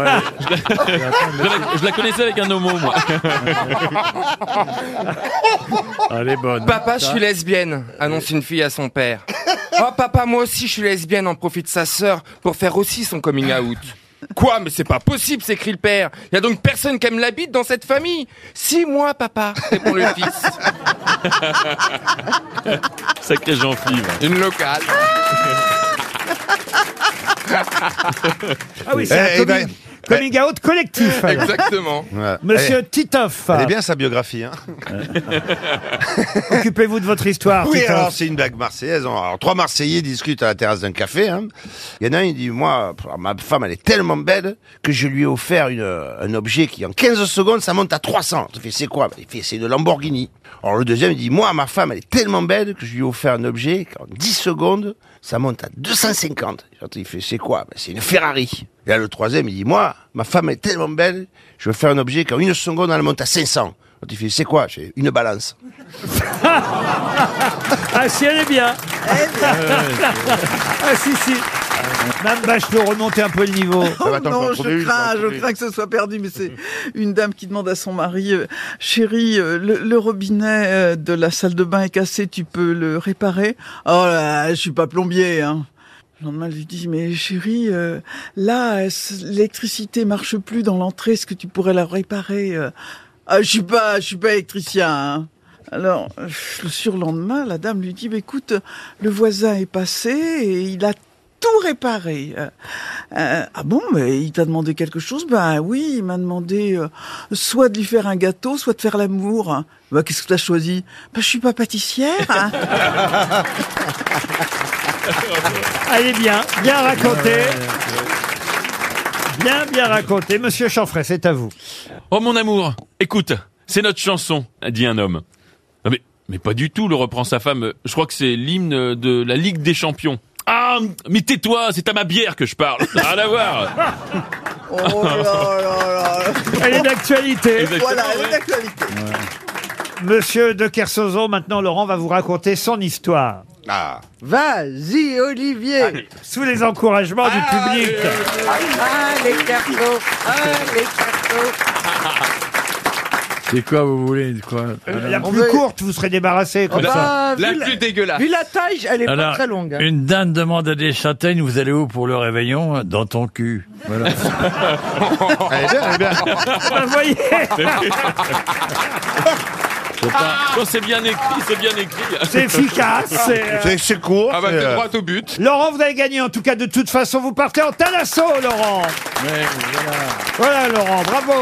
S3: la, je la- je la connaissais avec un homo, moi.
S4: Elle est bonne. hein,
S8: Papa, je suis lesbienne, annonce une fille à son père. Oh papa, moi aussi je suis lesbienne, en profite sa sœur pour faire aussi son coming out. Quoi Mais c'est pas possible, s'écrie le père. Il y a donc personne qui aime la bite dans cette famille. Si moi, papa, répond le fils.
S3: Sacré Jean-Philippe.
S8: Une locale.
S2: Ah oui, c'est un
S6: Eh, eh
S2: coming,
S6: ben,
S2: coming out collectif. alors.
S8: Exactement.
S2: Monsieur
S6: Elle est-
S2: Titoff.
S6: Elle est bien sa biographie. Hein.
S2: Occupez-vous de votre histoire.
S6: Oui,
S2: Titoff.
S6: alors c'est une blague marseillaise. Alors trois Marseillais discutent à la terrasse d'un café. hein. Il y en a un, il dit, moi, pff, ma femme, elle est tellement belle que je lui ai offert une, euh, un objet qui, en 15 secondes, ça monte à 300. Tu fais, c'est quoi Il fait, c'est une Lamborghini. Alors le deuxième, il dit, moi, ma femme, elle est tellement belle que je lui ai offert un objet qu'en 10 secondes, ça monte à 250. Il fait, c'est quoi Ben, C'est une Ferrari. Et là, le troisième, il dit, moi, ma femme est tellement belle, je vais faire un objet qu'en une seconde, elle monte à 500. Il fait, c'est quoi Je fais, Une balance.
S2: Ah si, elle est bien. ah si, si. Mme Bachelot, remontez un peu le niveau.
S6: Ah, bah,
S5: Oh non, je crains, je crains que ce soit perdu, mais c'est une dame qui demande à son mari, euh, chérie, euh, le, le robinet euh, de la salle de bain est cassé, tu peux le réparer Oh là, je suis pas plombier, hein. Le lendemain, elle lui dit, mais chérie, euh, là, euh, c- l'électricité marche plus dans l'entrée, est-ce que tu pourrais la réparer euh Ah, je suis pas, je suis pas électricien, hein. Alors, euh, le surlendemain, la dame lui dit, bah, écoute, le voisin est passé et il a tout réparé. Euh, euh, ah bon, mais il t'a demandé quelque chose Ben oui, il m'a demandé euh, soit de lui faire un gâteau, soit de faire l'amour. Ben qu'est-ce que t'as choisi Ben je suis pas pâtissière. hein.
S2: Allez bien, bien raconté. Bien, bien raconté. Monsieur Chanfray, c'est à vous.
S3: Oh mon amour, écoute, c'est notre chanson, a dit un homme. Non mais, mais pas du tout, le reprend sa femme. Je crois que c'est l'hymne de la Ligue des Champions. Ah, mais tais-toi, c'est à ma bière que je parle. Ça n'a Rien à voir.
S5: Oh là là là.
S2: Elle est d'actualité.
S5: Oh. Voilà, elle est d'actualité.
S2: Monsieur de Kersozo, maintenant, Laurent va vous raconter son histoire.
S6: Ah.
S2: Ah,
S7: Vas-y, Olivier.
S2: Sous les encouragements du public.
S16: Ah, les cartos, ah, les cartos.
S4: C'est quoi, vous voulez quoi
S2: Euh, La plus courte, vous serez
S7: Ah,
S2: débarrassé comme
S4: Oh bah,
S2: ça.
S4: la plus dégueulasse.
S7: ben, Vu la taille, elle est pas
S4: Alors,
S7: très longue. hein.
S4: Une dame demande à des châtaignes, vous allez où pour le réveillon Dans ton cul. Voilà.
S6: Elle est Eh bien, elle est bien.
S2: Vous voyez
S3: Oh, c'est bien écrit, c'est bien écrit.
S2: C'est euh, efficace.
S6: C'est- c'est court,
S3: Ah bah,
S6: c'est,
S3: t'es
S6: euh,
S3: droit au but.
S2: Laurent, vous avez gagné en tout cas. De toute façon, vous partez en Talasso, Laurent. Voilà, Laurent, bravo.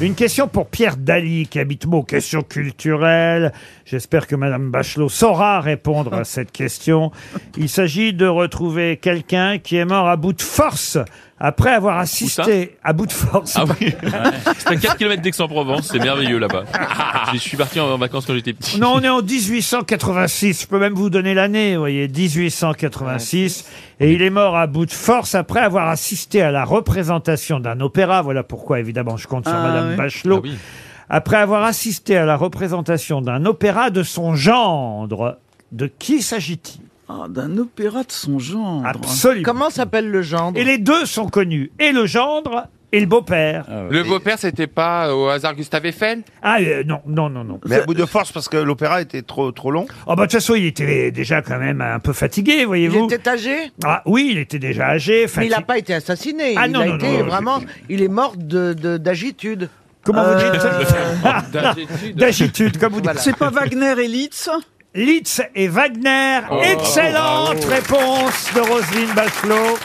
S2: Une question pour Pierre Dali qui habite mots question culturelle. J'espère que Madame Bachelot saura répondre à cette question. Il s'agit de retrouver quelqu'un qui est mort à bout de force après avoir assisté à bout de force.
S3: Ah oui. C'est à 4 km d'Aix-en-Provence, c'est merveilleux là-bas. Je suis parti en vacances quand j'étais petit.
S2: Non, on est en 1886. Je peux même vous donner l'année, vous voyez, 1886.
S17: Ah,
S2: Et il est mort à bout de force après avoir assisté à la représentation d'un opéra. Voilà pourquoi, évidemment, je compte sur
S17: Ah,
S2: Madame
S17: oui.
S2: Bachelot. Après avoir assisté à la représentation d'un opéra de son gendre, de qui s'agit-il
S5: Ah, D'un opéra de son gendre.
S2: Absolument.
S7: Comment s'appelle le gendre
S2: Et les deux sont connus. Et le gendre et le beau-père.
S4: Ah
S8: Le beau-père, c'était pas euh, au hasard Gustave Eiffel
S2: Ah euh, non, non, non, non.
S6: Mais à bout de force parce que l'opéra était trop trop long.
S2: Oh bah de toute façon, il était déjà quand même un peu fatigué, voyez-vous.
S7: Il était âgé
S2: Ah oui, il était déjà âgé,
S7: Mais il
S2: fatigué.
S7: n'a pas été assassiné.
S2: Ah
S7: il
S2: non,
S7: a
S2: non,
S7: été
S2: non, non,
S7: vraiment. Il est mort de de- d'agitude.
S2: Comment vous dites
S7: D'agitude.
S2: Euh, D'agitude, comme vous dites.
S5: C'est pas Wagner et Litz
S2: Litz et Wagner.
S5: Oh,
S2: Excellente
S7: Oh,
S5: bravo.
S2: réponse de Roselyne Bachelot.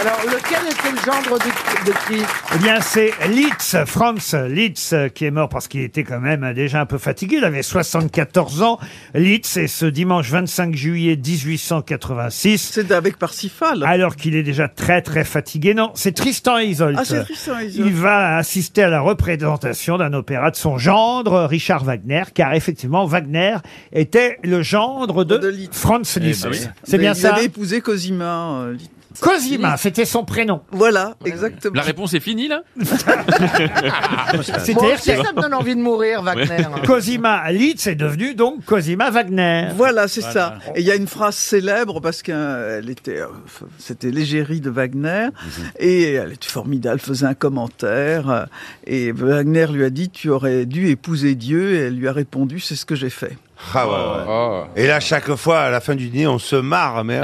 S7: Alors, lequel était le gendre de, de qui
S2: Eh bien, c'est Litz, Franz Litz, euh, qui est mort parce qu'il était quand même euh, déjà un peu fatigué. Il avait 74 ans. Litz, et ce dimanche 25 juillet 1886.
S5: C'est avec Parsifal.
S2: Alors qu'il est déjà très, très fatigué. Non, c'est Tristan et Isolde.
S5: Ah, c'est Tristan et Isolde.
S2: Il va assister à la représentation d'un opéra de son gendre, Richard Wagner, car effectivement, Wagner était le gendre de, Franz Liszt.
S5: Eh ben oui.
S2: C'est
S5: Mais
S2: bien
S5: il
S2: ça
S5: avait épousé Cosima. euh, Litz.
S2: Cosima, c'était son prénom.
S5: Voilà, exactement.
S3: La réponse est finie, là
S2: C'est-à-dire
S7: Moi
S2: que-
S7: aussi, Ah, ça me donne envie de mourir, Wagner.
S2: Cosima Litz est devenu donc Cosima Wagner.
S5: Voilà, c'est
S2: Voilà.
S5: ça. Et il y a une phrase célèbre parce qu'elle était, euh, f- c'était l'égérie de Wagner
S2: Mhm.
S5: et elle était formidable, faisait un commentaire euh, et Wagner lui a dit tu aurais dû épouser Dieu et elle lui a répondu c'est ce que j'ai fait.
S6: Ah ouais, ouais. Et là, chaque fois, à la fin du dîner, on se marre, mais...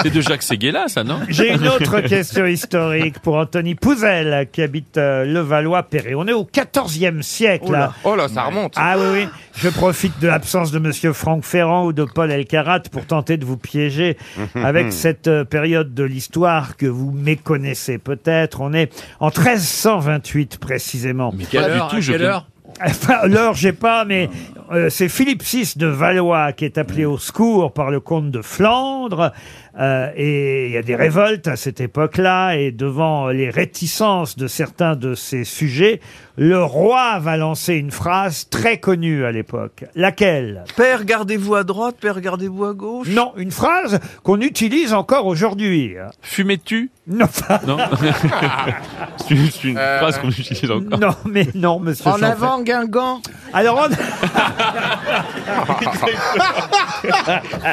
S3: C'est de Jacques Séguéla, ça, non
S2: J'ai une autre question historique pour Anthony Pouzel, qui habite euh, Levallois-Perret. On est au 14e siècle.
S8: Oh là,
S2: là.
S8: oh là, ça remonte.
S2: Ah oui, oui. Je profite de l'absence de Monsieur Franck Ferrand ou de Paul Elkarat pour tenter de vous piéger avec cette euh, période de l'histoire que vous méconnaissez peut-être. On est en 1328 précisément. Mais
S3: quelle Pas du heure, tout, à je quelle viens- heure
S2: Enfin, L'heure, j'ai pas, mais euh, c'est Philippe VI de Valois qui est appelé au secours par le comte de Flandre. Euh, et il y a des révoltes à cette époque-là, et devant les réticences de certains de ces sujets, le roi va lancer une phrase très connue à l'époque. Laquelle
S5: Père, gardez-vous à droite, père, gardez-vous à gauche.
S2: Non, une phrase qu'on utilise encore aujourd'hui.
S3: Fumais-tu
S2: Non.
S3: Non C'est une, c'est une phrase qu'on utilise encore.
S2: Non, mais non, monsieur.
S7: En
S2: Chanfray.
S7: avant, Guingamp.
S2: Alors, on...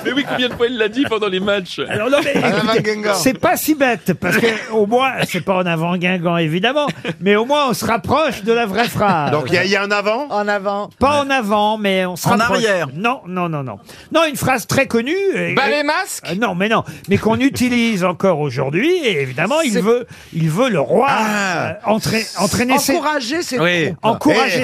S3: Mais oui, combien de fois il l'a dit pendant les matchs
S2: Alors non, mais écoutez, c'est pas si bête, parce que au moins, c'est pas en avant Guingamp, évidemment, mais au moins on se rapproche de la vraie phrase.
S6: Donc, il y a- il y a un avant
S7: En avant.
S2: Pas en avant, mais on se
S5: En
S2: rapproche.
S5: arrière.
S2: Non, non, non, non. Non, une phrase très connue. et-
S8: Bah, les
S2: et-
S8: masques
S2: Euh, Non, mais non. Mais qu'on utilise encore aujourd'hui, et évidemment, il
S7: C'est-
S2: veut, il veut le roi euh, entra- entraîner ses...
S7: Encourager ses troupes.
S2: Encourager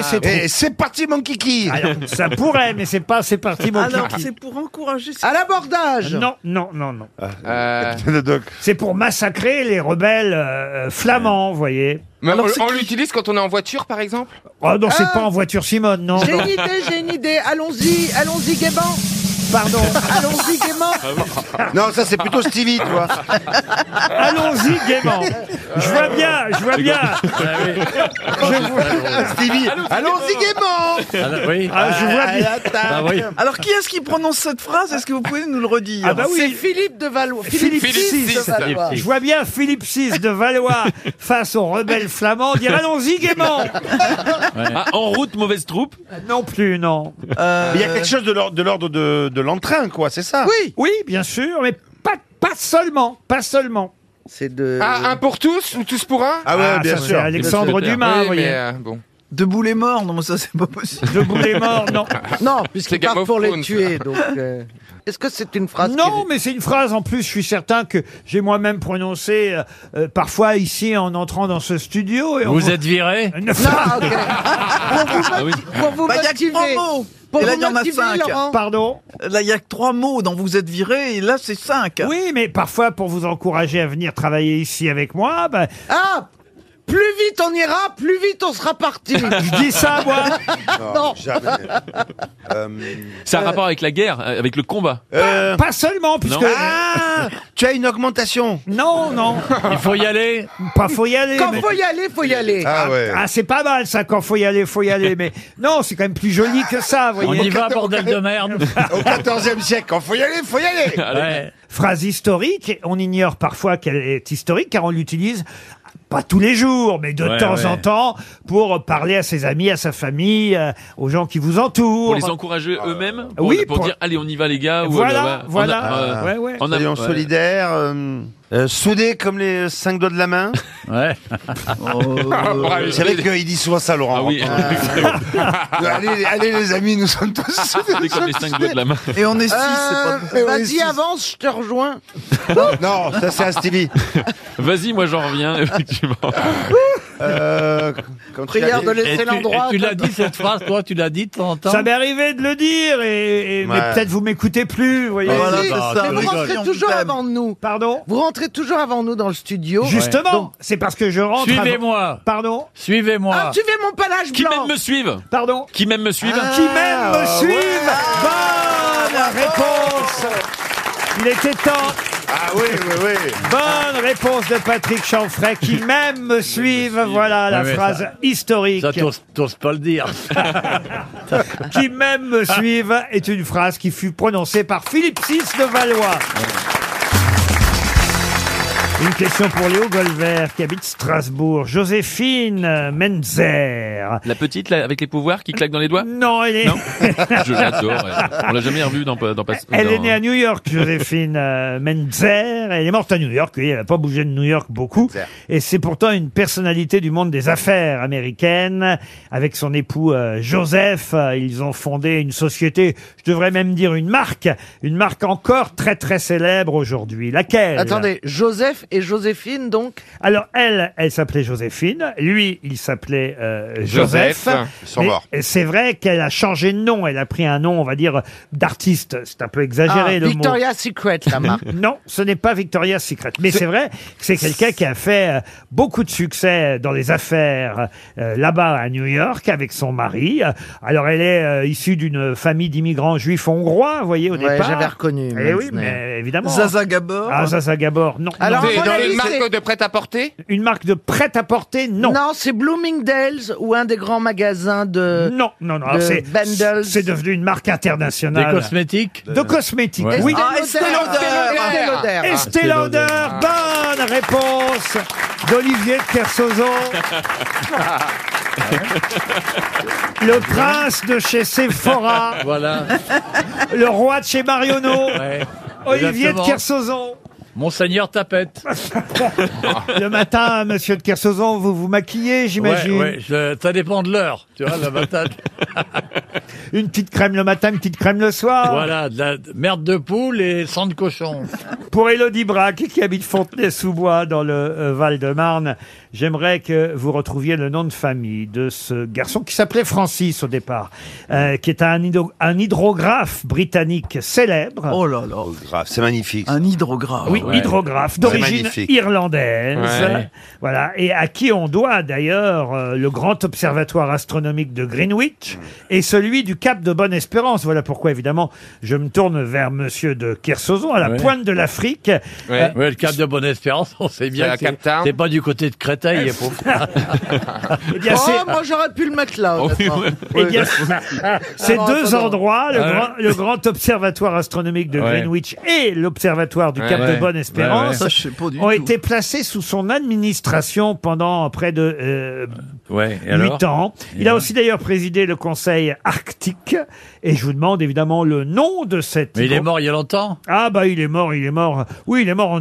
S6: Ah. Eh,
S2: ses troupes.
S6: eh, C'est parti, mon kiki
S2: Alors, ça pourrait, mais c'est pas, c'est parti
S7: Ah
S2: mon
S5: Alors
S2: kiki.
S5: c'est pour encourager. ses-
S7: À l'abordage.
S2: Non, non, non, non.
S8: Euh.
S6: Le doc.
S2: C'est pour massacrer les rebelles euh, flamands, vous voyez.
S8: Mais
S5: Alors, c'est
S8: on on
S5: qui
S8: l'utilise quand on est en voiture, par exemple
S2: Oh non, c'est
S7: Ah.
S2: pas en voiture Simone, non.
S7: J'ai une idée, j'ai une idée. Allons-y, allons-y gaiement.
S2: Pardon.
S7: Allons-y gaiement.
S6: Non, ça, c'est plutôt Stevie, tu vois.
S2: Allons-y gaiement. Je vois bien, je vois bien.
S5: Ah,
S2: Je vois-
S6: Stevie, allons-y gaiement
S4: Alors, oui.
S2: Ah, je vois bien.
S4: Bah
S3: ah,
S4: oui.
S5: Alors qui est-ce qui prononce cette phrase Est-ce que vous pouvez nous le redire
S2: Ah bah
S7: C'est
S2: oui.
S7: Philippe de Valois.
S2: Philippe
S7: Philippe
S2: VI.
S7: de Valois.
S2: Je vois bien Philippe VI de Valois face aux rebelles flamands dire allons-y gaiement.
S3: Ah, en route, mauvaise troupe
S2: Non plus, non.
S5: Euh,
S6: Il y a quelque chose de l'or- de l'ordre de, de l'entrain, quoi, c'est ça
S7: Oui.
S2: Oui, bien sûr, mais pas, pas seulement, pas seulement.
S7: C'est de.
S8: Ah, un pour tous ou tous pour un
S6: Ah ouais,
S2: Ah,
S6: bien
S2: ça, c'est
S6: sûr.
S2: Alexandre
S3: Bien sûr.
S2: Dumas,
S8: Oui,
S2: vous voyez.
S8: mais euh, bon.
S5: Debout les morts, non mais ça c'est pas possible.
S2: Debout les morts, non.
S7: Non, puisqu'il
S8: C'est Game
S7: part
S8: of
S7: pour les
S8: Thrones.
S7: tuer. Donc, euh, est-ce que c'est une phrase
S2: Non,
S7: qui-
S2: mais c'est une phrase en plus, je suis certain que j'ai moi-même prononcée euh, euh, parfois ici en entrant dans ce studio. Et on-
S4: Vous êtes viré
S2: Euh, Non,
S7: Ah, ok. pour vous,
S3: Ah oui.
S7: pour vous
S5: Bah, il y a que
S7: motiver.
S5: trois mots.
S7: Pour
S5: Et là,
S7: vous
S5: il y en a
S7: motiver,
S5: cinq. Euh,
S7: Laurent.
S2: Pardon
S5: Là il y a que trois mots dont vous êtes viré et là c'est cinq.
S2: Oui, mais parfois pour vous encourager à venir travailler ici avec moi, bah,
S7: Ah, plus vite on ira, plus vite on sera parti.
S2: je dis ça moi.
S7: Non.
S6: jamais. Euh,
S3: C'est un rapport avec la guerre, euh, avec le combat.
S6: euh,
S2: Pas seulement, puisque
S6: Ah Tu as une augmentation
S2: non, non,
S4: Il faut y aller.
S2: pas faut y aller.
S7: Quand
S2: mais-
S7: faut y aller, faut y aller.
S6: Ah ouais.
S2: Ah, c'est pas mal ça quand faut y aller, faut y aller. Mais non, c'est quand même plus joli que ça, vous
S4: On y
S2: voyez.
S4: va, bordel de merde.
S6: Au 14e siècle, quand faut y aller, faut y aller
S4: Ouais.
S2: Phrase historique, et on ignore parfois qu'elle est historique car on l'utilise pas tous les jours, mais de
S4: Ouais,
S2: temps en
S4: ouais.
S2: temps pour parler à ses amis, à sa famille, euh, aux gens qui vous entourent.
S3: Pour les encourager
S6: Euh,
S3: eux-mêmes pour,
S2: Euh, oui,
S3: pour
S2: pour-
S3: dire, allez, on y va, les gars. ou, euh,
S2: Voilà,
S3: ouais, on a-
S2: voilà.
S3: euh,
S2: Ouais, ouais.
S3: on a-
S6: Soyons
S3: ouais.
S6: solidaires, euh, euh, soudés comme les cinq doigts de la main. Oh.
S4: Ouais.
S8: Bravo.
S6: C'est vrai qu'il dit souvent ça, Laurent.
S3: Oh,
S6: hein,
S3: Ah oui,
S6: Euh, allez, allez, les amis, nous sommes tous soudés. Ah.
S3: c'est comme les cinq doigts de la main.
S5: Et on est six,
S7: Euh,
S5: c'est pas
S7: Vas-y, avance, je te rejoins.
S6: Non, ça c'est un Stevie.
S3: Vas-y, moi j'en reviens, effectivement.
S6: Euh, quand tu l'as dit-
S4: Et tu- et Tu l'as dit cette phrase, toi, tu l'as dit de temps en temps.
S2: Ça m'est arrivé de le dire, et, et- mais
S4: Ouais.
S2: peut-être vous m'écoutez plus, vous voyez.
S4: Ah, voilà, c'est ça,
S7: Mais vous rentrez toujours avant nous.
S2: Pardon
S7: Vous rentrez toujours avant nous dans le studio.
S2: Justement, c'est parce que je rentre. avant-
S4: Suivez-moi.
S2: Pardon
S4: Suivez-moi.
S7: Ah, suivez mon palage
S3: Qui
S7: blanc.
S3: m'aime me suivent
S2: Pardon
S3: Qui m'aime me suivent
S2: Qui
S6: Ah,
S2: m'aime me suivent Ah. Bonne réponse Il était temps
S6: Ah oui, oui, oui.
S2: Bonne réponse de Patrick Chanfray, qui m'aime me suivent, voilà Ah, la
S6: Ah,
S4: Ouais, mais
S2: phrase
S4: ça-
S2: historique.
S4: Ça, t'oses t'oses pas le dire.
S2: qui m'aime me
S6: Ah.
S2: suivent est une phrase qui fut prononcée par Philippe VI de Valois. Une question pour Léo Golvert qui habite Strasbourg. Joséphine Menzer.
S3: La petite, là, avec les pouvoirs, qui claque dans les doigts
S2: Non, elle est...
S3: Je l'adore. elle. On l'a jamais revue dans, dans, Pass-
S2: Elle est
S3: dans-
S2: née à New York, Joséphine euh, Menzer. Elle est morte à New York. Oui, elle n'a pas bougé de New York beaucoup. Et c'est pourtant une personnalité du monde des affaires américaines. Avec son époux euh, Joseph, euh, ils ont fondé une société, je devrais même dire une marque, une marque encore très très célèbre aujourd'hui. Laquelle
S7: Attendez, Joseph et Joséphine, donc
S2: alors elle, elle s'appelait Joséphine. Lui, il s'appelait euh, Joseph.
S6: Joseph. Ils sont
S2: Mais
S6: morts.
S2: C'est vrai qu'elle a changé de nom. Elle a pris un nom, on va dire, d'artiste. C'est un peu exagéré
S7: Ah,
S2: le mot.
S7: Victoria's Secret, la marque.
S2: Non, ce n'est pas Victoria's Secret. Mais c'est vrai que c'est quelqu'un qui a fait euh, beaucoup de succès euh, dans les affaires euh, là-bas à New York avec son mari. Euh, Alors elle est euh, issue d'une famille d'immigrants juifs hongrois, vous voyez, au
S7: Ouais,
S2: départ.
S7: j'avais reconnu,
S2: Eh oui,
S7: Metzner.
S2: mais évidemment.
S5: Zaza Gabor.
S2: Ah, Zaza Gabor, non.
S7: Alors,
S2: Non.
S7: à mon avis, c'est-
S8: Marque de prêt-à-porter
S2: Une marque de prêt-à-porter, non.
S7: Non, c'est Bloomingdale's ou un des grands magasins de.
S2: Non, non, non. alors
S7: de
S2: c'est-
S7: Bendels.
S2: C'est devenu une marque internationale.
S4: Des cosmétiques
S2: De cosmétiques,
S4: Ouais.
S2: oui.
S7: Ah,
S5: Estée
S7: Estée
S5: Lauder.
S7: Lauder. Ah, Lauder.
S2: Estée Lauder, Ah. bonne réponse d'Olivier de Kersozo. Le prince de chez Sephora,
S4: Voilà.
S2: le roi de chez Marionneau,
S4: Ouais.
S2: Olivier
S4: Exactement.
S2: de Kersauzon.
S4: Monseigneur Tapette.
S2: Le matin, monsieur de Kersauzon, vous vous maquillez,
S4: Ouais,
S2: j'imagine.
S4: ouais, je- ça dépend de l'heure. Tu vois, la patate.
S2: Une petite crème le matin, une petite crème le soir.
S4: voilà, de la merde de poule et sang de cochon.
S2: Pour Elodie Braque, qui habite Fontenay-sous-Bois, dans le euh, Val-de-Marne, j'aimerais que vous retrouviez le nom de famille de ce garçon qui s'appelait Francis au départ, euh, qui est un, hydro- un hydrographe britannique célèbre.
S5: Oh là là.
S6: Grave, Ah, c'est magnifique.
S5: Un hydrographe.
S2: Oui,
S6: ouais.
S2: hydrographe
S6: C'est
S2: d'origine
S6: magnifique.
S2: irlandaise.
S6: Ouais.
S2: Voilà, et à qui on doit d'ailleurs euh, le grand observatoire astronomique de Greenwich et celui du Cap de Bonne-Espérance. Voilà pourquoi évidemment je me tourne vers monsieur de Kersozon à la
S4: Ouais.
S2: pointe de l'Afrique. Euh,
S4: Ouais, le cap de Bonne-Espérance, on sait bien
S8: à
S4: que c'est-
S8: Cap Town.
S4: c'est pas du côté de Créteil. et pauvre.
S2: eh bien, c'est-
S7: Oh, moi j'aurais pu le mettre là. honnêtement.
S2: Eh bien, ces
S7: Alors,
S2: deux
S7: attendons.
S2: endroits, le,
S4: Ah ouais.
S2: grand, le grand observatoire astronomique de
S4: Ouais.
S2: Greenwich et l'observatoire du
S8: Ouais.
S2: Cap de
S4: Ouais.
S2: Bonne-Espérance
S5: Ça, je sais pas du
S2: ont
S5: tout.
S2: été placés sous son administration pendant près de euh,
S4: Ouais, et alors
S2: huit ans. Il a aussi d'ailleurs présidé le Conseil arctique. Et je vous demande évidemment le nom de cette...
S4: Mais il est mort il y a longtemps
S2: Ah bah il est mort, il est mort. Oui, il est mort en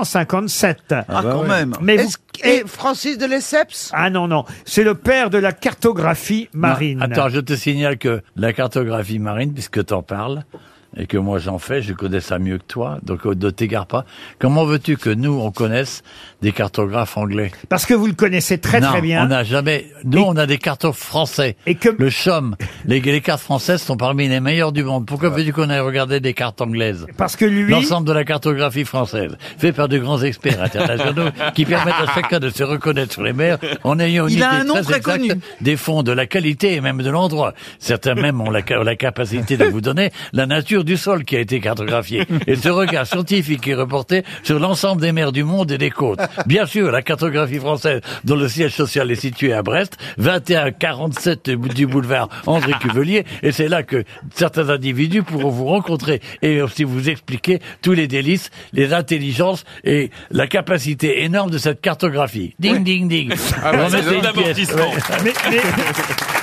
S2: 1857.
S4: bah
S5: Ah, quand même.
S2: Mais vous-
S7: Est-ce que- Et Francis de Lesseps
S2: Ah non, non. C'est le père de la cartographie marine.
S4: Non, Attends, je te signale que la cartographie marine, puisque t'en parles, et que moi j'en fais, je connais ça mieux que toi, donc euh, ne t'égare pas. Comment veux-tu que nous, on connaisse des cartographes anglais
S2: Parce que vous le connaissez très
S4: non,
S2: très bien.
S4: on n'a jamais... Nous, on a des cartographes français.
S2: Et que-
S4: Le CHOM, les, les cartes françaises sont parmi les meilleures du monde. Pourquoi veux-tu qu'on aille regarder des cartes anglaises
S2: Parce que lui...
S4: L'ensemble de la cartographie française, fait par de grands experts internationaux qui permettent à chacun de se reconnaître sur les mers en ayant une
S5: Il
S4: idée
S5: a un nom très
S4: exacte
S5: connu.
S4: des fonds, de la qualité et même de l'endroit. Certains même ont la, ca- la capacité de vous donner la nature du sol qui a été cartographié. Et ce regard scientifique est reporté sur l'ensemble des mers du monde et des côtes. Bien sûr, la cartographie française, dont le siège social est situé à Brest, 21-47 du boulevard André Cuvelier, et c'est là que certains individus pourront vous rencontrer et aussi vous expliquer tous les délices, les intelligences et la capacité énorme de cette cartographie. Ding, ding, ding.
S8: Ah ouais,
S4: On
S8: c'est
S4: mettait une
S8: un
S4: pièce.
S8: amortissement.
S4: Ouais.
S2: Mais, mais-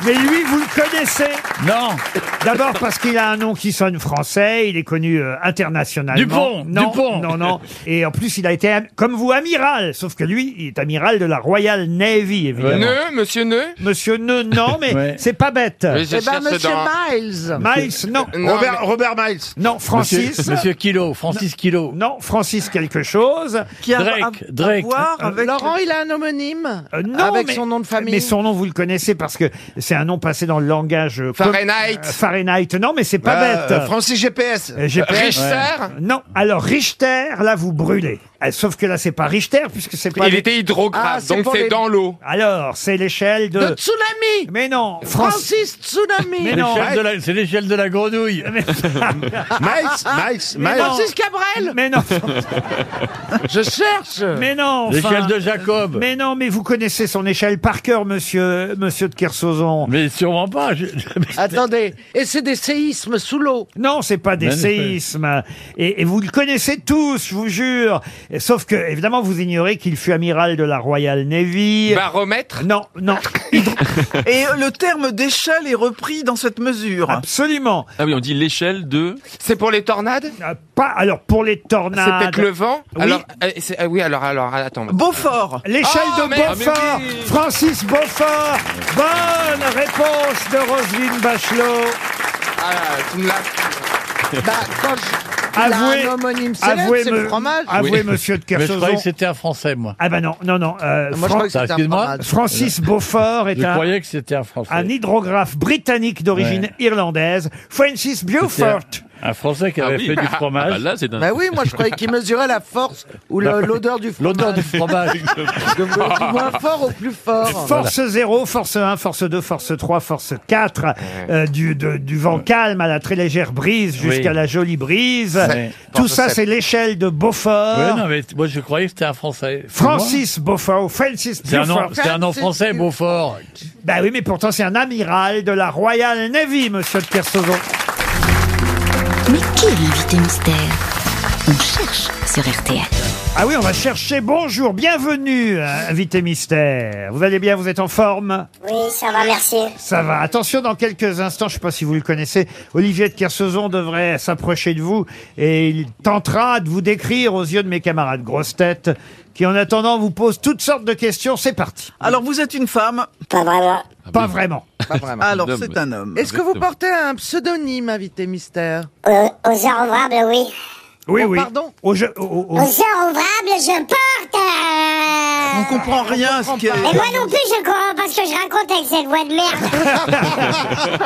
S2: mais lui, vous le connaissez
S4: Non,
S2: D'abord parce qu'il a un nom qui sonne français. français, il est connu euh, internationalement.
S4: Dupont,
S2: non,
S4: Dupont.
S2: Non, non. Et en plus, il a été, am- comme vous, amiral. Sauf que lui, il est amiral de la Royal Navy, évidemment.
S8: Neu, monsieur Neu
S2: Monsieur Neu, non, mais
S8: Ouais.
S2: c'est pas bête.
S8: Oui, je Eh ben, cherche monsieur dans-
S7: Miles.
S2: Miles, non.
S8: Non, Robert- mais-
S2: Miles. Non, Francis.
S4: Monsieur- monsieur Kilo, Francis
S2: Kilo. Non, Francis quelque chose.
S4: Qui a Drake, à- à Drake. Ah, voir
S2: Euh,
S7: Laurent, il a un homonyme
S2: euh, non,
S7: avec
S2: mais-
S7: son nom de famille.
S2: Mais son nom, vous le connaissez parce que c'est un nom passé dans le langage. euh, com-
S7: Fahrenheit.
S2: Euh, Fahrenheit. Non, mais c'est pas
S6: Ah,
S2: bête.
S6: euh, Francis GPS.
S2: Euh, GPS.
S6: Richter
S2: Ouais. Non. Alors, Richter, là, vous brûlez. Euh, Sauf que là, c'est pas Richter puisque c'est pas.
S8: Il
S2: les- Ah,
S8: était hydrographe, donc
S2: pour
S8: c'est
S2: les-
S8: dans l'eau.
S2: Alors, c'est l'échelle de.
S7: De Tsunami
S2: Euh, Mais non
S7: Francis Tsunami
S2: Mais non.
S4: L'échelle de la- C'est l'échelle de la grenouille.
S6: Miles,
S7: Mais Francis Cabrel
S2: Mais non
S7: Je cherche
S2: Mais non enfin. euh,
S4: L'échelle de Jacob.
S2: Mais non, mais vous connaissez son échelle par cœur, monsieur, monsieur de Kersauzon.
S4: Mais sûrement pas.
S7: Attendez, et c'est des séismes sous l'eau
S2: Non, c'est pas des
S4: Mais-
S2: séismes. Et, et vous le connaissez tous, je vous jure. Et Sauf que, évidemment, vous ignorez qu'il fut amiral de la Royal Navy.
S8: Baromètre
S2: Non, non. euh,
S5: Et le terme d'échelle est repris dans cette mesure.
S2: Absolument.
S3: Ah oui, on dit l'échelle de.
S8: C'est pour les tornades
S2: Euh, Pas, alors, pour les
S8: C'est
S2: tornades.
S8: peut-être le vent
S2: Oui.
S8: Alors, euh, c'est- euh, oui, alors, alors, attends.
S5: Beaufort.
S2: L'échelle
S8: Ah,
S2: de
S8: mais-
S2: Beaufort,
S8: ah, mais oui.
S2: Francis Beaufort. Bonne réponse de Roselyne Bachelot.
S8: Ah, tu me l'as.
S7: Bah, quand je... il
S2: Avouez,
S7: a un homonyme célèbre,
S2: avouez,
S7: c'est le
S2: me-
S7: fromage.
S2: avouez, monsieur de
S4: Mais je croyais que
S2: Kersauzon.
S4: c'était un Français, moi.
S2: Ah ben non, non, non. euh,
S7: Ah, Moi, je croyais que c'était un
S4: Excuse-moi.
S7: fromage.
S2: Francis Beaufort est
S4: Je
S2: un,
S4: croyais que c'était un Français.
S2: un hydrographe britannique d'origine
S4: Ouais.
S2: irlandaise. Francis
S4: C'était un-
S2: Beaufort.
S4: Un Français qui
S3: Ah
S4: avait
S3: oui.
S4: fait du fromage.
S3: Ah bah là, c'est un-
S7: Bah oui, moi je croyais qu'il mesurait la force ou le- l'odeur du fromage.
S4: L'odeur du fromage.
S7: Du moins fort au plus fort.
S2: Force 0, force 1, force 2, force 3, force 4, euh, du, de- du vent calme à la très légère brise jusqu'à
S4: Oui.
S2: la jolie brise.
S4: Ouais.
S2: Tout
S6: Force
S2: ça,
S6: sept.
S2: c'est l'échelle de Beaufort.
S4: Ouais, non, mais t- moi je croyais que c'était un Français.
S2: Francis Beaufort, Francis
S4: C'est un nom,
S2: Beaufort.
S4: c'est un nom français, Beaufort.
S2: Bah oui, mais pourtant, c'est un amiral de la Royal Navy, monsieur de Kersauzon.
S9: Mais qui est l'invité mystère On cherche sur RTL.
S2: Ah oui, on va chercher. Bonjour, bienvenue, euh, invité mystère. Vous allez bien, vous êtes en forme
S17: Oui, ça va, merci.
S2: Ça va. Attention, dans quelques instants, je ne sais pas si vous le connaissez, Olivier de Kersauzon devrait s'approcher de vous et il tentera de vous décrire aux yeux de mes camarades grosses têtes qui, en attendant, vous posent toutes sortes de questions. C'est parti.
S5: Alors vous êtes une femme.
S17: Pas vraiment.
S2: Pas vraiment.
S5: Alors c'est un homme.
S7: Est-ce que vous
S3: Exactement.
S7: portez un pseudonyme, invité mystère
S17: Euh, aux heures ouvrables, oui.
S2: Oui,
S7: Oh,
S2: oui.
S7: pardon. Ah,
S2: Au jeu- au- au-
S17: Aux heures ouvrables, je porte.
S5: On
S17: euh,
S5: comprend rien à ce Eh, qui est.
S17: Et moi non plus, je comprends pas ce que je raconte avec cette voix de merde.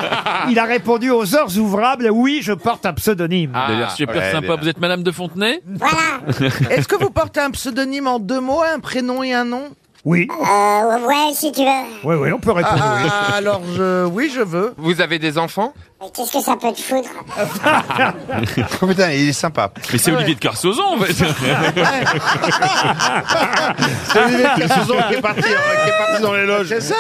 S2: Il a répondu aux heures ouvrables. Oui, je porte un pseudonyme.
S3: Vous avez l'air super
S6: ouais,
S3: sympa.
S6: bien.
S3: Vous êtes Madame de Fontenay
S17: voilà.
S7: Est-ce que vous portez un pseudonyme en deux mots, un prénom et un nom
S2: Oui,
S17: Euh, ouais, si tu veux.
S2: oui, oui, on peut répondre. oui.
S7: Ah, Alors je, oui, je veux.
S8: Vous avez des enfants
S17: Mais Qu'est-ce que ça peut te foutre
S6: Oh, putain, il est sympa.
S3: Mais c'est Olivier de Carsozon, en fait.
S6: C'est Olivier de Kersauzon qui est parti, hein, qui est parti dans les loges.
S7: C'est ça.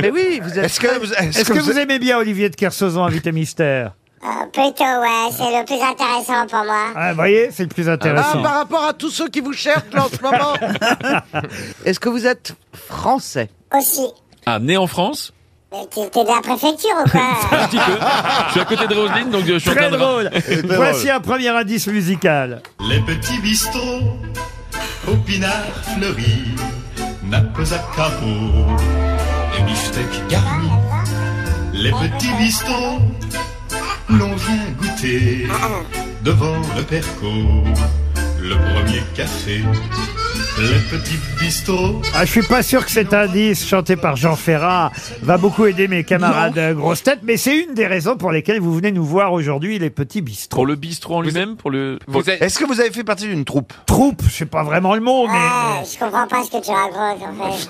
S7: Mais oui, vous êtes.
S6: Est-ce que vous, est-ce
S2: Est-ce que vous
S6: êtes-
S2: aimez bien Olivier de Kersauzon, invité mystère
S17: euh, Plutôt, ouais, c'est le plus intéressant pour moi.
S2: Ah, vous voyez, c'est le plus
S7: Ah,
S6: bah,
S2: intéressant.
S7: par rapport à tous ceux qui vous cherchent là, en ce moment. Est-ce que vous êtes français
S17: Aussi.
S3: Ah, né en France
S17: Mais t'es t'es de la préfecture ou quoi
S3: Un petit peu. Je suis à côté de Roselyne, donc je suis en
S2: Très
S3: train de.
S2: drôle. Voici un premier indice musical.
S13: Les petits bistrots, au pinard fleuri, nappes à carreaux, et beefsteak garni. Les petits bistrots, l'on vient goûter, devant le perco, le premier café. Les petits bistrots,
S2: Ah, je suis pas sûr que cet indice chanté par Jean Ferrat va beaucoup aider mes camarades euh, grosses têtes, mais c'est une des raisons pour lesquelles vous venez nous voir aujourd'hui, les petits bistrots.
S3: Pour le bistrot en lui-même, pour le.
S8: Vous êtes.
S6: est-ce que vous avez fait partie d'une troupe
S2: Troupe, je sais pas vraiment le mot, mais
S17: Ah, je comprends pas ce que tu racontes en fait.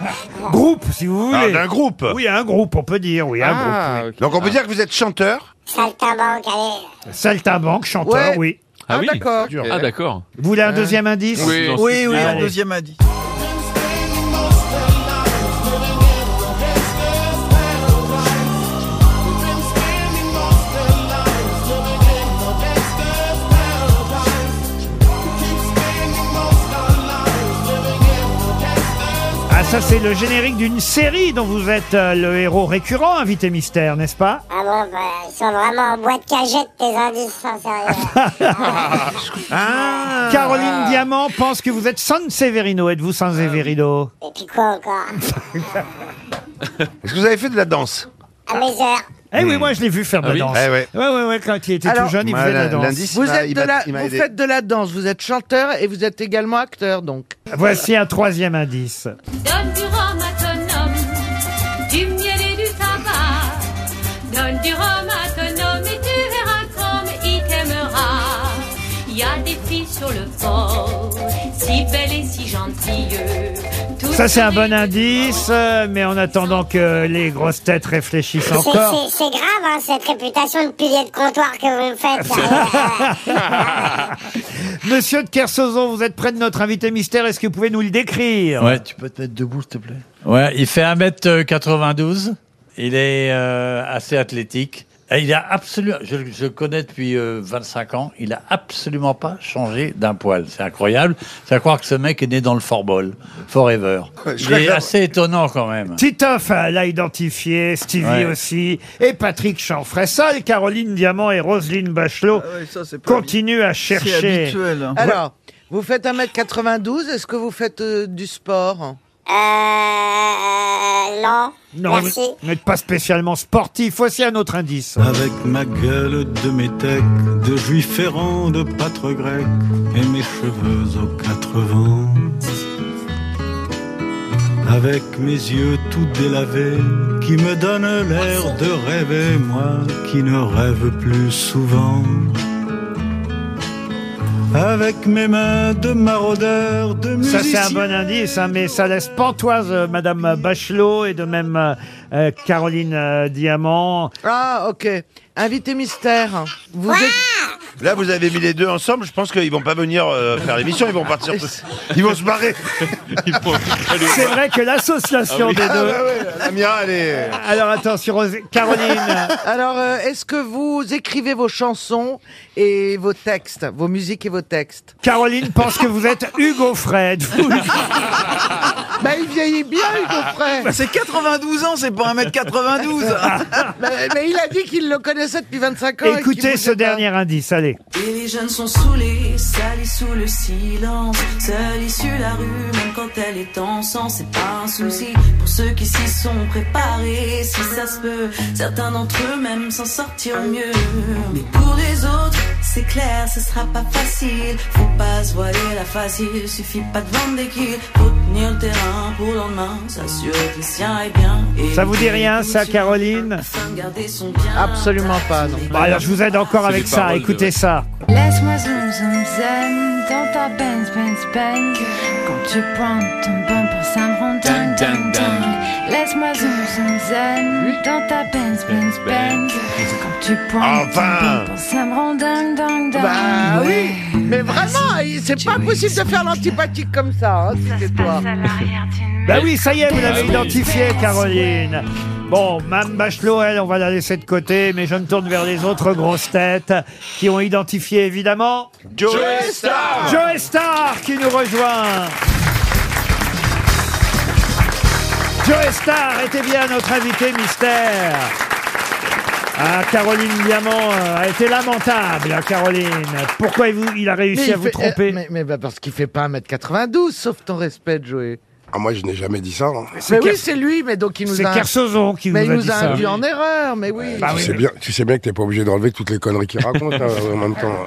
S2: groupe, si vous voulez.
S6: Ah, D'un groupe
S2: Oui, un groupe, on peut dire, oui, un
S8: Ah, ok.
S6: Donc on peut dire que vous êtes chanteur
S17: Saltimbanque, allez.
S2: groupe. Saltimbanque, chanteur,
S7: Ouais.
S2: oui.
S3: Ah oui.
S7: d'accord.
S3: Ah d'accord.
S2: Vous voulez un deuxième indice
S3: Oui.
S8: Oui.
S5: Oui, oui, un
S2: Allez.
S5: deuxième indice.
S2: Ah, Ça, c'est le générique d'une série dont vous êtes euh, le héros récurrent, invité mystère, n'est-ce pas
S17: Ah bon, bah, ils sont vraiment en bois de cagette, tes indices, hein, sérieux. Hein
S2: Ah.
S17: Ah.
S2: Caroline Diamant pense que vous êtes San Severino. Êtes-vous
S4: Ah
S2: San Severino
S17: Et puis quoi encore
S6: Est-ce que vous avez fait de la danse
S17: À mes heures.
S2: Eh
S4: Hmm.
S2: oui, moi je l'ai vu faire de la
S6: Ah oui
S2: danse.
S6: Eh ouais.
S2: Ouais, ouais, ouais, quand il était
S7: Alors,
S2: tout jeune, il
S6: moi,
S2: faisait de la
S6: l-
S2: danse.
S6: l'indice,
S7: Vous, êtes de la, vous faites de la danse, vous êtes chanteur et vous êtes également acteur, donc.
S2: Voici un troisième indice.
S18: Donne du rhum à ton homme, du miel et du tabac. Donne du rhum à ton homme et tu verras comme il t'aimera. Il y a des filles sur le port, si belles et si gentilles. Toutes
S2: Ça, c'est un bon indice, euh, mais en attendant que les grosses têtes réfléchissent
S17: C'est-
S2: encore.
S17: c'est- C'est grave, hein, cette réputation de pilier de comptoir que vous me faites. là.
S2: Monsieur de Kersauzon, vous êtes près de notre invité mystère, est-ce que vous pouvez nous le décrire
S4: Ouais,
S2: tu peux te mettre debout, s'il te plaît.
S4: Ouais, il fait 1m92. Il est euh, assez athlétique. Et il a absolument, je, je le connais depuis euh, 25 ans, il a absolument pas changé d'un poil. C'est incroyable. C'est à croire que ce mec est né dans le Forball, Forever. Il est
S2: préfère-
S4: assez étonnant quand même.
S2: Titoff euh, l'a identifié, Stevie
S4: Ouais.
S2: aussi, et Patrick Chanfressal, Caroline Diamant et Roselyne Bachelot
S7: Ah
S2: continuent à chercher.
S7: Alors, vous faites 1m92, est-ce que vous faites euh, du sport
S17: Euh, non.
S2: Non,
S17: Merci.
S2: vous n'êtes pas spécialement sportif. Voici un autre indice.
S19: Avec ma gueule de métèque, de juif errant, de pâtre grec, et mes cheveux aux quatre vents. Avec mes yeux tout délavés, qui me donnent l'air de rêver, moi qui ne rêve plus souvent. Avec mes mains de maraudeur, de
S2: Ça,
S19: musicien.
S2: c'est un bon indice, hein, mais ça laisse pantoise euh, Madame Bachelot et de même euh, euh, Caroline euh, Diamant.
S7: Ah, ok. Invité mystère. Vous êtes-
S6: Là, vous avez mis les deux ensemble. Je pense qu'ils vont pas venir euh, faire l'émission. Ils vont partir. tous- Ils vont se barrer.
S2: C'est vrai que l'association des
S6: Ah,
S2: deux.
S6: bah ouais, la mienne, elle est.
S2: Alors attention, Rosé- Caroline.
S7: Alors, euh, est-ce que vous écrivez vos chansons et vos textes, vos musiques et vos textes
S2: Caroline pense que vous êtes Hugo Fred. Vous-
S7: Bah, il vieillit bien, Hugo Frey
S5: Bah, c'est 92 ans, c'est pas 1m92
S7: mais, mais il a dit qu'il le connaissait depuis 25 ans. et qu'il
S2: Écoutez
S7: vous
S2: ce dernier indice, allez.
S20: Et les jeunes sont saoulés, salis sous le silence. Seule issue la rue, même quand elle est en sang, c'est pas un souci. Pour ceux qui s'y sont préparés, si ça se peut, certains d'entre eux même s'en sortiront mieux. Mais pour les autres, c'est clair, ce sera pas facile. Faut pas se voiler la face, il suffit pas de vendre des kills. Faut tenir le terrain pour le lendemain, s'assurer que le sien est bien. Et
S2: Ça vous dit rien, ça, Caroline
S20: garder son bien.
S7: Absolument pas, non.
S2: Bon, Bah, alors je vous aide encore avec ça. Écoutez ça.
S21: Laisse-moi zoom zoom zen dans ta Benz Benz Benz quand tu prends ton bain pour ça me rend dingue dingue dingue. Laisse-moi zoom zoom zen dans ta Benz Benz Benz quand tu prends ton bain pour ça me rend dingue dingue dingue.
S7: Bah oui, mais vraiment, il- c'est pas possible de faire l'antipathique comme ça, hein, si c'est toi.
S2: Bah oui, ça y est, vous l'avez
S7: Ah oui.
S2: identifié, Caroline. Bon, Mme Bachelot, elle, on va la laisser de côté, mais je me tourne vers les autres grosses têtes qui ont identifié, évidemment...
S13: Joey Star
S2: Joey Star qui nous rejoint Joe Star était bien notre invité mystère. Ah, Caroline Diamant euh, a été lamentable, hein, Caroline. Pourquoi il, vous- il a réussi
S7: Mais
S2: à
S7: il
S2: vous
S7: fait- euh,
S2: tromper
S7: mais mais bah parce qu'il fait pas 1m92, sauf ton respect, Joey.
S22: Ah, moi, je n'ai jamais dit ça. hein.
S7: Mais oui, c'est lui, mais donc il nous a...
S2: C'est Kersozon qui
S7: Mais
S2: vous
S7: il
S2: a
S7: nous
S2: dit
S7: a
S2: ça.
S7: induit en erreur, mais oui.
S2: Bah
S22: tu, sais bien, tu sais bien que t'es pas obligé d'enlever toutes les conneries qu'il raconte hein, en même temps.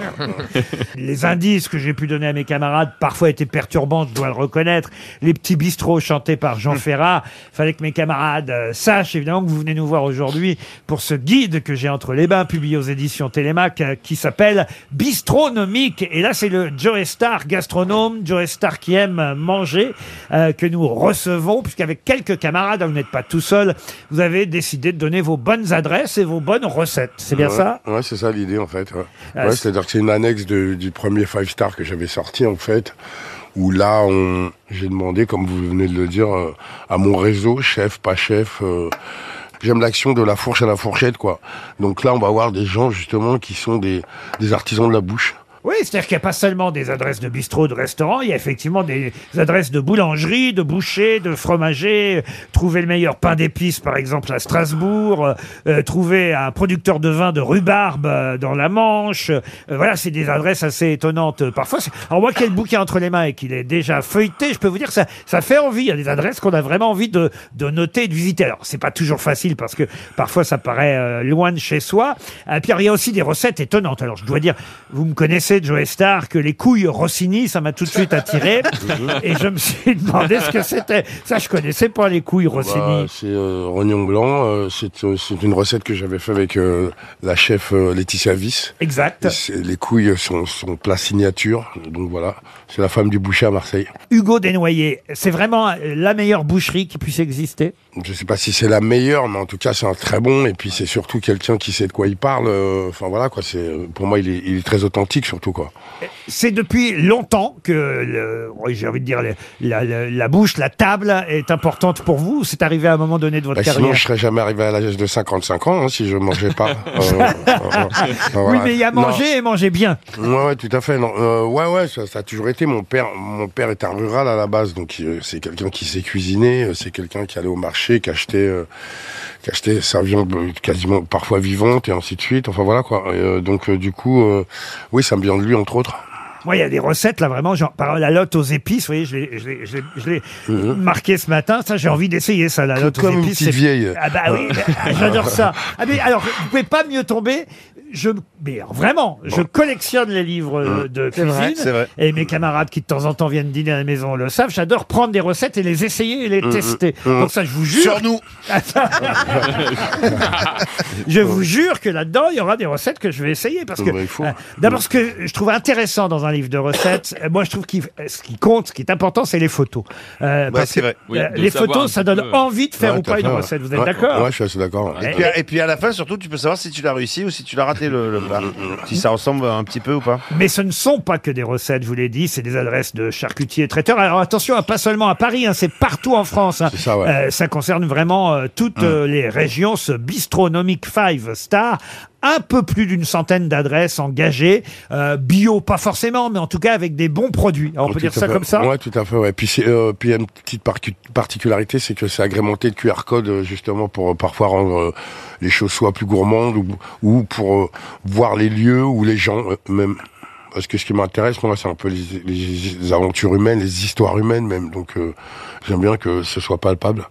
S2: Les indices que j'ai pu donner à mes camarades parfois étaient perturbants, je dois le reconnaître. Les petits bistrots chantés par
S22: Hum.
S2: Jean Ferrat. Fallait que mes camarades euh, sachent évidemment que vous venez nous voir aujourd'hui pour ce guide que j'ai entre les bains, publié aux éditions Télémac, euh, qui s'appelle Bistronomique. Et là, c'est le Joe Star gastronome, Joe Star qui aime manger, euh, que nous recevons, puisqu'avec quelques camarades, vous n'êtes pas tout seul, vous avez décidé de donner vos bonnes adresses et vos bonnes recettes. C'est bien
S22: Ouais.
S2: ça
S22: Ouais, c'est ça l'idée en fait. ouais.
S2: Ah,
S22: Ouais,
S2: c'est-
S22: C'est-à-dire que c'est une annexe de- du premier Five Star que j'avais sorti en fait, où là, on... j'ai demandé, comme vous venez de le dire, euh, à mon réseau, chef, pas chef. euh, J'aime l'action de la fourche à la fourchette, quoi. Donc là, on va avoir des gens justement qui sont des, des artisans de la bouche.
S2: Oui, c'est-à-dire qu'il n'y a pas seulement des adresses de bistrot, de restaurant, il y a effectivement des adresses de boulangerie, de boucher, de fromager. Trouver le meilleur pain d'épices, par exemple, à Strasbourg. euh, euh, trouver un producteur de vin de rhubarbe euh, dans la Manche. Euh, voilà, c'est des adresses assez étonnantes. euh, Parfois, C'est- alors moi qui ai le bouquin entre les mains et qu'il est déjà feuilleté, je peux vous dire que ça, ça fait envie. Il y a des adresses qu'on a vraiment envie de, de noter et de visiter. Alors, c'est pas toujours facile parce que parfois ça paraît euh, loin de chez soi. Et puis, alors, il y a aussi des recettes étonnantes. Alors, je dois dire, vous me connaissez, Joe Star, que les couilles Rossini, ça m'a tout de suite attiré. et je me suis demandé ce que c'était. Ça, je connaissais pas les couilles Rossini.
S22: Bah, c'est euh, rognon blanc. euh, c'est euh, c'est une recette que j'avais fait avec euh, la chef euh, Laetitia Vis.
S2: Exact.
S22: Les couilles sont son plat signature. Donc voilà, c'est la femme du boucher à Marseille.
S2: Hugo Desnoyers, c'est vraiment euh, la meilleure boucherie qui puisse exister.
S22: Je sais pas si c'est la meilleure, mais en tout cas c'est un très bon. Et puis c'est surtout quelqu'un qui sait de quoi il parle. euh, Enfin voilà quoi. C'est pour moi il est, il est très authentique surtout quoi.
S2: C'est depuis longtemps que, le- oui, j'ai envie de dire, le- la, la- la bouche, la table est importante pour vous. ou C'est arrivé à un moment donné de votre
S22: Bah, sinon
S2: carrière.
S22: je serais jamais arrivé à l'âge de 55 ans hein, si je mangeais pas. Euh, euh, euh,
S2: Oui,
S22: voilà.
S2: mais il y a
S22: Non.
S2: mangé et mangé bien.
S22: Ouais, ouais, tout à fait. Non, euh, ouais, ouais, ça, ça a toujours été. Mon père, mon père est un rural à la base, donc euh, c'est quelqu'un qui sait cuisiner, euh, c'est quelqu'un qui allait au marché, qui achetait, euh, qui achetait sa viande euh, quasiment parfois vivante et ainsi de suite. Enfin voilà quoi. Et, euh, donc euh, du coup, euh, oui, ça me vient de lui entre autres.
S2: Moi, il y a des recettes, là, vraiment, genre, par la lotte aux épices, vous voyez, je l'ai- je l'ai- je l'ai- je l'ai marqué ce matin. Ça, j'ai envie d'essayer ça, la lotte aux
S22: Mhm. comme une
S2: épices.
S22: petite
S2: c'est-
S22: vieille.
S2: Ah bah oui, bah, j'adore ça. Ah, mais alors, vous pouvez pas mieux tomber. Je, mais alors, vraiment, je collectionne les livres
S22: Mhm.
S2: euh, de
S6: C'est vrai,
S2: cuisine.
S6: c'est vrai.
S2: Et mes camarades qui de temps en temps viennent dîner à la maison le savent. J'adore prendre des recettes et les essayer et les
S22: Mhm.
S6: Mm,
S2: tester.
S6: mm, mm.
S2: Donc ça, je vous jure.
S6: Sur nous.
S2: Je vous jure que là-dedans, il y aura des recettes que je vais essayer. Parce que,
S6: bah,
S22: Ouais, il faut.
S2: euh, d'abord, ce que je trouve intéressant dans un livre de recettes, euh, moi, je trouve que ce qui compte, ce qui est important, c'est les photos. Euh, parce
S6: c'est
S2: que,
S6: vrai. Oui,
S2: euh,
S6: de
S2: les
S6: savoir
S2: photos,
S6: un
S2: ça
S6: petit
S2: donne
S6: peu.
S2: envie de faire
S6: Ouais,
S2: ou
S6: tout
S2: pas
S6: à
S2: une
S6: fait, ouais.
S2: recette. Vous êtes
S6: Ouais,
S2: d'accord
S6: ouais,
S22: je suis d'accord.
S6: Et puis, à- et puis à la fin, surtout, tu peux savoir si tu l'as réussi ou si tu l'as raté le, le plat. si ça ressemble un petit peu ou pas.
S2: Mais ce ne sont pas que des recettes, je vous l'ai dit, c'est des adresses de charcutiers et traiteurs. Alors attention, pas seulement à Paris, hein, c'est partout en France. hein. Euh, ça concerne vraiment euh, toutes euh, les régions, ce bistronomique five star. Un peu plus d'une centaine d'adresses engagées, euh, bio pas forcément, mais en tout cas avec des bons produits. Alors, on peut
S22: Tout
S2: dire
S22: à
S2: ça
S22: fait.
S2: comme ça
S22: Ouais, tout à fait. Ouais. Puis, c'est, euh, puis il y a une petite par- particularité, c'est que c'est agrémenté de QR code euh, justement pour euh, parfois rendre euh, les choses soit plus gourmandes ou, ou pour euh, voir les lieux ou les gens euh, même. Parce que ce qui m'intéresse, moi, c'est un peu les, les- les aventures humaines, les histoires humaines même. Donc, euh, j'aime bien que ce soit palpable.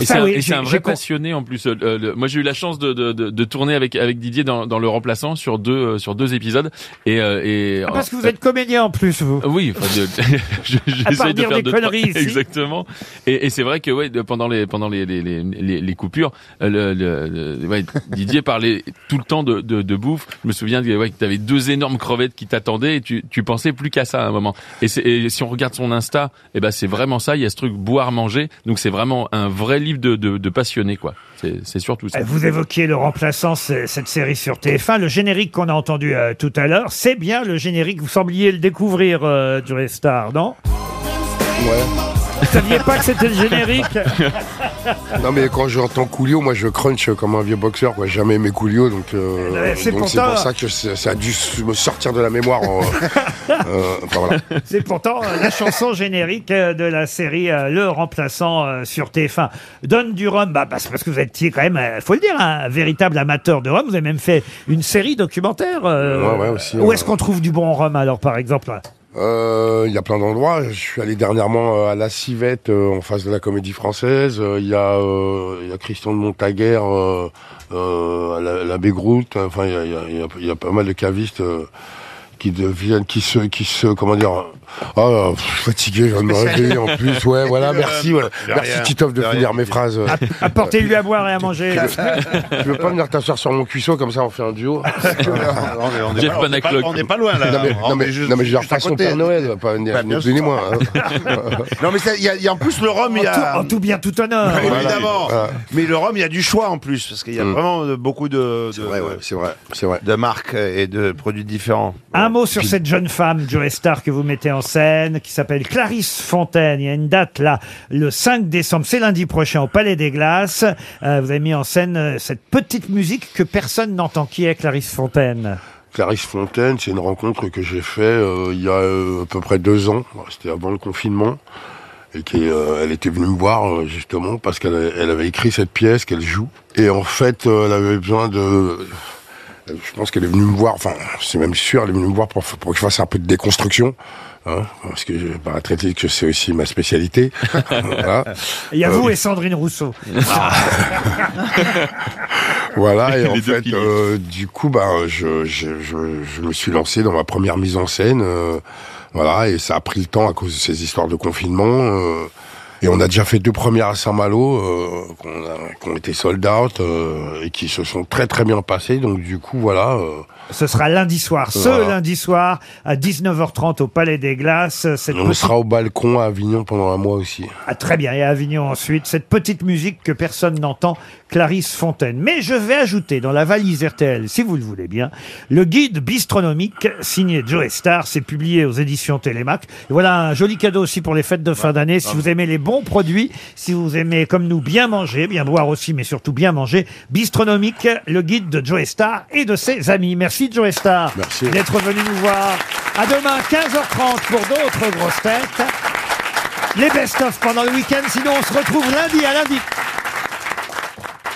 S3: Et c'est un, et c'est un vrai passionné en plus. Euh, le- le- moi, j'ai eu la chance de, de, de, de tourner avec avec Didier dans, dans le remplaçant sur deux euh, sur deux épisodes. Et, euh, et
S2: Ah, Parce que vous êtes comédien en plus, vous.
S3: Oui, enfin, de-
S2: À
S3: je-
S2: part
S3: j'essaye de
S2: dire
S3: faire
S2: des
S3: deux,
S2: conneries
S3: trois-
S2: ici.
S3: exactement. Et, et c'est vrai que ouais, de- pendant les pendant les les, les, les- les coupures, euh, le, le- le- ouais, Didier parlait tout le temps de, de, de bouffe. Je me souviens que ouais, tu avais deux énormes crevettes qui t'attendaient et tu, tu pensais plus qu'à ça à un moment. Et, c'est- et si on regarde son Insta, eh ben c'est vraiment ça. Il y a ce truc boire manger. Donc c'est vraiment un vrai livre de de, de passionné quoi. C'est c'est surtout ça.
S2: Euh, Vous évoquiez le remplaçant, c'est- cette série sur TF1. Le générique qu'on a entendu euh, tout à l'heure, c'est bien le générique. Vous sembliez le découvrir, euh, du Star, non Vous saviez pas que c'était le générique
S22: non mais quand j'entends Coolio, moi je crunch comme un vieux boxeur. Quoi. Jamais aimé Coolio, donc euh,
S2: Euh, c'est
S22: donc
S2: pourtant-
S22: pour ça que ça ça a dû s- me sortir de la mémoire. en- euh, enfin, voilà.
S2: C'est pourtant euh, la chanson générique euh, de la série euh, Le Remplaçant euh, sur TF1. Donne du rhum, bah, bah, c'est parce que vous étiez quand même, euh, faut le dire, un véritable amateur de rhum. Vous avez même fait une série documentaire. euh,
S22: Ouais, ouais, aussi,
S2: où
S22: ouais.
S2: est-ce qu'on trouve du bon rhum alors, par exemple
S22: Euh, Il y a plein d'endroits. Je suis allé dernièrement euh, à la Civette, euh, en face de la Comédie Française. Euh, Il y a, euh, il y a Christian de Montaguerre euh, euh, à la, la Bégroute. Enfin, il y a, il y a- il y a- il y a pas mal de cavistes euh, qui deviennent, qui se, qui se, comment dire. Oh, pff, fatigué, je viens de me réveiller en plus. Ouais, voilà, merci, voilà.
S6: De
S22: merci
S6: rien,
S22: Titoff de
S6: de rien.
S22: finir mes phrases.
S2: Apportez-lui à boire et à manger.
S22: Tu veux, tu veux pas venir t'asseoir sur mon cuisseau comme ça on fait un duo
S6: on est Jeff pas- on est pas- Panaclock. on est pas loin, là.
S22: Non mais,
S6: On
S22: non, mais,
S6: est juste-
S22: non, mais je veux dire,
S6: juste à
S22: pas son
S6: côté.
S22: Père Noël, pas venir.
S6: Bah, bien sûr.
S22: Donnez-moi.
S6: non, mais ça, il y, a- il y a en plus le rhum, il y a.
S2: En tout bien, tout honneur.
S6: Mais
S22: Voilà.
S6: Évidemment.
S22: Voilà.
S6: Mais le rhum, il y a du choix en plus, parce qu'il y a
S22: Mm.
S6: vraiment euh, beaucoup de, de, de marques et de produits différents.
S2: Un mot sur cette jeune femme, Joe Star, que vous mettez en scène, qui s'appelle Clarisse Fontaine. Il y a une date là, le 5 décembre, c'est lundi prochain, au Palais des Glaces. Euh, vous avez mis en scène euh, cette petite musique que personne n'entend. Qui est Clarisse Fontaine
S22: Clarisse Fontaine, c'est une rencontre que j'ai fait euh, il y a euh, à peu près deux ans. C'était avant le confinement. Et qui, est, euh, elle était venue me voir euh, justement parce qu'elle a- elle avait écrit cette pièce qu'elle joue. Et en fait, euh, elle avait besoin de. euh, Je pense qu'elle est venue me voir. Enfin, c'est même sûr, elle est venue me voir pour, pour que je fasse un peu de déconstruction. Hein, parce que je paratraitlique, que c'est aussi ma spécialité. Voilà.
S2: Il y a
S22: Euh, Ah.
S2: vous et Sandrine Rousseau.
S22: voilà, et en fait, euh, du coup, bah, je, je, je, je me suis lancé dans ma première mise en scène. euh, voilà, et ça a pris le temps à cause de ces histoires de confinement. euh, et on a déjà fait deux premières à Saint-Malo, euh, qu'on a- qui ont été sold out euh, et qui se sont très très bien passées. Donc du coup, voilà. euh,
S2: Ce sera lundi soir, ce
S22: Voilà.
S2: lundi soir, à 19h30 au Palais des Glaces. Cette
S22: on
S2: petite-
S22: sera au balcon à Avignon pendant un mois aussi.
S2: Ah, très bien, et à Avignon ensuite, cette petite musique que personne n'entend, Clarisse Fontaine. Mais je vais ajouter dans la valise RTL, si vous le voulez bien, le guide bistronomique signé Joe Star, c'est publié aux éditions Télémac. Et voilà un joli cadeau aussi pour les fêtes de fin d'année, si vous aimez les bons produits, si vous aimez comme nous bien manger, bien boire aussi, mais surtout bien manger, bistronomique, le guide de Joe Star et de ses amis. Merci Joe Star d'être venu nous voir. À demain, 15h30 pour d'autres grosses têtes les best-of pendant le week-end. Sinon, on se retrouve lundi à lundi.